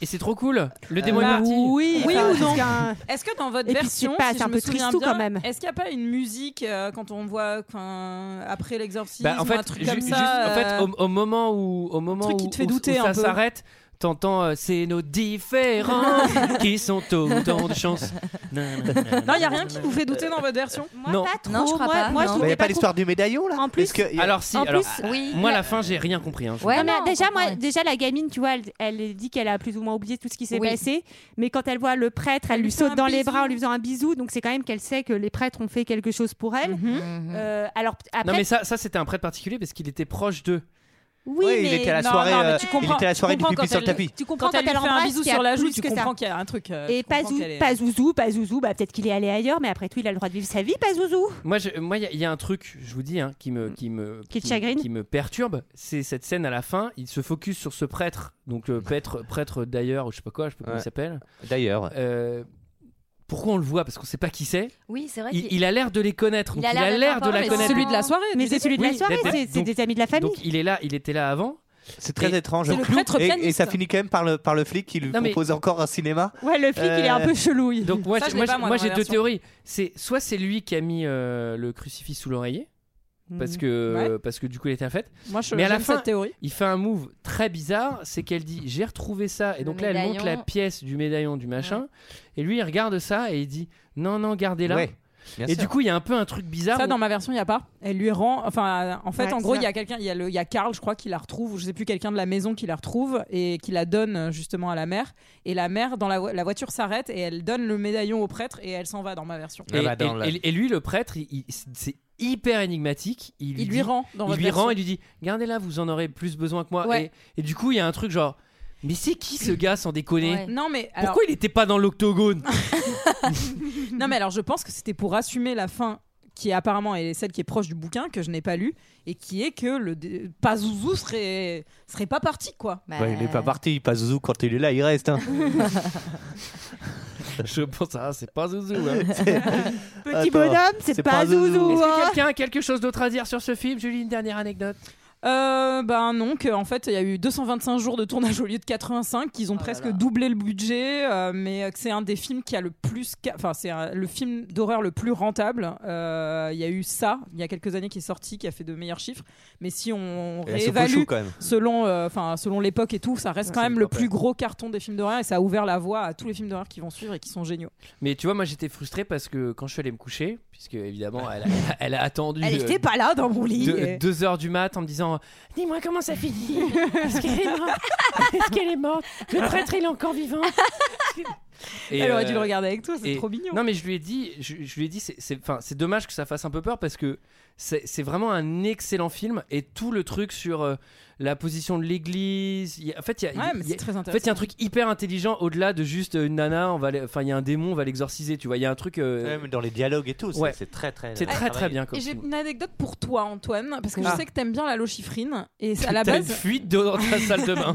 Speaker 1: Et c'est trop cool. Le
Speaker 11: Euh,
Speaker 1: démon est parti.
Speaker 11: Oui, oui
Speaker 10: enfin,
Speaker 11: ou non
Speaker 10: parce qu'un-
Speaker 11: Est-ce que dans votre
Speaker 10: Et puis,
Speaker 11: version,
Speaker 10: c'est pas-
Speaker 11: si
Speaker 10: c'est
Speaker 11: je
Speaker 10: un
Speaker 11: me
Speaker 10: peu
Speaker 11: souviens
Speaker 10: tristou,
Speaker 11: bien,
Speaker 10: quand même.
Speaker 11: Est-ce qu'il n'y a pas une musique euh, quand on voit enfin, après l'exorcisme,
Speaker 1: Bah, en fait,
Speaker 11: un truc
Speaker 1: ju-
Speaker 11: comme
Speaker 1: juste-
Speaker 11: ça
Speaker 1: en fait,
Speaker 11: euh,
Speaker 1: au, au moment où, au moment
Speaker 11: truc qui
Speaker 1: où-
Speaker 11: te fait
Speaker 1: où-
Speaker 11: douter
Speaker 1: où
Speaker 11: un
Speaker 1: ça
Speaker 11: peu.
Speaker 1: s'arrête, t'entends, euh, c'est nos différents qui sont autant de chance. Nan, nan, nan,
Speaker 11: Non, il n'y a rien qui vous fait douter dans votre version
Speaker 1: Non.
Speaker 10: Pas trop, moi, Moi, je
Speaker 6: Il
Speaker 10: trouvais
Speaker 6: n'y a pas
Speaker 10: trop-
Speaker 6: l'histoire du médaillon là En plus,
Speaker 1: alors si,
Speaker 10: en
Speaker 1: alors
Speaker 10: plus, oui.
Speaker 1: moi
Speaker 10: la-
Speaker 1: la fin j'ai rien compris. hein, je-
Speaker 10: Non, mais déjà, moi, déjà, la gamine, tu vois, elle, elle dit qu'elle a plus ou moins oublié tout ce qui s'est
Speaker 1: Oui.
Speaker 10: passé. Mais quand elle voit le prêtre, elle lui
Speaker 11: fait
Speaker 10: saute
Speaker 11: un
Speaker 10: dans les
Speaker 11: bisou.
Speaker 10: bras en lui faisant un bisou. Donc, c'est quand même qu'elle sait que les prêtres ont fait quelque chose pour
Speaker 11: Mhm.
Speaker 10: elle. Euh, alors, p- après.
Speaker 1: Non mais ça, ça c'était un prêtre particulier parce qu'il était proche d'eux.
Speaker 10: Oui,
Speaker 6: Ouais, il était à la soirée, euh, il était à la soirée du pipi
Speaker 11: quand
Speaker 6: sur le
Speaker 11: elle-
Speaker 6: tapis.
Speaker 11: Tu comprends quand,
Speaker 10: Quand
Speaker 11: elle
Speaker 10: elle
Speaker 11: lui fait
Speaker 10: embrasse
Speaker 11: un bisou
Speaker 10: qu'il y a
Speaker 11: sur la joue,
Speaker 10: plus
Speaker 11: tu
Speaker 10: que ça.
Speaker 11: comprends qu'il y a un truc. euh,
Speaker 10: Et
Speaker 11: tu
Speaker 10: pas,
Speaker 11: comprends
Speaker 10: zou-
Speaker 11: qu'elle est-
Speaker 10: pas Zouzou, pas Zouzou, bah peut-être qu'il est allé ailleurs, mais après tout, il a le droit de vivre sa vie, pas Zouzou.
Speaker 1: Moi, je- moi, il y, a- il y a un truc, je vous dis, hein, qui me, qui me,
Speaker 10: Mm. Qui te chagrine
Speaker 1: qui me perturbe, c'est cette scène à la fin. Il se focus sur ce prêtre, donc le prêtre, prêtre d'ailleurs, ou je sais pas quoi, je sais pas comment
Speaker 6: Ouais.
Speaker 1: il s'appelle.
Speaker 6: D'ailleurs.
Speaker 1: Euh, pourquoi on le voit Parce qu'on sait pas qui c'est.
Speaker 9: Oui, c'est vrai
Speaker 1: Il,
Speaker 9: qu'il-
Speaker 1: il a l'air de les connaître.
Speaker 9: Il
Speaker 1: donc
Speaker 9: a
Speaker 1: il
Speaker 9: l'air
Speaker 1: a
Speaker 9: d'être
Speaker 1: l'air de
Speaker 9: encore
Speaker 1: la
Speaker 9: avec
Speaker 1: connaître.
Speaker 9: eux. Celui de la soirée,
Speaker 10: Mais c'est celui de la
Speaker 1: Oui,
Speaker 10: soirée,
Speaker 1: d'être-
Speaker 10: c'est- c'est
Speaker 1: donc-
Speaker 10: des amis de la famille.
Speaker 1: Donc il est là, il était là avant.
Speaker 6: C'est très
Speaker 1: Et-
Speaker 6: étrange.
Speaker 1: C'est le prêtre
Speaker 6: et, et
Speaker 1: pianiste.
Speaker 6: ça finit quand même par le, par le flic qui lui
Speaker 1: Non, mais-
Speaker 6: propose encore un cinéma.
Speaker 10: Ouais, le flic, il est un peu chelouille.
Speaker 1: Donc moi,
Speaker 10: Ça,
Speaker 1: j'ai-
Speaker 10: je l'ai
Speaker 1: moi,
Speaker 10: pas,
Speaker 1: j'ai-
Speaker 10: moi,
Speaker 1: moi,
Speaker 10: dans
Speaker 1: j'ai
Speaker 10: la
Speaker 1: deux
Speaker 10: version.
Speaker 1: théories. C'est soit c'est lui qui a mis euh, le crucifix sous l'oreiller.
Speaker 10: Mhm.
Speaker 1: Parce que,
Speaker 11: Ouais.
Speaker 1: parce que du coup, il était à fête.
Speaker 11: Moi, je-
Speaker 1: Mais à la
Speaker 11: j'aime
Speaker 1: fin,
Speaker 11: cette théorie.
Speaker 1: il fait un move très bizarre. C'est qu'elle dit J'ai retrouvé ça. Et donc là, elle montre
Speaker 11: médaillon.
Speaker 1: la pièce du médaillon, du machin. Et lui, il regarde ça et il dit Non, non, gardez-la.
Speaker 11: Ouais, bien
Speaker 1: Et
Speaker 11: sûr.
Speaker 1: du coup, il y a un peu un truc bizarre.
Speaker 11: Ça,
Speaker 1: où-
Speaker 11: dans ma version, il n'y a pas. Elle lui rend. Enfin, en fait,
Speaker 1: Ouais,
Speaker 11: en
Speaker 1: c'est
Speaker 11: gros,
Speaker 1: ça.
Speaker 11: il y a quelqu'un, il y a le, il y a Karl, je crois, qui la retrouve, ou je sais plus, quelqu'un de la maison qui la retrouve et qui la donne euh, justement à la mère. Et la mère, dans la, vo- la voiture, s'arrête et elle donne le médaillon au prêtre et elle s'en va Ah bah, dans ma version.
Speaker 1: Et, et- et- et lui, le prêtre, il- il- c'est hyper énigmatique. Il lui,
Speaker 11: Il lui
Speaker 1: dit-
Speaker 11: rend dans
Speaker 1: il
Speaker 11: votre
Speaker 1: lui rend
Speaker 11: version.
Speaker 1: et lui dit Gardez-la, vous en aurez plus besoin que moi.
Speaker 11: Ouais.
Speaker 1: Et, et du coup, il y a un truc genre Mais c'est qui ce gars sans déconner
Speaker 11: Ouais. Non, mais alors-
Speaker 1: Pourquoi il n'était pas dans l'octogone
Speaker 11: non mais alors je pense que c'était pour assumer la fin qui est apparemment est celle qui est proche du bouquin que je n'ai pas lu et qui est que le dé- pas Zouzou serait serait pas parti quoi.
Speaker 6: Ouais, il n'est pas parti, il passe Zouzou quand il est là, il reste. hein.
Speaker 1: Je pense, ah, c'est pas Zouzou. hein.
Speaker 10: Petit bonhomme, c'est pas, Zouzou.
Speaker 1: Est-ce que
Speaker 10: hein.
Speaker 1: quelqu'un a quelque chose d'autre à dire sur ce film Julie, une dernière anecdote.
Speaker 11: Euh, ben non, que, en fait il y a eu 225 jours de tournage au lieu de 85, qu'ils ont presque doublé le budget, euh, mais que c'est un des films qui a le plus, ca- enfin c'est un- le film d'horreur le plus rentable. Euh, Il y a eu ça il y a quelques années qui est sorti, qui a fait de meilleurs chiffres, mais si on
Speaker 6: Et la soupe au
Speaker 11: réévalue
Speaker 6: chou, quand même.
Speaker 11: selon, euh, enfin selon l'époque et tout, ça reste
Speaker 1: Ouais,
Speaker 11: quand
Speaker 1: c'est
Speaker 11: même
Speaker 1: une
Speaker 11: le
Speaker 1: top,
Speaker 11: plus
Speaker 1: ouais.
Speaker 11: gros carton des films d'horreur et ça a ouvert la voie à tous les films d'horreur qui vont suivre et qui sont géniaux.
Speaker 1: Mais tu vois, moi j'étais frustré parce que quand je suis allé me coucher, puisque évidemment elle a, elle a attendu.
Speaker 11: Elle
Speaker 1: euh,
Speaker 11: était pas là dans mon lit.
Speaker 1: deux, deux heures du mat en me disant Dis-moi comment ça finit. Est-ce qu'elle est morte Est-ce qu'elle est morte Le prêtre il est encore vivant.
Speaker 11: Elle aurait dû le regarder avec toi, c'est
Speaker 1: euh, et-
Speaker 11: trop mignon.
Speaker 1: Non, mais je lui ai dit, je, je lui ai dit, c'est- c'est, enfin, c'est dommage que ça fasse un peu peur parce que c'est, c'est vraiment un excellent film et tout le truc sur euh, la position de l'Église. il y a- en fait, il y a,
Speaker 11: Ouais, mais
Speaker 1: il y a-
Speaker 11: c'est très
Speaker 1: en fait, il y a un
Speaker 11: intéressant.
Speaker 1: truc hyper intelligent au-delà de juste euh, une nana. On va, l'e- enfin, il y a un démon, on va l'exorciser. Tu vois, il y a un truc.
Speaker 6: Ouais, mais dans les dialogues et tout, c'est-
Speaker 1: ouais.
Speaker 6: c'est très, très-
Speaker 1: c'est très très
Speaker 6: travaillé.
Speaker 1: bien. Comme
Speaker 11: Et j'ai
Speaker 1: film.
Speaker 11: une anecdote pour toi, Antoine, parce que
Speaker 1: Ah.
Speaker 11: je sais que t'aimes bien la lochifrine. Et à la
Speaker 1: T'as
Speaker 11: base, Ah,
Speaker 1: une fuite dans ta salle de bain.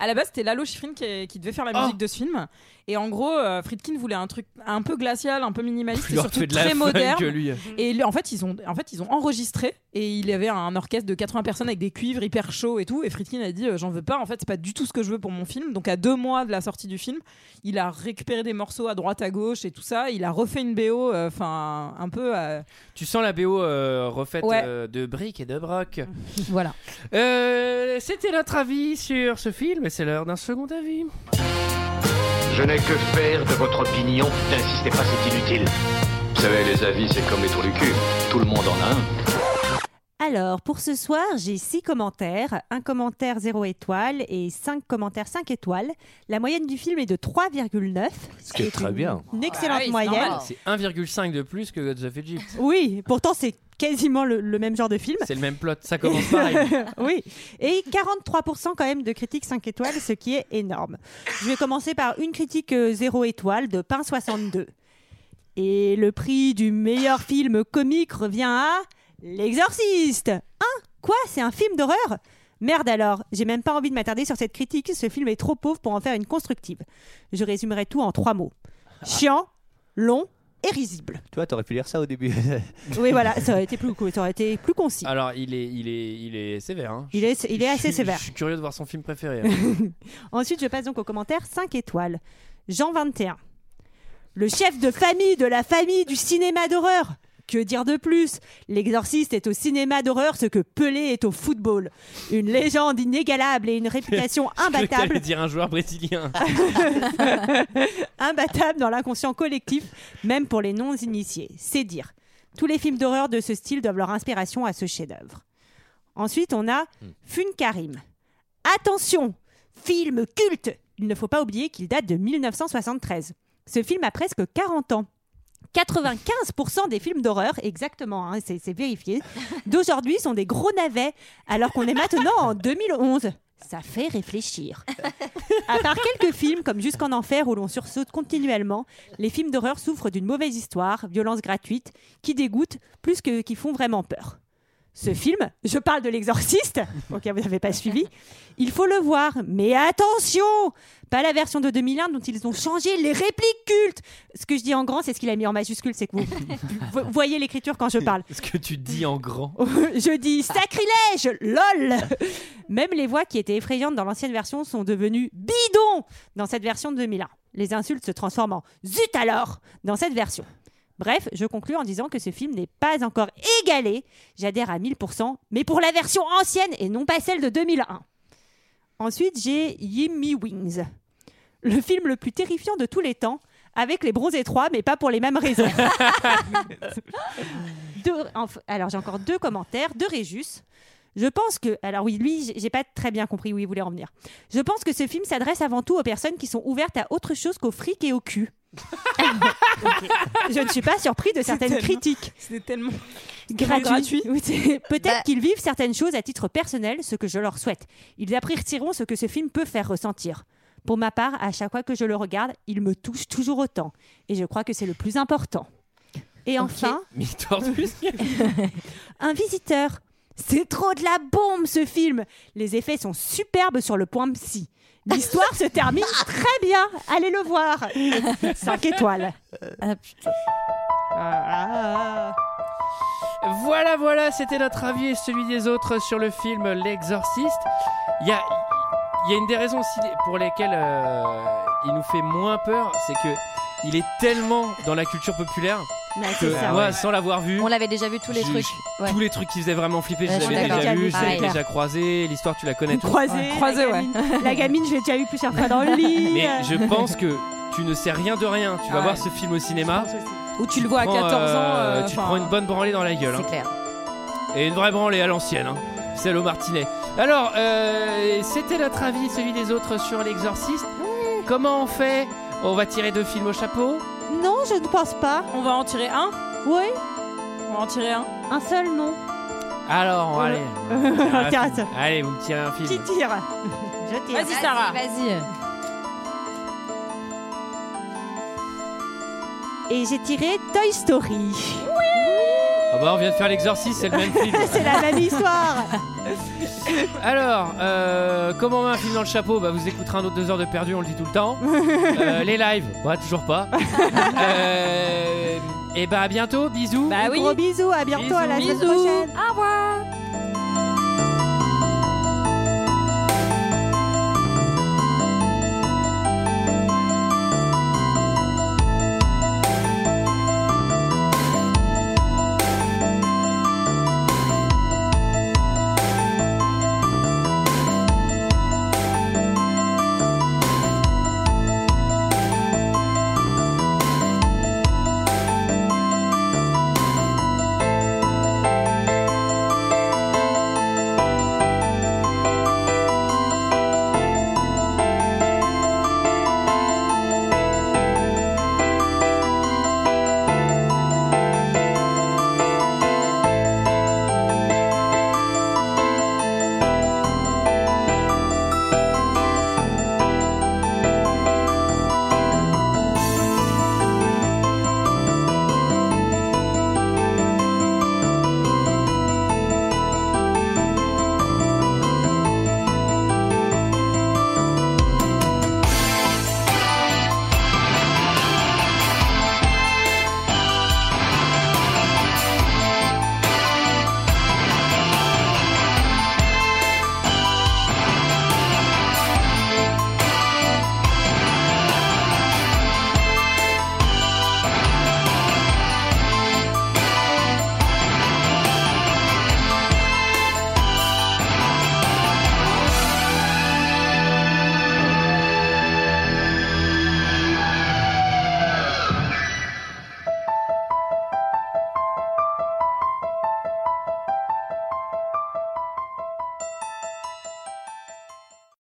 Speaker 11: à la base, c'était Lalo Schifrin qui, est- qui devait faire la
Speaker 1: Oh.
Speaker 11: musique de ce film. Et en gros, euh, Friedkin voulait un truc un peu glacial, un peu minimaliste,
Speaker 1: Je
Speaker 11: et
Speaker 1: leur
Speaker 11: surtout
Speaker 1: fais de la
Speaker 11: très
Speaker 1: funk,
Speaker 11: moderne.
Speaker 1: lui.
Speaker 11: Et lui- en fait, ils ont, en fait, ils ont enregistré et il y avait un orchestre de 80 personnes avec des cuivres hyper chauds et tout. Et Friedkin a dit, euh, j'en veux pas. En fait, c'est pas du tout ce que je veux pour mon film. Donc à deux mois de la sortie du film, il a récupéré des morceaux à droite, à gauche et tout ça. Il a refait une BO, euh, enfin un peu. euh,
Speaker 1: Tu sens la BO euh, refaite
Speaker 11: Ouais.
Speaker 1: euh, de briques et de broc.
Speaker 11: voilà.
Speaker 1: Euh, C'était notre avis sur ce film et c'est l'heure d'un second avis.
Speaker 17: Je n'ai que faire de votre opinion. N'insistez pas, c'est inutile. Vous savez, les avis, c'est comme les trous du cul. Tout le monde en a un.
Speaker 10: Alors, pour ce soir, j'ai 6 commentaires, un commentaire 0 étoile et 5 commentaires 5 étoines. La moyenne du film est de 3,9.
Speaker 1: Ce qui est très bien.
Speaker 10: Une excellente moyenne.
Speaker 11: Oh.
Speaker 1: C'est 1,5 de plus que Gods of Egypt.
Speaker 10: Oui, pourtant c'est quasiment le, le même genre de film.
Speaker 1: C'est le même plot, ça commence pareil.
Speaker 10: oui, et 43% quand même de critiques 5 étoiles, ce qui est énorme. Je vais commencer par une critique 0 étoile de Pain 62. Et le prix du meilleur film comique revient à L'Exorciste. Hein Quoi C'est un film d'horreur Merde alors, j'ai même pas envie de m'attarder sur cette critique, ce film est trop pauvre pour en faire une constructive. Je résumerai tout en trois mots. Chiant, long et risible.
Speaker 6: Tu vois, t'aurais pu lire ça au début.
Speaker 10: Oui, voilà, ça aurait été plus, ça aurait été plus concis.
Speaker 1: Alors, il est, il est, il est sévère. hein.
Speaker 10: Il est, il est assez
Speaker 1: Je suis-
Speaker 10: sévère.
Speaker 1: Je suis curieux de voir son film préféré.
Speaker 10: Ensuite, je passe donc au commentaire 5 étoiles. Jean 21. Le chef de famille de la famille du cinéma d'horreur. Que dire de plus L'exorciste est au cinéma d'horreur ce que Pelé est au football. Une légende inégalable et une réputation
Speaker 1: Je croyais que
Speaker 10: imbattable
Speaker 1: t'allais dire un joueur brésilien.
Speaker 10: imbattable dans l'inconscient collectif, même pour les non-initiés. C'est dire. Tous les films d'horreur de ce style doivent leur inspiration à ce chef-d'œuvre. Ensuite, on a Fun Karim. Attention Film culte Il ne faut pas oublier qu'il date de 1973. Ce film a presque 40 ans. 95% des films d'horreur, exactement, hein, c'est c'est vérifié, d'aujourd'hui sont des gros navets, alors qu'on est maintenant en 2011. Ça fait réfléchir. À part quelques films comme Jusqu'en enfer où l'on sursaute continuellement, les films d'horreur souffrent d'une mauvaise histoire, violence gratuite, qui dégoûte plus que qui font vraiment peur. Ce film, je parle de l'exorciste, ok vous n'avez pas suivi, il faut le voir, mais attention Pas la version de 2001 dont ils ont changé les répliques cultes Ce que je dis en grand, c'est ce qu'il a mis en majuscule, c'est que vous, vous voyez l'écriture quand je parle.
Speaker 1: Ce que tu dis en grand.
Speaker 10: Je dis sacrilège, lol. Même les voix qui étaient effrayantes dans l'ancienne version sont devenues bidons dans cette version de 2001. Les insultes se transforment en zut alors dans cette version. Bref, je conclus en disant que ce film n'est pas encore égalé, j'adhère à 1000%, mais pour la version ancienne et non pas celle de 2001. Ensuite, j'ai Yimmy Wings, le film le plus terrifiant de tous les temps, avec les bronzés étroits, mais pas pour les mêmes raisons. Deux- enf- alors j'ai encore deux commentaires de Régis. Je pense que, alors oui, lui, j- j'ai pas très bien compris où il voulait en venir. Je pense que ce film s'adresse avant tout aux personnes qui sont ouvertes à autre chose qu'au fric et au cul. Ok. Je ne suis pas surpris de certaines
Speaker 11: tellement-
Speaker 10: critiques.
Speaker 11: C'était tellement
Speaker 10: Gratuit. Bah.
Speaker 11: gratuit.
Speaker 10: Oui, c'est- Peut-être qu'ils vivent certaines choses à titre personnel, ce que je leur souhaite. Ils apprécieront ce que ce film peut faire ressentir. Pour ma part, à chaque fois que je le regarde, il me touche toujours autant. Et je crois que c'est le plus important. Et enfin,
Speaker 1: Mais Tortus
Speaker 10: un visiteur. C'est trop de la bombe ce film. Les effets sont superbes sur le point psy. L'histoire se termine très bien. Allez le voir. 5 étoiles.
Speaker 1: Ah. Voilà, voilà, c'était notre avis et celui des autres sur le film L'Exorciste. Il y a, il y a une des raisons aussi pour lesquelles euh, il nous fait moins peur, c'est que il est tellement dans la culture populaire
Speaker 9: Ouais, c'est
Speaker 1: que
Speaker 9: ça,
Speaker 1: moi,
Speaker 9: ouais.
Speaker 1: sans l'avoir vu,
Speaker 9: On l'avait déjà vu tous les
Speaker 1: j'ai-
Speaker 9: trucs. Ouais.
Speaker 1: tous les trucs qui faisaient vraiment flipper,
Speaker 9: Ouais,
Speaker 1: je
Speaker 9: je
Speaker 1: les
Speaker 9: suis
Speaker 1: avais déjà
Speaker 9: d'accord.
Speaker 1: vus, je les
Speaker 9: Pareil.
Speaker 1: avais déjà croisés, l'histoire tu la connais. toi.
Speaker 10: Croisé.
Speaker 11: Croisé,
Speaker 10: la
Speaker 11: ouais.
Speaker 10: gamine, la gamine, je l'ai déjà eu plusieurs fois dans le lit.
Speaker 1: Mais je pense que tu ne sais rien de rien. Tu vas
Speaker 11: Ah
Speaker 1: voir
Speaker 11: ouais.
Speaker 1: ce film au cinéma.
Speaker 11: Ou tu le vois à
Speaker 1: prends,
Speaker 11: 14 ans.
Speaker 1: euh, tu
Speaker 11: euh,
Speaker 1: te
Speaker 11: enfin,
Speaker 1: prends une bonne branlée dans la gueule. hein.
Speaker 9: clair.
Speaker 1: Et une vraie branlée à l'ancienne, hein. celle au martinet. Alors, euh, c'était notre avis, celui des autres sur l'exorciste. Comment on fait On va tirer deux films au chapeau
Speaker 10: Non, je ne pense pas.
Speaker 11: On va en tirer un
Speaker 10: Oui,
Speaker 11: On va en tirer un.
Speaker 10: un seul non.
Speaker 1: Alors, allez. on va tirer un
Speaker 10: Tiens,
Speaker 1: film.
Speaker 10: ça.
Speaker 1: Allez, vous me tirez un film.
Speaker 10: Qui tire Je tire.
Speaker 11: Vas-y, Sarah.
Speaker 9: Vas-y.
Speaker 10: Et j'ai tiré Toy Story.
Speaker 1: Ah bah, on vient de faire l'exorciste, c'est le même film.
Speaker 10: C'est la même histoire.
Speaker 1: Alors, euh, comment on met un film dans le chapeau Bah, vous écouterez un autre deux heures de perdu, on le dit tout le temps. Euh, les lives, bah, toujours pas. Euh, et bah, à bientôt, bisous.
Speaker 11: Bah oui.
Speaker 1: Bah
Speaker 10: Gros bisous, à bientôt, à la semaine
Speaker 11: Ah Bisous.
Speaker 10: prochaine.
Speaker 9: Au revoir.